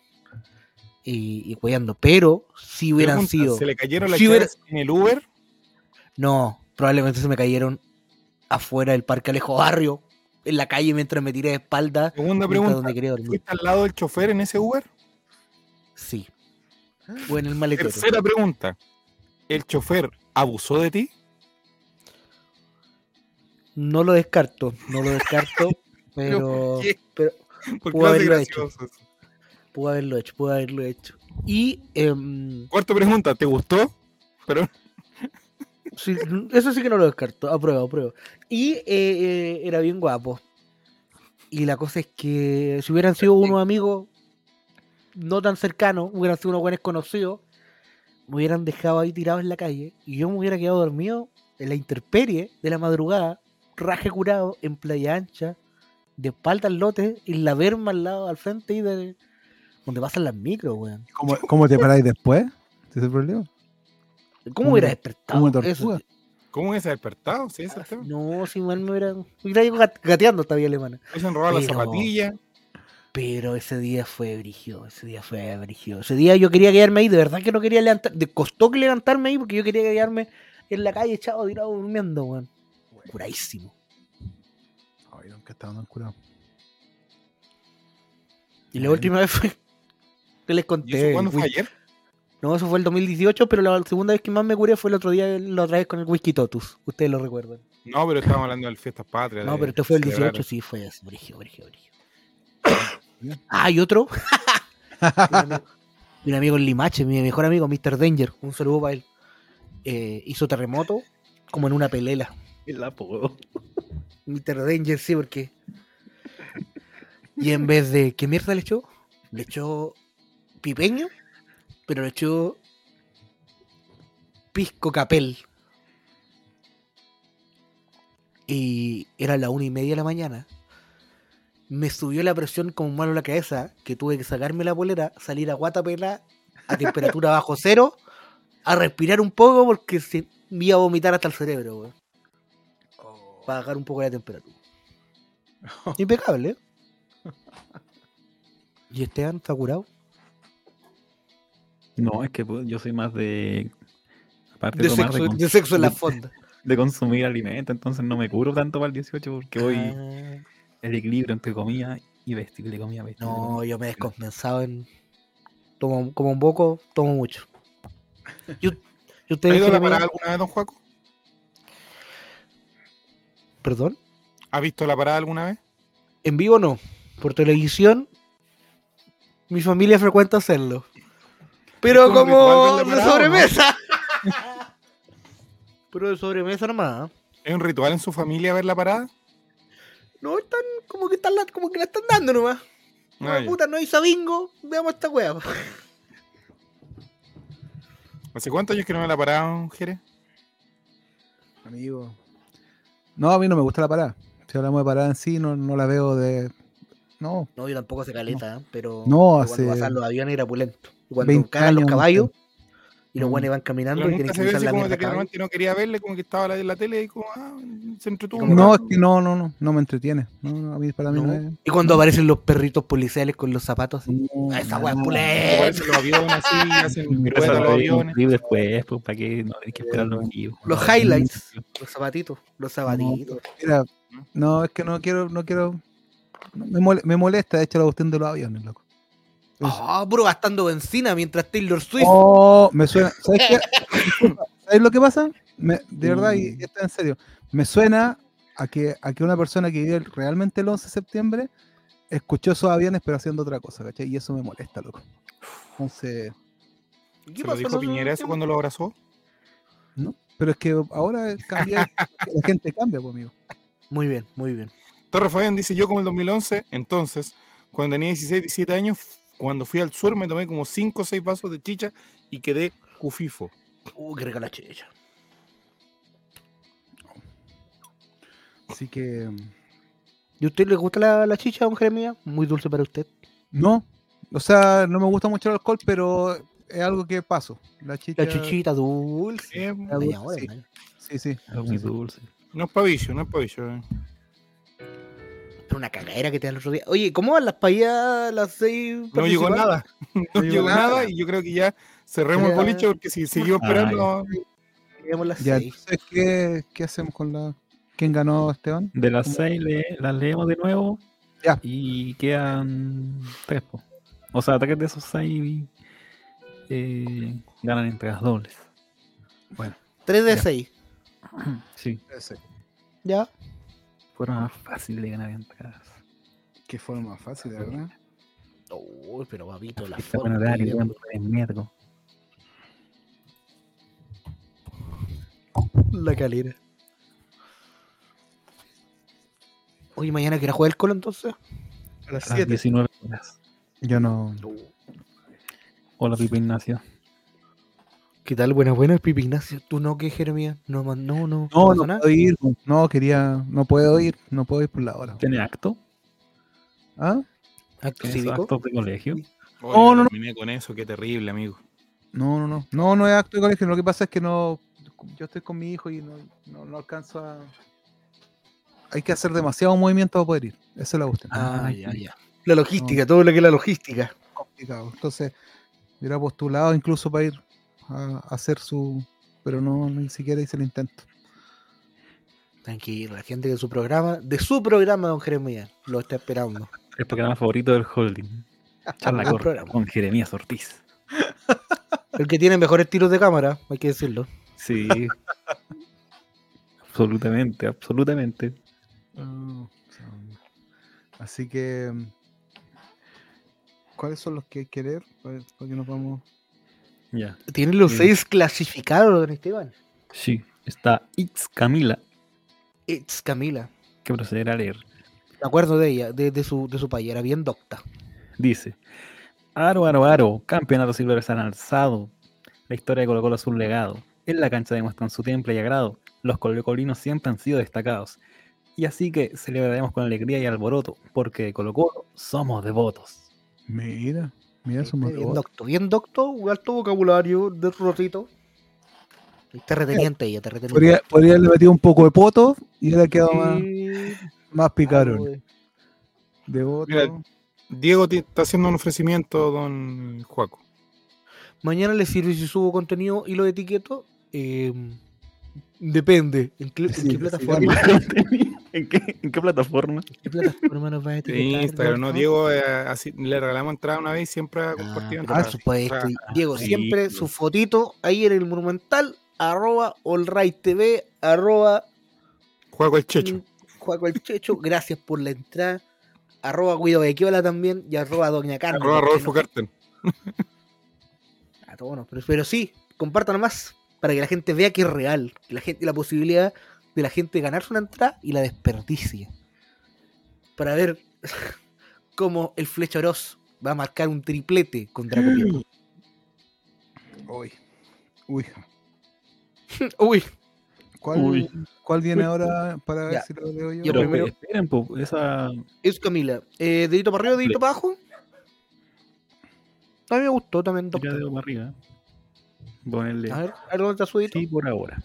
[SPEAKER 1] Y, y cuidando, pero si hubieran
[SPEAKER 2] Pregunta,
[SPEAKER 1] sido.
[SPEAKER 2] ¿Se le cayeron las
[SPEAKER 1] si hubiera-
[SPEAKER 2] llaves en el Uber?
[SPEAKER 1] No, probablemente se me cayeron afuera del Parque Alejo Barrio, en la calle mientras me tiré de espalda. mientras
[SPEAKER 2] Segunda pregunta.
[SPEAKER 1] donde quería dormir.
[SPEAKER 2] ¿Fuiste al lado del chofer en ese Uber?
[SPEAKER 1] Sí.
[SPEAKER 2] Ah,
[SPEAKER 1] O en el maletero.
[SPEAKER 2] Tercera pregunta. ¿El chofer abusó de ti?
[SPEAKER 1] No lo descarto, no lo descarto, pero,
[SPEAKER 2] ¿qué?
[SPEAKER 1] pero
[SPEAKER 2] Porque
[SPEAKER 1] Pudo
[SPEAKER 2] lo hace
[SPEAKER 1] haberlo hecho.
[SPEAKER 2] gracioso eso.
[SPEAKER 1] pudo haberlo hecho, pudo haberlo hecho. Y em,
[SPEAKER 2] Cuarta pregunta, ¿te gustó? Pero
[SPEAKER 1] sí, mm, eso sí que no lo descarto, apruebo, apruebo. Y eh, eh, era bien guapo. Y la cosa es que si hubieran sido unos amigos no tan cercanos, hubieran sido unos buenos conocidos, me hubieran dejado ahí tirados en la calle y yo me hubiera quedado dormido en la intemperie de la madrugada, raje curado, en playa ancha, de espalda al lote, y la verma al lado, al frente y de donde pasan las micros, weón.
[SPEAKER 3] ¿Cómo, cómo te paráis después? ¿Ese es el problema?
[SPEAKER 1] ¿Cómo
[SPEAKER 3] Como
[SPEAKER 1] hubiera
[SPEAKER 3] una-
[SPEAKER 1] despertado?
[SPEAKER 3] Como una
[SPEAKER 1] Eso-
[SPEAKER 3] tortuga.
[SPEAKER 2] ¿Cómo hubiese despertado? Sí,
[SPEAKER 1] Ah,
[SPEAKER 2] ese es el tema.
[SPEAKER 1] No, si mal me hubiera. Me hubiera ido gat- gateando esta vía alemana.
[SPEAKER 2] Hubiesen robado la
[SPEAKER 1] Pero-
[SPEAKER 2] zapatilla.
[SPEAKER 1] Pero ese día fue brígido, ese día fue brígido. Ese día yo quería quedarme ahí, de verdad que no quería levantar, de costó que levantarme ahí porque yo quería quedarme en la calle echado, tirado, durmiendo, weón. Curadísimo.
[SPEAKER 3] Ay, nunca estaba tan curado.
[SPEAKER 1] Y la última vez fue que les
[SPEAKER 2] ¿Y eso
[SPEAKER 1] conté.
[SPEAKER 2] cuándo
[SPEAKER 1] el
[SPEAKER 2] fue
[SPEAKER 1] whisky.
[SPEAKER 2] ayer?
[SPEAKER 1] No, eso fue el 2018, pero la segunda vez que más me curé fue el otro día, la otra vez con el whisky Totus. Ustedes lo recuerdan.
[SPEAKER 2] No, pero estábamos hablando del Fiestas Patrias.
[SPEAKER 1] No,
[SPEAKER 2] de
[SPEAKER 1] pero este fue el 18,
[SPEAKER 2] celebrar.
[SPEAKER 1] sí, fue así, brígido, brígido, brígido. ah, y otro. un, amigo, un amigo en Limache, mi mejor amigo, Mr. Danger, un saludo para él. Eh, hizo terremoto como en una pelela.
[SPEAKER 4] El apodo.
[SPEAKER 1] Mr. Danger, sí, porque. Y en vez de. ¿Qué mierda le echó? Le echó pipeño, pero le echó pisco capel. Y era la una y media de la mañana. Me subió la presión como un malo en la cabeza, que tuve que sacarme la polera, salir a guatapela a temperatura bajo cero, a respirar un poco porque se me iba a vomitar hasta el cerebro, weón para bajar un poco la temperatura. Impecable. ¿eh? ¿Y Esteban está curado?
[SPEAKER 4] No, es que pues, yo soy más de. Aparte de,
[SPEAKER 1] De
[SPEAKER 4] tomar,
[SPEAKER 1] sexo,
[SPEAKER 4] de, cons-
[SPEAKER 1] de sexo en la
[SPEAKER 4] de-
[SPEAKER 1] fonda.
[SPEAKER 4] de consumir alimento, entonces no me curo tanto para el 18 porque voy
[SPEAKER 1] Ah,
[SPEAKER 4] el equilibrio entre comida y vestible comida. Vestible,
[SPEAKER 1] no, yo me he descompensado en. Tomo, como un poco, tomo mucho. Yo, yo te
[SPEAKER 2] ¿Ha
[SPEAKER 1] dije,
[SPEAKER 2] ido a la
[SPEAKER 1] amigo-
[SPEAKER 2] parada alguna vez, don Juaco?
[SPEAKER 1] ¿Perdón?
[SPEAKER 2] ¿Ha visto la parada alguna vez?
[SPEAKER 1] En vivo no. Por televisión, mi familia frecuenta hacerlo. Pero
[SPEAKER 2] como un
[SPEAKER 1] como de
[SPEAKER 2] ritual verla parado, ¿no?
[SPEAKER 1] sobremesa. Pero de sobremesa nomás. ¿eh?
[SPEAKER 2] ¿Es un ritual en su familia ver la parada?
[SPEAKER 1] No, están como que están la, como que la están dando nomás. No,
[SPEAKER 2] Ah, ya.
[SPEAKER 1] puta, no hizo bingo, veamos esta wea.
[SPEAKER 2] ¿Hace cuántos años que no ve la parada, don Jerez?
[SPEAKER 3] Amigo. No, a mí no me gusta la parada. Si hablamos de parada en sí, no, no la veo de. No,
[SPEAKER 1] No, yo tampoco hace caleta, ¿eh? pero
[SPEAKER 3] No,
[SPEAKER 1] pero
[SPEAKER 3] hace-
[SPEAKER 1] cuando pasan los aviones era pulento. Y Cuando
[SPEAKER 3] 20
[SPEAKER 1] cagan los
[SPEAKER 3] años,
[SPEAKER 1] caballos y los
[SPEAKER 3] Mm.
[SPEAKER 1] guanes van caminando
[SPEAKER 2] Pero
[SPEAKER 1] y tienen
[SPEAKER 2] nunca
[SPEAKER 1] que
[SPEAKER 2] se ve
[SPEAKER 1] cruzar
[SPEAKER 2] así
[SPEAKER 1] la
[SPEAKER 2] como
[SPEAKER 1] mierda
[SPEAKER 2] de
[SPEAKER 1] a
[SPEAKER 2] que
[SPEAKER 1] caballo.
[SPEAKER 2] realmente no quería verle, como que estaba la- en la tele y como, ah, se entretuvo. un
[SPEAKER 3] no es
[SPEAKER 2] rato.
[SPEAKER 3] que no, no, no. No me entretiene. No, no, a mí para mí no,
[SPEAKER 1] No.
[SPEAKER 3] es.
[SPEAKER 1] Y cuando aparecen los perritos policiales con los zapatos así.
[SPEAKER 3] no,
[SPEAKER 1] "Ah, esa wea es
[SPEAKER 3] no.
[SPEAKER 2] Como
[SPEAKER 1] pulenta.
[SPEAKER 2] parecen los aviones así, hacen
[SPEAKER 4] Pero
[SPEAKER 2] piruetas los
[SPEAKER 4] lo vi
[SPEAKER 2] aviones.
[SPEAKER 4] después, pues para que no hay que pues, esperar los vivos.
[SPEAKER 1] Eh, Los
[SPEAKER 3] Ah,
[SPEAKER 1] highlights, los zapatitos, los zapatitos.
[SPEAKER 3] Mira, no, es que no quiero, no quiero. no, me, mole- me molesta, de hecho, la cuestión de los aviones, loco.
[SPEAKER 1] Ah, puro gastando benzina mientras Taylor Swift.
[SPEAKER 3] pues. Oh, me suena. ¿Sabes qué? ¿Sabes lo que pasa? Me- de verdad, y, y esto en serio. Me suena a que, a que una persona que vive el- realmente el 11 de septiembre escuchó esos aviones, pero haciendo otra cosa, ¿cachai? Y eso me molesta, loco. Entonces,
[SPEAKER 1] ¿Qué
[SPEAKER 2] ¿Se lo
[SPEAKER 1] pasó el
[SPEAKER 2] dijo
[SPEAKER 1] otro
[SPEAKER 2] Piñera eso
[SPEAKER 1] tiempo?
[SPEAKER 2] cuando lo abrazó?
[SPEAKER 3] ¿no? Pero es que ahora cambia, la gente cambia, pues, amigo.
[SPEAKER 1] Muy bien, muy bien.
[SPEAKER 2] Torre Fabián dice, yo como el 2011, entonces, cuando tenía 16, 17 años, cuando fui al sur me tomé como 5 o 6 vasos de chicha y quedé cufifo.
[SPEAKER 1] Uh, qué rica la chicha.
[SPEAKER 3] Así que,
[SPEAKER 1] ¿Y a usted le gusta la, la chicha, don Jeremías? Muy dulce para usted.
[SPEAKER 3] no. O sea, no me gusta mucho el alcohol, pero es algo que paso. La chicha.
[SPEAKER 1] La chichita dulce.
[SPEAKER 2] Eh,
[SPEAKER 1] La
[SPEAKER 3] dulce,
[SPEAKER 1] doña Aurora,
[SPEAKER 3] sí.
[SPEAKER 1] ¿no?
[SPEAKER 3] Sí, sí.
[SPEAKER 4] Algo muy dulce.
[SPEAKER 2] no es pavillo, no es pavillo. eh.
[SPEAKER 1] Pero una cagadera que te da el otro día. Oye, ¿cómo van las payas las seis?
[SPEAKER 2] No llegó
[SPEAKER 1] participantes?
[SPEAKER 2] nada, no llegó nada y yo creo que ya cerremos el
[SPEAKER 1] Ya.
[SPEAKER 2] boliche porque si seguimos
[SPEAKER 4] Ah,
[SPEAKER 2] esperando...
[SPEAKER 1] Llegamos las
[SPEAKER 3] Ya,
[SPEAKER 1] seis.
[SPEAKER 3] entonces, ¿qué, qué hacemos con la. ¿Quién ganó, Esteban?
[SPEAKER 4] De
[SPEAKER 1] Mm.
[SPEAKER 4] las
[SPEAKER 3] ¿Cómo?
[SPEAKER 4] seis le- las leemos de nuevo.
[SPEAKER 3] Ya.
[SPEAKER 4] Y quedan tres. po. O sea, tres de esos seis eh, ganan entregas dobles.
[SPEAKER 1] Tres de
[SPEAKER 3] Ya.
[SPEAKER 1] seis.
[SPEAKER 4] Sí,
[SPEAKER 3] Ese.
[SPEAKER 1] Ya.
[SPEAKER 4] fueron más fáciles de ganar entradas.
[SPEAKER 3] Qué forma fácil, de verdad.
[SPEAKER 1] Uy, pero papito, la
[SPEAKER 4] Está buen
[SPEAKER 1] forma.
[SPEAKER 4] horario,
[SPEAKER 1] que
[SPEAKER 4] buen
[SPEAKER 1] le-
[SPEAKER 4] premiergo.
[SPEAKER 1] La calera. Oye, mañana querés jugar el colo entonces.
[SPEAKER 3] A las
[SPEAKER 4] A las 19 horas.
[SPEAKER 3] Yo no.
[SPEAKER 4] Hola, Pipo Ignacio.
[SPEAKER 1] ¿Qué tal? Buenas, buenas, Pipi Ignacio. Tú no, que Jeremías. No, man- no, no.
[SPEAKER 3] No,
[SPEAKER 1] pasó
[SPEAKER 3] no
[SPEAKER 1] nada?
[SPEAKER 3] puedo ir. No, quería. No puedo ir. No puedo ir por la hora.
[SPEAKER 4] ¿Tiene acto?
[SPEAKER 3] ¿Ah?
[SPEAKER 1] Acto
[SPEAKER 4] ¿Tiene
[SPEAKER 1] cívico.
[SPEAKER 4] acto de colegio?
[SPEAKER 2] Oye,
[SPEAKER 3] No, no, no.
[SPEAKER 2] Terminé con eso, qué terrible, amigo.
[SPEAKER 3] No, no, no. No, no es acto de colegio. Lo que pasa es que no. Yo estoy con mi hijo y no, no, no alcanzo a. Hay que hacer demasiado movimiento para poder ir. Esa es la cuestión.
[SPEAKER 1] Ah, ya, ya. La logística, todo lo que es la logística.
[SPEAKER 3] complicado. Entonces, yo era postulado incluso para ir a, a hacer su. Pero no, ni siquiera hice el intento.
[SPEAKER 1] Tranquilo, la gente de su programa, de su programa, don Jeremías, lo está esperando.
[SPEAKER 4] El programa favorito del holding. Charla
[SPEAKER 1] Buen
[SPEAKER 4] corta
[SPEAKER 1] programa.
[SPEAKER 4] con Jeremías Ortiz.
[SPEAKER 1] El que tiene mejores tiros de cámara, hay que decirlo.
[SPEAKER 4] Sí. absolutamente, absolutamente.
[SPEAKER 3] Ah, son- Así que, mm, ¿cuáles son los que hay que leer? Para, para que nos vamos.
[SPEAKER 4] Ya.
[SPEAKER 1] Tiene los
[SPEAKER 4] Sí.
[SPEAKER 1] seis clasificados, don Esteban.
[SPEAKER 4] Sí. Está X Camila,
[SPEAKER 1] It's Camila.
[SPEAKER 4] que procederá a leer.
[SPEAKER 1] Me acuerdo de ella, de, de su, de su payera, bien docta.
[SPEAKER 4] Dice: Aro, aro, aro. Campeonato Silver se han alzado. La historia de Colo Colo es un legado. En la cancha demuestran su temple y agrado. Los colocolinos siempre han sido destacados. Y así que celebraremos con alegría y alboroto, porque de Colo Colo somos devotos.
[SPEAKER 3] Mira, mira su
[SPEAKER 1] ¿Viste? Este, Bien
[SPEAKER 3] motor.
[SPEAKER 1] docto, bien docto, un alto vocabulario de rotito. Está reteniente ella, está reteniente.
[SPEAKER 3] Podría, podría haberle metido un poco de poto y hubiera quedado más,
[SPEAKER 1] Sí, Ah,
[SPEAKER 3] más
[SPEAKER 1] algo
[SPEAKER 3] picarón.
[SPEAKER 1] de-
[SPEAKER 3] De voto.
[SPEAKER 2] Mira, Diego te está haciendo un ofrecimiento, don Juaco.
[SPEAKER 1] Mañana le sirve si subo contenido y lo etiqueto. eh, depende. ¿En qué, en
[SPEAKER 3] Sí,
[SPEAKER 1] qué
[SPEAKER 3] sí,
[SPEAKER 1] plataforma?
[SPEAKER 4] ¿En qué, en qué plataforma?
[SPEAKER 1] ¿En qué plataforma nos va a
[SPEAKER 2] En
[SPEAKER 1] etiquetar?
[SPEAKER 2] Instagram, ¿no?
[SPEAKER 1] Gordo?
[SPEAKER 2] Diego, eh, así, le regalamos entrada una vez y siempre ha
[SPEAKER 1] Ah,
[SPEAKER 2] compartido entrada.
[SPEAKER 1] por supuesto. y Diego,
[SPEAKER 4] sí.
[SPEAKER 1] siempre su fotito ahí en el Monumental, arroba Allright TV, arroba
[SPEAKER 2] Juaco el Checho.
[SPEAKER 1] Juaco el Checho, gracias por la entrada, arroba Guido Bequiola también y arroba Doña Carmen.
[SPEAKER 2] Arroba
[SPEAKER 1] porque
[SPEAKER 2] Rodolfo
[SPEAKER 1] no-
[SPEAKER 2] Carter.
[SPEAKER 1] a todos nos- pero, pero sí, compartan más para que la gente vea que es real, que la gente la posibilidad de la gente ganarse una entrada y la desperdicie. Para ver cómo el Flecha Oroz va a marcar un triplete contra Copiapó.
[SPEAKER 3] Uy. Uy.
[SPEAKER 1] Uy,
[SPEAKER 3] ¿Cuál,
[SPEAKER 4] Uy.
[SPEAKER 3] ¿Cuál viene ahora para ver
[SPEAKER 1] Ya.
[SPEAKER 3] si lo leo yo?
[SPEAKER 1] Yo
[SPEAKER 4] Pero
[SPEAKER 1] primero-
[SPEAKER 4] esperen, po, esa
[SPEAKER 1] Es Camila. Eh, dedito para arriba, dedito para abajo. A mí me gustó también.
[SPEAKER 4] tira
[SPEAKER 1] doctor.
[SPEAKER 4] dedo para arriba. Ponerle
[SPEAKER 1] A ver, a ver dónde está su dedito.
[SPEAKER 4] sí por ahora.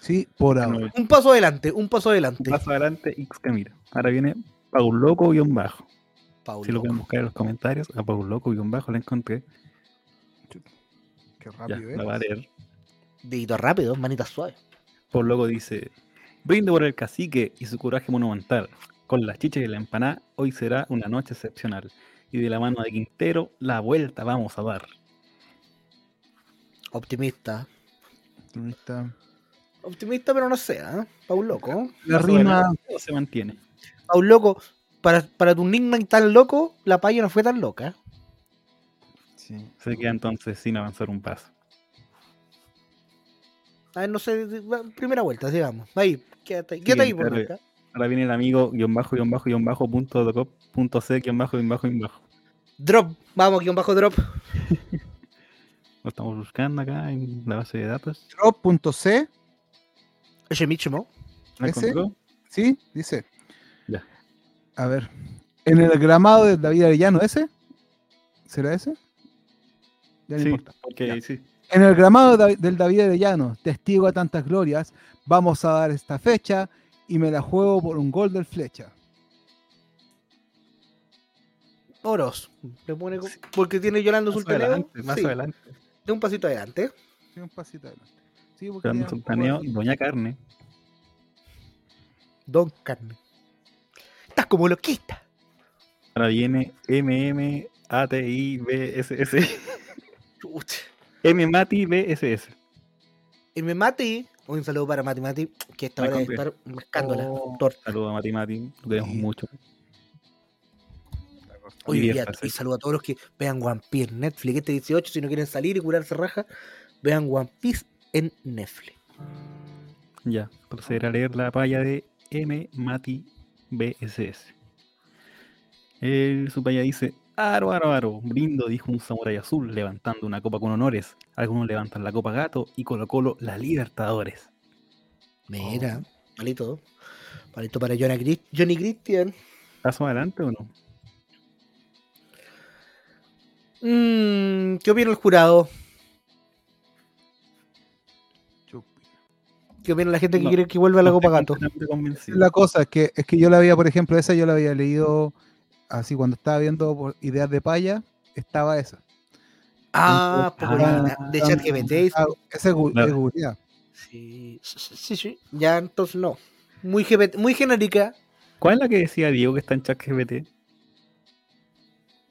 [SPEAKER 3] Sí, por ahora.
[SPEAKER 4] No,
[SPEAKER 1] Un paso adelante, un paso adelante.
[SPEAKER 4] paso adelante, X Camila. Ahora viene Paul Loco guión bajo.
[SPEAKER 1] Paulo.
[SPEAKER 4] Si lo pueden buscar en los comentarios, a Paul Loco guión bajo la encontré.
[SPEAKER 3] Qué
[SPEAKER 4] Ya,
[SPEAKER 3] rápido, ¿eh?
[SPEAKER 4] la va a leer.
[SPEAKER 1] Dedito rápido, manitas suaves.
[SPEAKER 4] Paul Loco dice: Brindo por el cacique y su coraje monumental. Con las chichas y la empanada, hoy será una noche excepcional. Y de la mano de Quintero, la vuelta vamos a dar.
[SPEAKER 1] Optimista.
[SPEAKER 3] Ahí está.
[SPEAKER 1] Optimista, pero no sea, ¿eh? Paul loco.
[SPEAKER 3] La
[SPEAKER 4] Paso adelante,
[SPEAKER 3] rima.
[SPEAKER 4] todo se mantiene.
[SPEAKER 1] Paul loco, para, para tu nickname tan loco, la paya no fue tan loca.
[SPEAKER 3] Sí.
[SPEAKER 4] Se queda entonces sin avanzar un paso.
[SPEAKER 1] A ver, no sé, de- de- primera vuelta, digamos. Ahí, quédate, ahí, quédate ahí, por
[SPEAKER 4] Siguiente,
[SPEAKER 1] loca.
[SPEAKER 4] Ahora viene el amigo guión bajo guión bajo guión bajo punto docop, punto c guión bajo guión bajo guión bajo.
[SPEAKER 1] Drop, vamos, guión bajo drop.
[SPEAKER 4] Lo estamos buscando acá en la base de datos.
[SPEAKER 3] Drop.c,
[SPEAKER 1] Ese mismo.
[SPEAKER 4] ¿La
[SPEAKER 3] ¿Ese?
[SPEAKER 4] encontró?
[SPEAKER 3] ¿sí? Dice.
[SPEAKER 4] Ya.
[SPEAKER 3] A ver. En el gramado de David Arellano, ¿ese? ¿Será ese? Ya no
[SPEAKER 4] Sí,
[SPEAKER 3] importa.
[SPEAKER 4] porque sí.
[SPEAKER 3] En el gramado da- del David Arellano, testigo a tantas glorias, vamos a dar esta fecha y me la juego por un gol del flecha.
[SPEAKER 1] Oros. Le pone co- porque tiene llorando
[SPEAKER 4] Más
[SPEAKER 1] sultaneo.
[SPEAKER 4] adelante, más
[SPEAKER 1] sí,
[SPEAKER 4] adelante.
[SPEAKER 1] De un pasito adelante.
[SPEAKER 3] Sí, un pasito adelante. Sí, porque
[SPEAKER 4] Llorando
[SPEAKER 3] ya un poco
[SPEAKER 4] Sultaneo,
[SPEAKER 3] aquí.
[SPEAKER 4] Doña Carne.
[SPEAKER 1] Don Carmen. Estás como loquita.
[SPEAKER 4] Ahora viene MM ATI BSS.
[SPEAKER 1] Chuch.
[SPEAKER 4] M Mati BSS.
[SPEAKER 1] Y me mate. Un saludo para Mati Mati, que esta
[SPEAKER 4] Me
[SPEAKER 1] hora de
[SPEAKER 4] compré.
[SPEAKER 1] estar mascándola.
[SPEAKER 3] Oh.
[SPEAKER 1] torta.
[SPEAKER 4] Saludos a Mati Mati, lo queremos
[SPEAKER 3] Sí.
[SPEAKER 4] mucho.
[SPEAKER 1] Hoy
[SPEAKER 4] bien,
[SPEAKER 1] día,
[SPEAKER 4] parece.
[SPEAKER 1] y saludo a todos los que vean One Piece, Netflix, este 18, si no quieren salir y curarse raja, vean One Piece en Netflix.
[SPEAKER 4] Ya, proceder a leer la palla de M. Mati BSS. El, su palla dice, aro, aro, aro, brindo, dijo un samurái azul, levantando una copa con honores. Algunos levantan la copa gato y Colo Colo la Libertadores.
[SPEAKER 1] Mira,
[SPEAKER 4] Oh.
[SPEAKER 1] palito. Palito para Johnny, Cris- Johnny Christian.
[SPEAKER 4] ¿Paso adelante o no?
[SPEAKER 1] Mm, ¿Qué opina el jurado? ¿Qué opina la gente que
[SPEAKER 4] No,
[SPEAKER 1] quiere que vuelva a la
[SPEAKER 4] No
[SPEAKER 1] Copa
[SPEAKER 4] estoy
[SPEAKER 1] Gato?
[SPEAKER 4] completamente convencido.
[SPEAKER 3] La cosa es que, es que yo la había, por ejemplo, esa yo la había leído así cuando estaba viendo por ideas de paya, estaba esa.
[SPEAKER 1] Ah,
[SPEAKER 4] Ah,
[SPEAKER 1] popularidad de
[SPEAKER 3] Estaba-
[SPEAKER 1] ChatGPT.
[SPEAKER 3] Ah, Esa es gu-
[SPEAKER 4] Claro.
[SPEAKER 3] es guría.
[SPEAKER 1] Sí, sí, sí. Ya, entonces no. Muy, GPT muy genérica.
[SPEAKER 4] ¿Cuál es la que decía Diego que está en ChatGPT?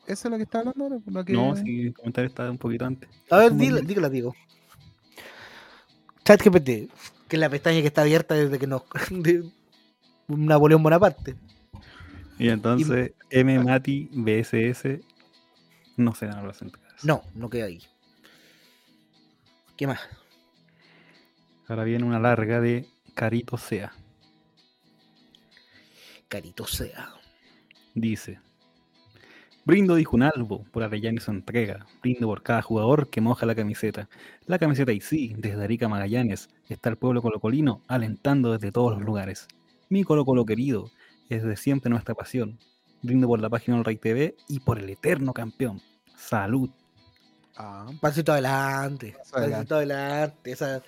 [SPEAKER 3] Esa es la que está hablando ahora. la que-
[SPEAKER 4] No, sí, el comentario está un poquito antes.
[SPEAKER 1] A ver,
[SPEAKER 3] Muy
[SPEAKER 1] dila,
[SPEAKER 3] bien.
[SPEAKER 1] dígala, digo. ChatGPT, que es la pestaña que está abierta desde que nos. de Napoleón Bonaparte.
[SPEAKER 4] Y entonces, M Mati BSS no se dan los entradas.
[SPEAKER 1] No, no queda ahí. ¿Qué más?
[SPEAKER 4] Ahora viene una larga de Carito Sea.
[SPEAKER 1] Carito sea.
[SPEAKER 4] Dice: Brindo dijo un albo por Arellano y su entrega. Brindo por cada jugador que moja la camiseta. La camiseta y sí, desde Arica a Magallanes, está el pueblo colocolino alentando desde todos los lugares. Mi Colo Colo querido es de siempre nuestra pasión. Brindo por la página del Rey TV y por el eterno campeón. Salud.
[SPEAKER 3] Ah,
[SPEAKER 1] Pasito adelante.
[SPEAKER 3] Paso adelante.
[SPEAKER 1] Pasito adelante. Esa,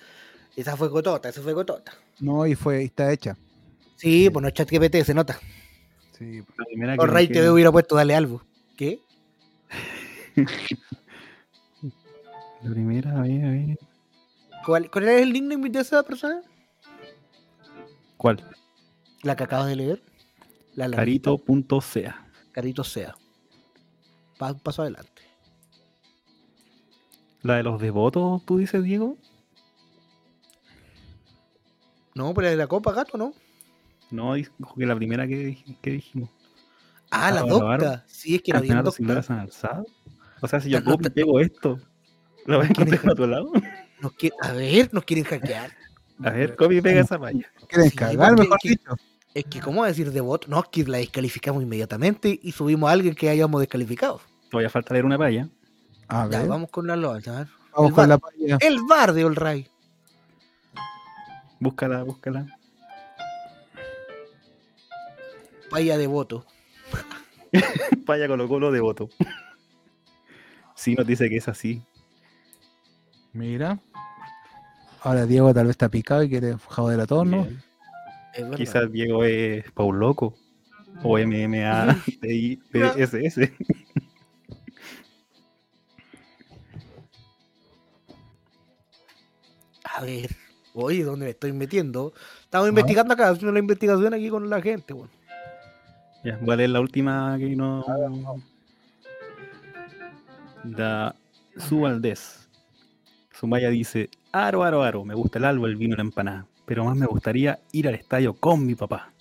[SPEAKER 1] esa fue gotota, esa fue gotota.
[SPEAKER 3] no, y fue, y está hecha.
[SPEAKER 1] Sí, bueno, ChatGPT se nota.
[SPEAKER 3] Ah, Sí.
[SPEAKER 4] La primera que
[SPEAKER 1] O Ray
[SPEAKER 4] elige-
[SPEAKER 1] TV hubiera puesto dale algo. ¿Qué?
[SPEAKER 4] La primera, a ver, a ver.
[SPEAKER 1] ¿Cuál, cuál es el nickname de esa persona?
[SPEAKER 4] ¿Cuál?
[SPEAKER 1] La que acabas de leer. La larguita.
[SPEAKER 4] Carito.ca.
[SPEAKER 1] Carito sea. Pa- un paso adelante.
[SPEAKER 4] ¿La de los devotos, tú dices, Diego?
[SPEAKER 1] No, pero la de la copa, gato, ¿no?
[SPEAKER 4] No, dijo que la primera que, dij- que dijimos.
[SPEAKER 1] Ah, la
[SPEAKER 4] Ah,
[SPEAKER 1] docta.
[SPEAKER 4] Navarro.
[SPEAKER 1] Sí, es que no había
[SPEAKER 4] ¿Campeonatos
[SPEAKER 1] docta.
[SPEAKER 4] singulares han alzado? O sea, si yo
[SPEAKER 1] No, no
[SPEAKER 4] copio y
[SPEAKER 1] te-
[SPEAKER 4] pego esto, ¿lo vas a
[SPEAKER 1] ¿Quién
[SPEAKER 4] encontrar
[SPEAKER 1] es?
[SPEAKER 4] en otro lado?
[SPEAKER 1] Nos quiere- a ver, nos quieren hackear.
[SPEAKER 4] A ver, copia y pega esa malla.
[SPEAKER 3] Quieren
[SPEAKER 1] Sí,
[SPEAKER 3] cagar,
[SPEAKER 1] porque-
[SPEAKER 3] mejor
[SPEAKER 1] que-
[SPEAKER 3] dicho.
[SPEAKER 1] Es que, ¿cómo decir de voto? No, es que la descalificamos inmediatamente y subimos a alguien que hayamos descalificado.
[SPEAKER 4] Todavía falta leer una palla.
[SPEAKER 3] A
[SPEAKER 1] Ya,
[SPEAKER 3] ver, vamos,
[SPEAKER 1] vamos con la loa. ya. el
[SPEAKER 3] con
[SPEAKER 1] bar.
[SPEAKER 3] la paya.
[SPEAKER 1] El bar de All Ray.
[SPEAKER 4] Búscala, búscala.
[SPEAKER 1] Paya de voto.
[SPEAKER 4] Palla Colo Colo devoto. Sí, nos dice que es así.
[SPEAKER 3] Mira. Ahora Diego tal vez está picado y quiere joder a
[SPEAKER 1] Oh,
[SPEAKER 3] todos, ¿no?
[SPEAKER 4] Bien.
[SPEAKER 1] Es verdad.
[SPEAKER 4] Quizás Diego es Pauloco o MMA TIPSS.
[SPEAKER 1] A ver, oye, ¿dónde me estoy metiendo? Estamos investigando acá, haciendo la investigación aquí con la gente, bueno.
[SPEAKER 4] Ya, voy a leer la última que no.
[SPEAKER 1] Ah,
[SPEAKER 4] Da Su Valdés. Sumaya dice: Aro, aro, aro, me gusta el alba, el vino, la empanada. Pero más me gustaría ir al estadio con mi papá.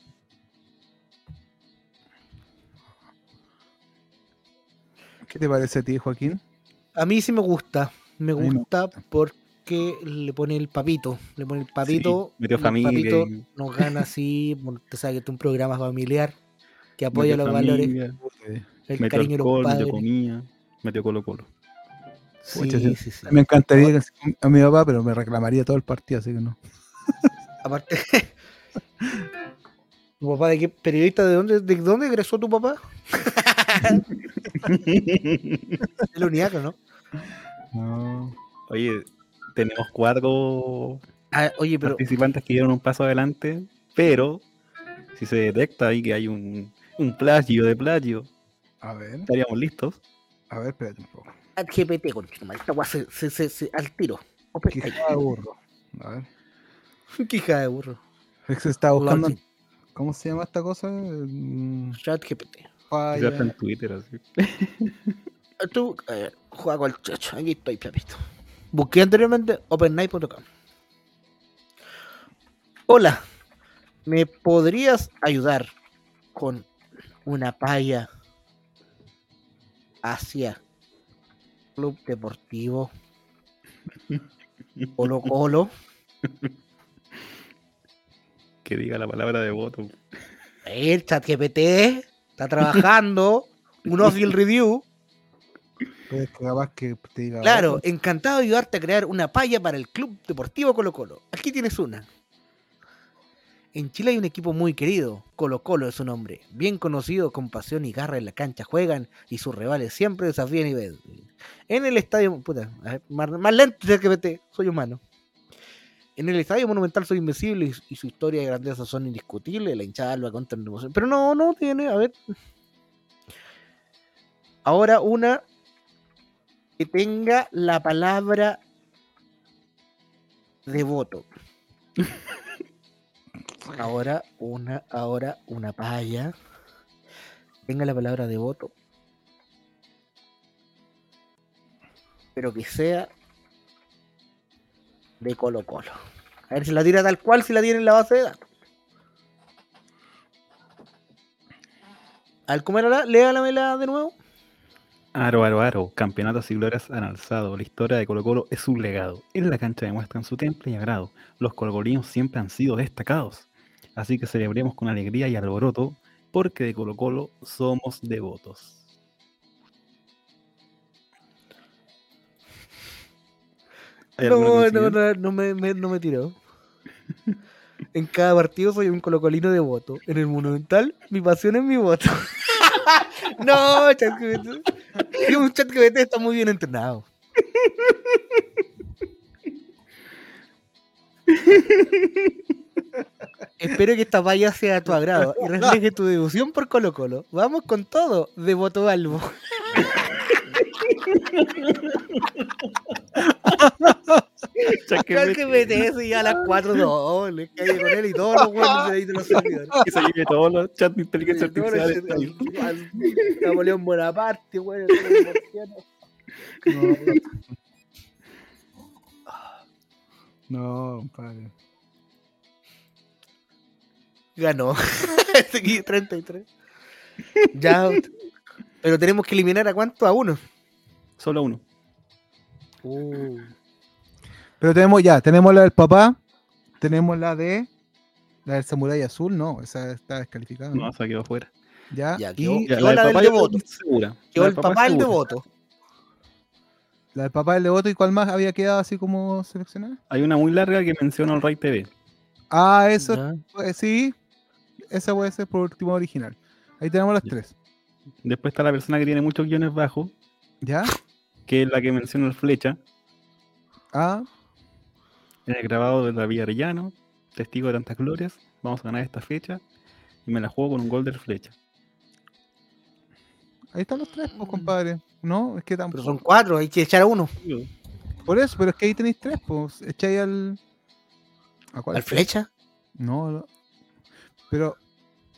[SPEAKER 3] ¿Qué te parece a ti, Joaquín?
[SPEAKER 1] A mí sí me gusta. Me
[SPEAKER 3] mí me
[SPEAKER 1] gusta porque le pone el papito. Le pone el papito.
[SPEAKER 4] Sí, metió
[SPEAKER 1] y el
[SPEAKER 4] familia
[SPEAKER 1] papito
[SPEAKER 4] y-
[SPEAKER 1] nos gana así. bueno, Usted sabe que este es un programa familiar que apoya
[SPEAKER 4] Metió
[SPEAKER 1] los valores,
[SPEAKER 4] familia,
[SPEAKER 1] el
[SPEAKER 4] Metió
[SPEAKER 1] cariño de los
[SPEAKER 4] alcohol, metió
[SPEAKER 1] padres.
[SPEAKER 4] comida, metió Colo Colo.
[SPEAKER 1] Sí,
[SPEAKER 3] Pucha,
[SPEAKER 1] sí, sí.
[SPEAKER 3] Me encantaría que sea a mi papá, pero me reclamaría todo el partido, así que no.
[SPEAKER 1] Aparte. ¿Tu papá de qué periodista? ¿De dónde, de dónde egresó tu papá? De la UNIACA, ¿no?
[SPEAKER 3] Ah.
[SPEAKER 4] Oye, tenemos cuatro
[SPEAKER 1] Ah, oye, pero
[SPEAKER 4] participantes que dieron un paso adelante, pero si se detecta ahí que hay un, un plagio de plagio,
[SPEAKER 3] A ver,
[SPEAKER 4] estaríamos listos.
[SPEAKER 3] a ver, espérate un poco.
[SPEAKER 1] GPT, con esta weá se, se, se, se- al tiro.
[SPEAKER 3] Qué hija de burro. A ver.
[SPEAKER 1] Qué hija de burro.
[SPEAKER 3] Es que se está buscando.
[SPEAKER 1] Logic.
[SPEAKER 3] ¿Cómo se llama esta cosa? Mm,
[SPEAKER 1] Chat GPT.
[SPEAKER 4] Quizás
[SPEAKER 3] Falla.
[SPEAKER 4] está en Twitter, así.
[SPEAKER 1] Tú, a ver, juega con el chacho. Aquí estoy, papito. Busqué anteriormente opennight.com. Hola, ¿me podrías ayudar con una palla hacia Club Deportivo Colo Colo?
[SPEAKER 4] que diga la palabra de voto.
[SPEAKER 1] El chat GPT está trabajando un Office Review.
[SPEAKER 3] Pero es que capaz que te diga.
[SPEAKER 1] Claro,
[SPEAKER 3] otra.
[SPEAKER 1] encantado de ayudarte a crear una palla para el Club Deportivo Colo Colo. Aquí tienes una. En Chile hay un equipo muy querido, Colo Colo es su nombre. Bien conocido, con pasión y garra en la cancha juegan y sus rivales siempre desafían y ven. En el estadio... Puta, a ver, más, más lento que vete, soy humano. En el estadio monumental soy invencible y, y su historia de grandeza son indiscutibles. La hinchada lo contra en emoción. Pero no, no tiene, a ver... Ahora una que tenga la palabra devoto. Ahora una, ahora una paya. Tenga la palabra devoto. Pero que sea de Colo Colo. A ver si la tira tal cual, si la tiene en la base de datos. Al comer la, léamela de nuevo.
[SPEAKER 4] Aro, aro, aro. Campeonatos y glorias han alzado. La historia de Colo Colo es su legado. En la cancha demuestran su temple y agrado. Los colocolinos siempre han sido destacados. Así que celebremos con alegría y alboroto, porque de Colo Colo somos devotos. ¿Hay
[SPEAKER 1] No,
[SPEAKER 4] alguna
[SPEAKER 1] no,
[SPEAKER 4] coincidencia?
[SPEAKER 1] no, no me, me- no me tiró. En cada partido soy un colocolino devoto. En el Monumental, mi pasión es mi voto. no, ChatGPT. Sí, un ChatGPT está muy bien entrenado. Espero que esta valla sea a tu agrado y refleje tu devoción por Colo Colo. Vamos con todo, devoto Balbo. Claro que me te eso ya a las 4 dobles, que hay con él y todos los huevos de ahí de los servidores.
[SPEAKER 4] Que se lleve todos los chats de inteligencia
[SPEAKER 1] Todos
[SPEAKER 4] artificial.
[SPEAKER 1] los-
[SPEAKER 4] está ahí.
[SPEAKER 1] Napoleón Bonaparte, weón. todos los marcianos.
[SPEAKER 3] No, compadre.
[SPEAKER 1] Ganó. Este Seguí 33. Ya. Pero tenemos que eliminar a cuánto? A uno.
[SPEAKER 4] Solo uno.
[SPEAKER 3] Pero tenemos ya, tenemos la del papá, tenemos la de. La del samurái azul, no, esa está descalificada. ¿no?
[SPEAKER 4] No, se quedó fuera.
[SPEAKER 3] Ya,
[SPEAKER 1] Ya, quedó-
[SPEAKER 3] y
[SPEAKER 1] Ya, la del
[SPEAKER 4] del
[SPEAKER 1] papá
[SPEAKER 4] yo
[SPEAKER 1] devoto.
[SPEAKER 4] estoy segura.
[SPEAKER 1] Quedó
[SPEAKER 4] La
[SPEAKER 1] el
[SPEAKER 4] del
[SPEAKER 1] papá el
[SPEAKER 4] segura.
[SPEAKER 1] devoto.
[SPEAKER 3] la del papá del devoto, ¿y cuál más había quedado así como seleccionada?
[SPEAKER 4] Hay una muy larga que menciona el Ray TV.
[SPEAKER 3] Ah, eso,
[SPEAKER 1] Ya.
[SPEAKER 3] eh, sí, esa puede ser por último original. Ahí tenemos las
[SPEAKER 4] Ya.
[SPEAKER 3] tres.
[SPEAKER 4] Después está la persona que tiene muchos guiones bajos,
[SPEAKER 3] ¿Ya?
[SPEAKER 4] que es la que menciona el Flecha,
[SPEAKER 3] Ah,
[SPEAKER 4] en el grabado de la Villarellano, testigo de tantas glorias, vamos a ganar esta fecha, y me la juego con un gol del Flecha.
[SPEAKER 3] ahí están los tres, pues, compadre. No, es que
[SPEAKER 1] Pero
[SPEAKER 3] tampoco.
[SPEAKER 1] son cuatro, hay que echar a uno.
[SPEAKER 3] Por eso, pero es que ahí tenéis tres, pues. Echáis al. ¿A cuál?
[SPEAKER 1] Al flecha.
[SPEAKER 3] No, no. Pero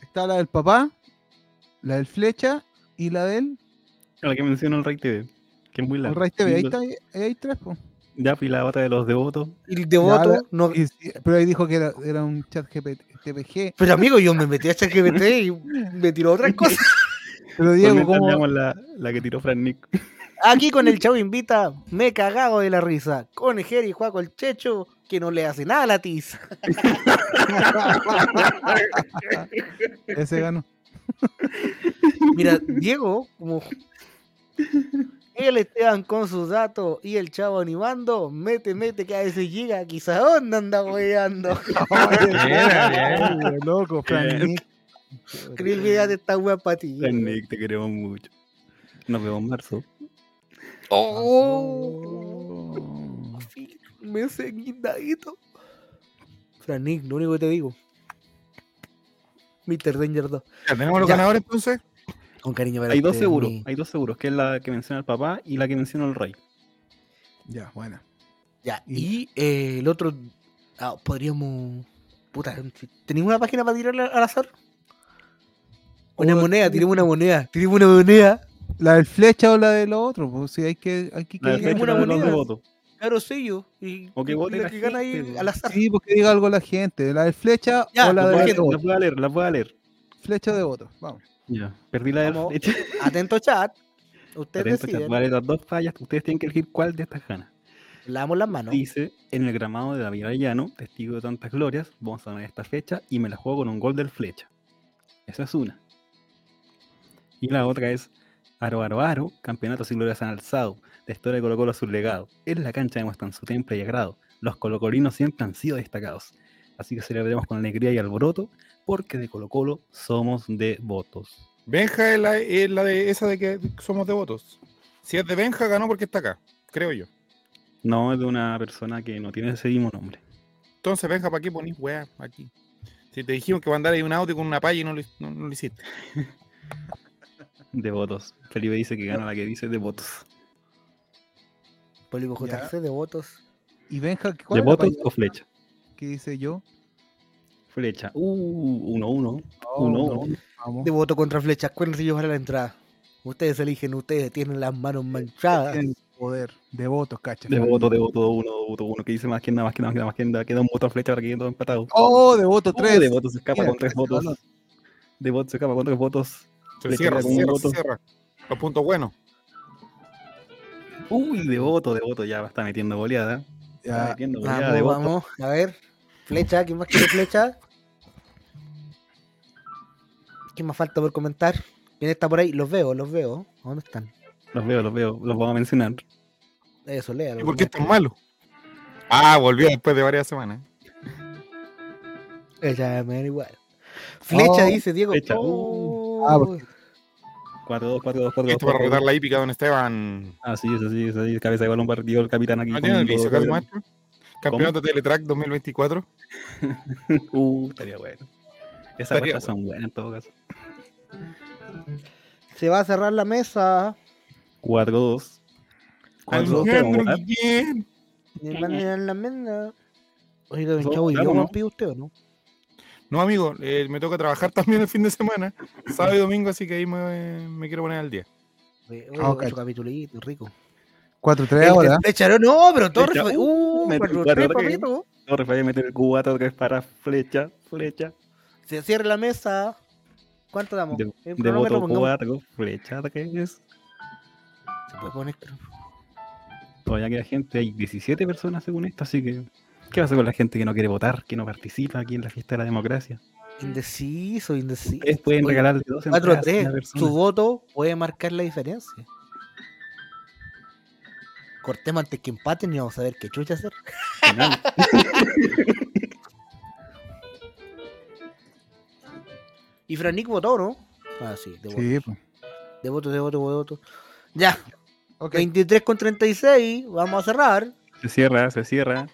[SPEAKER 3] está la del papá, la del flecha y la del
[SPEAKER 4] La que menciona el Ray TV, que es muy larga.
[SPEAKER 3] el Ray TV. Ahí,
[SPEAKER 4] Y
[SPEAKER 3] está,
[SPEAKER 4] lo-
[SPEAKER 3] ahí hay tres, po.
[SPEAKER 4] Ya, pues, y la bata de los devotos.
[SPEAKER 1] Y el devoto.
[SPEAKER 3] Ya,
[SPEAKER 1] no...
[SPEAKER 3] Y sí, pero ahí dijo que era, era un chat GPT, TPG.
[SPEAKER 1] Pero amigo, yo me metí a ChatGPT y me tiró otras cosas.
[SPEAKER 3] Pero Diego,
[SPEAKER 4] También
[SPEAKER 3] ¿cómo?
[SPEAKER 4] teníamos la, la que tiró Fran Nick.
[SPEAKER 1] Aquí con el chavo invita, me he cagado de la risa. Con el Jerry Juaco el Checho, que no le hace nada a la tiza.
[SPEAKER 3] Ese ganó.
[SPEAKER 1] Mira, Diego, como el Esteban con sus datos y el chavo animando, mete, mete, que a veces llega, quizá dónde anda weando.
[SPEAKER 3] Ay, loco, Frank
[SPEAKER 4] Bien.
[SPEAKER 3] Nick.
[SPEAKER 1] Escribí el video de esta wea para ti.
[SPEAKER 4] Fran Nick, te queremos mucho. Nos vemos en marzo.
[SPEAKER 1] Oh,
[SPEAKER 3] Oh.
[SPEAKER 1] sí, me hace guindadito. Franick, lo único que te digo. Mr. Danger 2.
[SPEAKER 2] Ya, ¿Tenemos los
[SPEAKER 1] Ya.
[SPEAKER 2] ganadores entonces?
[SPEAKER 1] Con cariño para
[SPEAKER 4] Hay dos
[SPEAKER 1] ustedes,
[SPEAKER 4] seguros,
[SPEAKER 1] mi-
[SPEAKER 4] hay dos seguros, que es la que menciona el papá y la que menciona el Rey.
[SPEAKER 3] Ya, buena.
[SPEAKER 1] Ya,
[SPEAKER 3] Y-
[SPEAKER 1] y eh, el otro. ah, podríamos. Puta, ¿tenéis una página para tirarla al azar? Una
[SPEAKER 3] Oh,
[SPEAKER 1] moneda,
[SPEAKER 3] sí.
[SPEAKER 1] tiremos una moneda, tiremos una moneda.
[SPEAKER 3] ¿La del flecha o la de lo otro? Pues sí, hay que. Hay que,
[SPEAKER 1] tiene
[SPEAKER 3] que
[SPEAKER 4] La del
[SPEAKER 3] diga
[SPEAKER 4] Flecha,
[SPEAKER 1] alguna
[SPEAKER 4] la de los
[SPEAKER 1] moneda.
[SPEAKER 4] devotos.
[SPEAKER 1] Claro, sello. Y,
[SPEAKER 4] O que
[SPEAKER 1] y
[SPEAKER 4] vote
[SPEAKER 1] la
[SPEAKER 4] la
[SPEAKER 1] que gana ahí
[SPEAKER 4] gente,
[SPEAKER 1] al azar.
[SPEAKER 3] Sí, porque diga algo la gente. La del flecha
[SPEAKER 1] Ya,
[SPEAKER 3] o la
[SPEAKER 4] La
[SPEAKER 1] pues,
[SPEAKER 3] del
[SPEAKER 1] gente.
[SPEAKER 4] puedo- la
[SPEAKER 3] devoto.
[SPEAKER 4] puedo leer, la puedo leer.
[SPEAKER 3] Flecha de voto. Vamos.
[SPEAKER 4] Ya, perdí la del
[SPEAKER 1] Vamos.
[SPEAKER 4] flecha.
[SPEAKER 1] Atento chat. Ustedes
[SPEAKER 4] Atento,
[SPEAKER 1] deciden.
[SPEAKER 4] vale, las dos fallas, ustedes tienen que elegir cuál de estas ganas.
[SPEAKER 1] Lavamos las manos.
[SPEAKER 4] Dice, en el gramado de David Arellano, testigo de tantas glorias, vamos a ganar esta fecha y me la juego con un gol del flecha. Esa es una. Y la otra es, aro, aro, aro, campeonatos y glorias han alzado, la historia de Colo Colo a su legado, en la cancha demuestran su temple y agrado, los colocolinos siempre han sido destacados, así que celebremos con alegría y alboroto, porque de Colo Colo somos devotos.
[SPEAKER 2] Benja es la, es la de esa de que somos devotos. Si es de Benja, ganó porque está acá, creo yo.
[SPEAKER 4] No es de una persona que no tiene ese mismo nombre.
[SPEAKER 2] Entonces, Benja, ¿para qué ponís weá aquí? Si te dijimos que mandara ahí un audio con una palla y no lo, no- no lo hiciste.
[SPEAKER 4] de votos. Felipe dice que gana la que dice de votos.
[SPEAKER 1] Pólipo JC de votos.
[SPEAKER 3] Y Benja, ¿cuál
[SPEAKER 4] ¿De
[SPEAKER 3] es la
[SPEAKER 4] votos
[SPEAKER 3] palla
[SPEAKER 4] o flecha?
[SPEAKER 3] que dice yo?
[SPEAKER 4] Flecha. Uh, 1 uno,
[SPEAKER 3] Oh,
[SPEAKER 4] uno,
[SPEAKER 3] no,
[SPEAKER 4] uno.
[SPEAKER 3] vamos.
[SPEAKER 1] De voto contra flechas. Acuérdense de llevar a la entrada. Ustedes eligen, ustedes tienen las manos manchadas.
[SPEAKER 3] Tienen poder de votos, cacha.
[SPEAKER 4] De voto, de voto, uno, de voto, uno. Que dice más que nada, más que nada, más que nada, más que nada. Queda un voto a flecha para que quede todo empatado.
[SPEAKER 3] Oh, de voto
[SPEAKER 4] Uh,
[SPEAKER 3] 3.
[SPEAKER 4] de votos se escapa
[SPEAKER 3] Mira,
[SPEAKER 4] con tres
[SPEAKER 3] tres
[SPEAKER 4] votos.
[SPEAKER 3] balones.
[SPEAKER 4] De votos se escapa con tres votos.
[SPEAKER 2] Se
[SPEAKER 4] Le
[SPEAKER 2] cierra, se
[SPEAKER 4] queda como un
[SPEAKER 2] cierra,
[SPEAKER 4] voto.
[SPEAKER 2] se cierra. Los puntos buenos.
[SPEAKER 4] Uy, de voto, de voto. Ya está metiendo goleada. Está metiendo goleada de
[SPEAKER 1] Vamos,
[SPEAKER 4] voto.
[SPEAKER 1] vamos. A ver. Flecha, ¿quién más quiere flecha? ¿Qué más falta por comentar? ¿Quién está por ahí? Los veo, los veo. ¿A ¿Dónde están?
[SPEAKER 4] Los veo, los veo. Los vamos a mencionar.
[SPEAKER 1] Eso, léalo.
[SPEAKER 2] ¿Y por qué es tan malo? Ah, volvió después de varias semanas.
[SPEAKER 1] Ella me da igual. Flecha,
[SPEAKER 3] Oh,
[SPEAKER 1] dice Diego.
[SPEAKER 4] flecha.
[SPEAKER 1] Oh.
[SPEAKER 3] Ah, porque-
[SPEAKER 4] 4, 2, 4, 2, 4, 2.
[SPEAKER 2] Listo para retar la hípica, don Esteban.
[SPEAKER 4] Así Ah, es, así es, así es. Cabeza de balón partido el capitán aquí.
[SPEAKER 2] ¿No
[SPEAKER 4] con
[SPEAKER 2] Ah, tiene el
[SPEAKER 4] todo
[SPEAKER 2] vicio, casi
[SPEAKER 4] el-
[SPEAKER 2] maestro? Campeonato Teletrack 2024.
[SPEAKER 4] Uh, estaría bueno. Esas
[SPEAKER 2] Estaría
[SPEAKER 4] cosas son buenas en todo caso.
[SPEAKER 1] Se va a cerrar la mesa.
[SPEAKER 4] 4, 2. 4, 2,
[SPEAKER 2] Alejandro
[SPEAKER 4] vamos a votar.
[SPEAKER 2] Guillén.
[SPEAKER 1] Mi hermano era en la mesa. Oiga, don
[SPEAKER 4] Eso,
[SPEAKER 1] Chavo, ¿y
[SPEAKER 4] claro,
[SPEAKER 1] yo
[SPEAKER 4] ¿no?
[SPEAKER 1] no pido usted o no?
[SPEAKER 2] No, amigo, eh, me toca trabajar también el fin de semana, sábado y domingo, así que ahí me, me quiero poner al día.
[SPEAKER 1] Oye,
[SPEAKER 3] Ah, ok.
[SPEAKER 1] otro capitulito, rico.
[SPEAKER 3] 4-3 ahora.
[SPEAKER 1] Flecha, no, pero Torres
[SPEAKER 4] Flecha,
[SPEAKER 1] fue.
[SPEAKER 4] uh,
[SPEAKER 1] Uh,
[SPEAKER 4] metió
[SPEAKER 1] cuatro,
[SPEAKER 4] cuatro,
[SPEAKER 1] tres,
[SPEAKER 4] ¿verdad que sí?
[SPEAKER 1] papito.
[SPEAKER 4] No, Rafael mete el 4 otra vez para flecha, flecha.
[SPEAKER 1] Se cierra la mesa. ¿Cuánto damos?
[SPEAKER 4] De,
[SPEAKER 1] En
[SPEAKER 4] de
[SPEAKER 1] programa
[SPEAKER 4] voto
[SPEAKER 1] lo pongamos.
[SPEAKER 4] 4, flecha, ¿qué es?
[SPEAKER 1] Se puede poner.
[SPEAKER 4] Todavía queda gente, hay 17 personas según esto, así que. ¿Qué pasa con la gente que no quiere votar, que no participa aquí en la fiesta de la democracia?
[SPEAKER 1] Indeciso, indeciso.
[SPEAKER 4] Ustedes pueden
[SPEAKER 1] Oye,
[SPEAKER 4] regalarle dos
[SPEAKER 1] cuatro,
[SPEAKER 4] entradas a
[SPEAKER 1] tres.
[SPEAKER 4] una persona.
[SPEAKER 1] Su voto puede marcar la diferencia. Cortemos antes que empaten y vamos a ver qué chucha hacer.
[SPEAKER 4] Final.
[SPEAKER 1] Y Franick votó, ¿no? Ah, sí, de voto.
[SPEAKER 3] Sí, pues.
[SPEAKER 1] De voto, de voto, de voto. Ya,
[SPEAKER 3] Ok.
[SPEAKER 1] 23 con 36. Vamos a cerrar.
[SPEAKER 4] Se cierra, se cierra.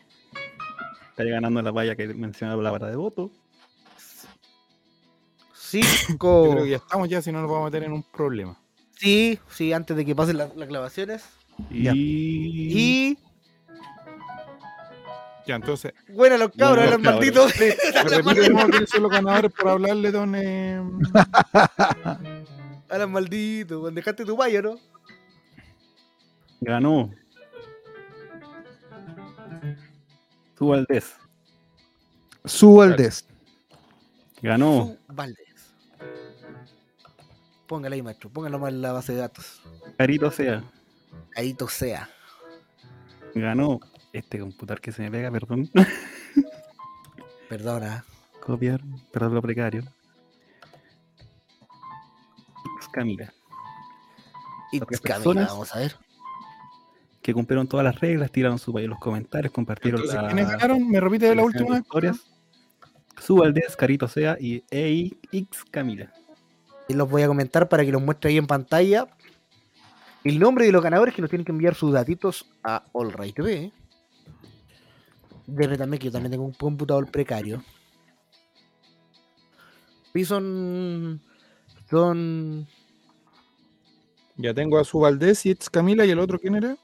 [SPEAKER 4] Está ganando la valla que menciona la palabra de voto.
[SPEAKER 1] 5.
[SPEAKER 2] Yo creo que ya estamos ya, si no nos vamos a meter en un problema.
[SPEAKER 1] Sí, sí, antes de que pasen las, las grabaciones.
[SPEAKER 3] Ya.
[SPEAKER 4] Y.
[SPEAKER 1] Y.
[SPEAKER 2] Ya, entonces,
[SPEAKER 1] Bueno, los cabros,
[SPEAKER 4] Buena los
[SPEAKER 1] los malditos.
[SPEAKER 2] me repito de nuevo quiénes son los ganadores por hablarle, don... eh,
[SPEAKER 1] A los malditos, weón, dejaste tu payo, ¿no?
[SPEAKER 4] Ganó. Su Valdés.
[SPEAKER 3] Su Valdés.
[SPEAKER 4] Ganó.
[SPEAKER 1] Su Valdés. Póngala ahí, maestro. Póngalo más en la base de datos.
[SPEAKER 4] Carito sea.
[SPEAKER 1] Ahí tosea.
[SPEAKER 4] Ganó. Este computador que se me pega, perdón.
[SPEAKER 1] Perdona.
[SPEAKER 4] Copiar, perdón lo precario. Pues Camila,
[SPEAKER 1] Y
[SPEAKER 4] Porque
[SPEAKER 1] Camila,
[SPEAKER 4] personas-
[SPEAKER 1] vamos a ver.
[SPEAKER 4] que cumplieron todas las reglas, tiraron su país en los comentarios, compartieron
[SPEAKER 2] Entonces,
[SPEAKER 4] la-
[SPEAKER 2] ¿quiénes ganaron? ¿Me repite la
[SPEAKER 4] las
[SPEAKER 2] última?
[SPEAKER 4] historias. Su Valdés, Carito sea y EIX Camila.
[SPEAKER 1] Y los voy a comentar para que los muestre ahí en pantalla. El nombre de los ganadores que nos tienen que enviar sus datitos a All Right TV. Debe también que yo también tengo un computador precario. Y son. Son.
[SPEAKER 2] Ya tengo a su Valdés y It's Camila, ¿y el otro quién era?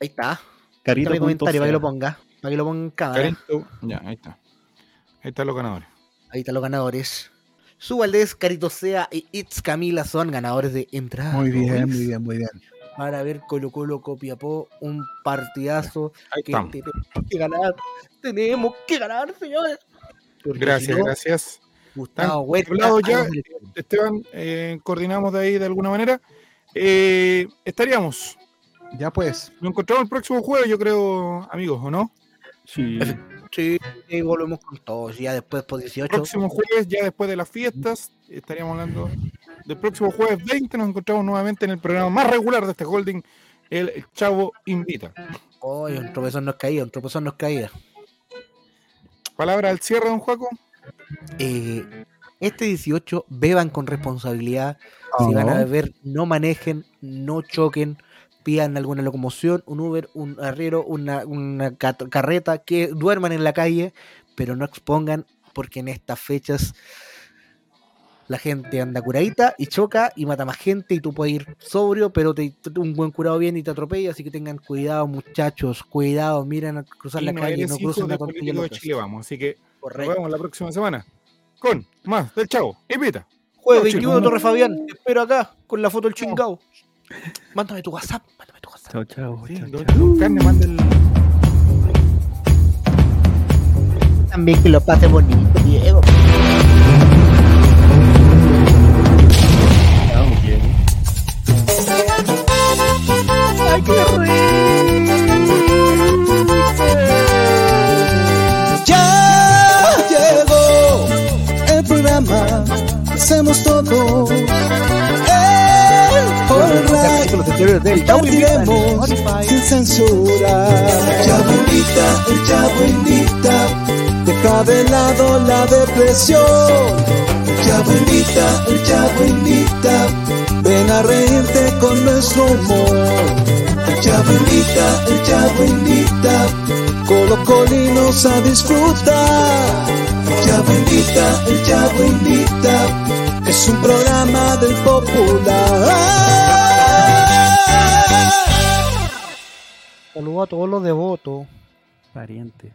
[SPEAKER 1] Ahí está.
[SPEAKER 4] Carito
[SPEAKER 1] Dame
[SPEAKER 4] punto
[SPEAKER 1] comentario para que lo
[SPEAKER 4] sea.
[SPEAKER 1] ponga. Para que lo ponga en cámara.
[SPEAKER 2] Carito. Ya, ahí está. Ahí están los ganadores.
[SPEAKER 1] Ahí están los ganadores. Su Valdés, Carito Sea y Itz Camila son ganadores de entrada.
[SPEAKER 3] Muy bien, muy bien, muy bien.
[SPEAKER 1] Para ver Colo Colo Copiapó, un partidazo
[SPEAKER 2] Ahí
[SPEAKER 1] que
[SPEAKER 2] estamos.
[SPEAKER 1] tenemos que ganar. Tenemos que ganar, señores. Porque si
[SPEAKER 2] Gracias,
[SPEAKER 1] no,
[SPEAKER 2] gracias.
[SPEAKER 1] Gustavo
[SPEAKER 2] Tan
[SPEAKER 1] Huerta,
[SPEAKER 2] hablado ya.
[SPEAKER 1] a los electores.
[SPEAKER 2] Esteban, eh, coordinamos de ahí de alguna manera. Eh, estaríamos.
[SPEAKER 3] Ya pues.
[SPEAKER 2] Nos encontramos el próximo jueves, yo creo, amigos, ¿o no?
[SPEAKER 4] Sí.
[SPEAKER 1] Sí, sí, volvemos con todos. Ya después por 18.
[SPEAKER 2] Próximo jueves, ya después de las fiestas, estaríamos hablando del próximo jueves 20. Nos encontramos nuevamente en el programa más regular de este holding, el Chavo Invita.
[SPEAKER 1] Oye, un tropezón nos caía, un tropezón nos caía.
[SPEAKER 2] Palabra al cierre, don Juaco.
[SPEAKER 1] Eh, este 18 beban con responsabilidad. Si van a beber, no manejen, no choquen, pidan alguna locomoción, un Uber, un arriero, una, una ca- carreta, que duerman en la calle, pero no expongan, porque en estas fechas la gente anda curadita y choca y mata más gente y tú puedes ir sobrio, pero te, un buen curado viene y te atropella, así que tengan cuidado muchachos, cuidado, miren a cruzar
[SPEAKER 2] Y
[SPEAKER 1] la
[SPEAKER 2] no
[SPEAKER 1] calle,
[SPEAKER 2] eres
[SPEAKER 1] no
[SPEAKER 2] hijo
[SPEAKER 1] cruzan
[SPEAKER 2] del
[SPEAKER 1] la
[SPEAKER 2] político
[SPEAKER 1] tortilla
[SPEAKER 2] de Chile, vamos. Así que nos
[SPEAKER 1] Correcto.
[SPEAKER 2] vemos la próxima semana con más del Chavo. Invita.
[SPEAKER 1] Jueves
[SPEAKER 2] No, Chile,
[SPEAKER 1] 21,
[SPEAKER 2] no.
[SPEAKER 1] Torre Fabián, te espero acá con la foto del chingao. Mándame tu WhatsApp, mándame tu WhatsApp.
[SPEAKER 4] Chao, chao.
[SPEAKER 2] Sí,
[SPEAKER 4] chao,
[SPEAKER 2] don-
[SPEAKER 4] chao.
[SPEAKER 2] don Carne, manda el-
[SPEAKER 7] También que lo pase bonito, Diego.
[SPEAKER 5] Ya llegó el programa, hacemos todo. El All Right, compartiremos sin censura. Ya bendita, el ya bendita, deja de lado la depresión. El ya bendita, el ya bendita, ven a reírte con nuestro humor. El ya bendita, el ya bendita, colocolinos a disfrutar. El ya bendita, el ya bendita, es un programa del popular.
[SPEAKER 1] Saludos a todos los devotos.
[SPEAKER 4] Pariente.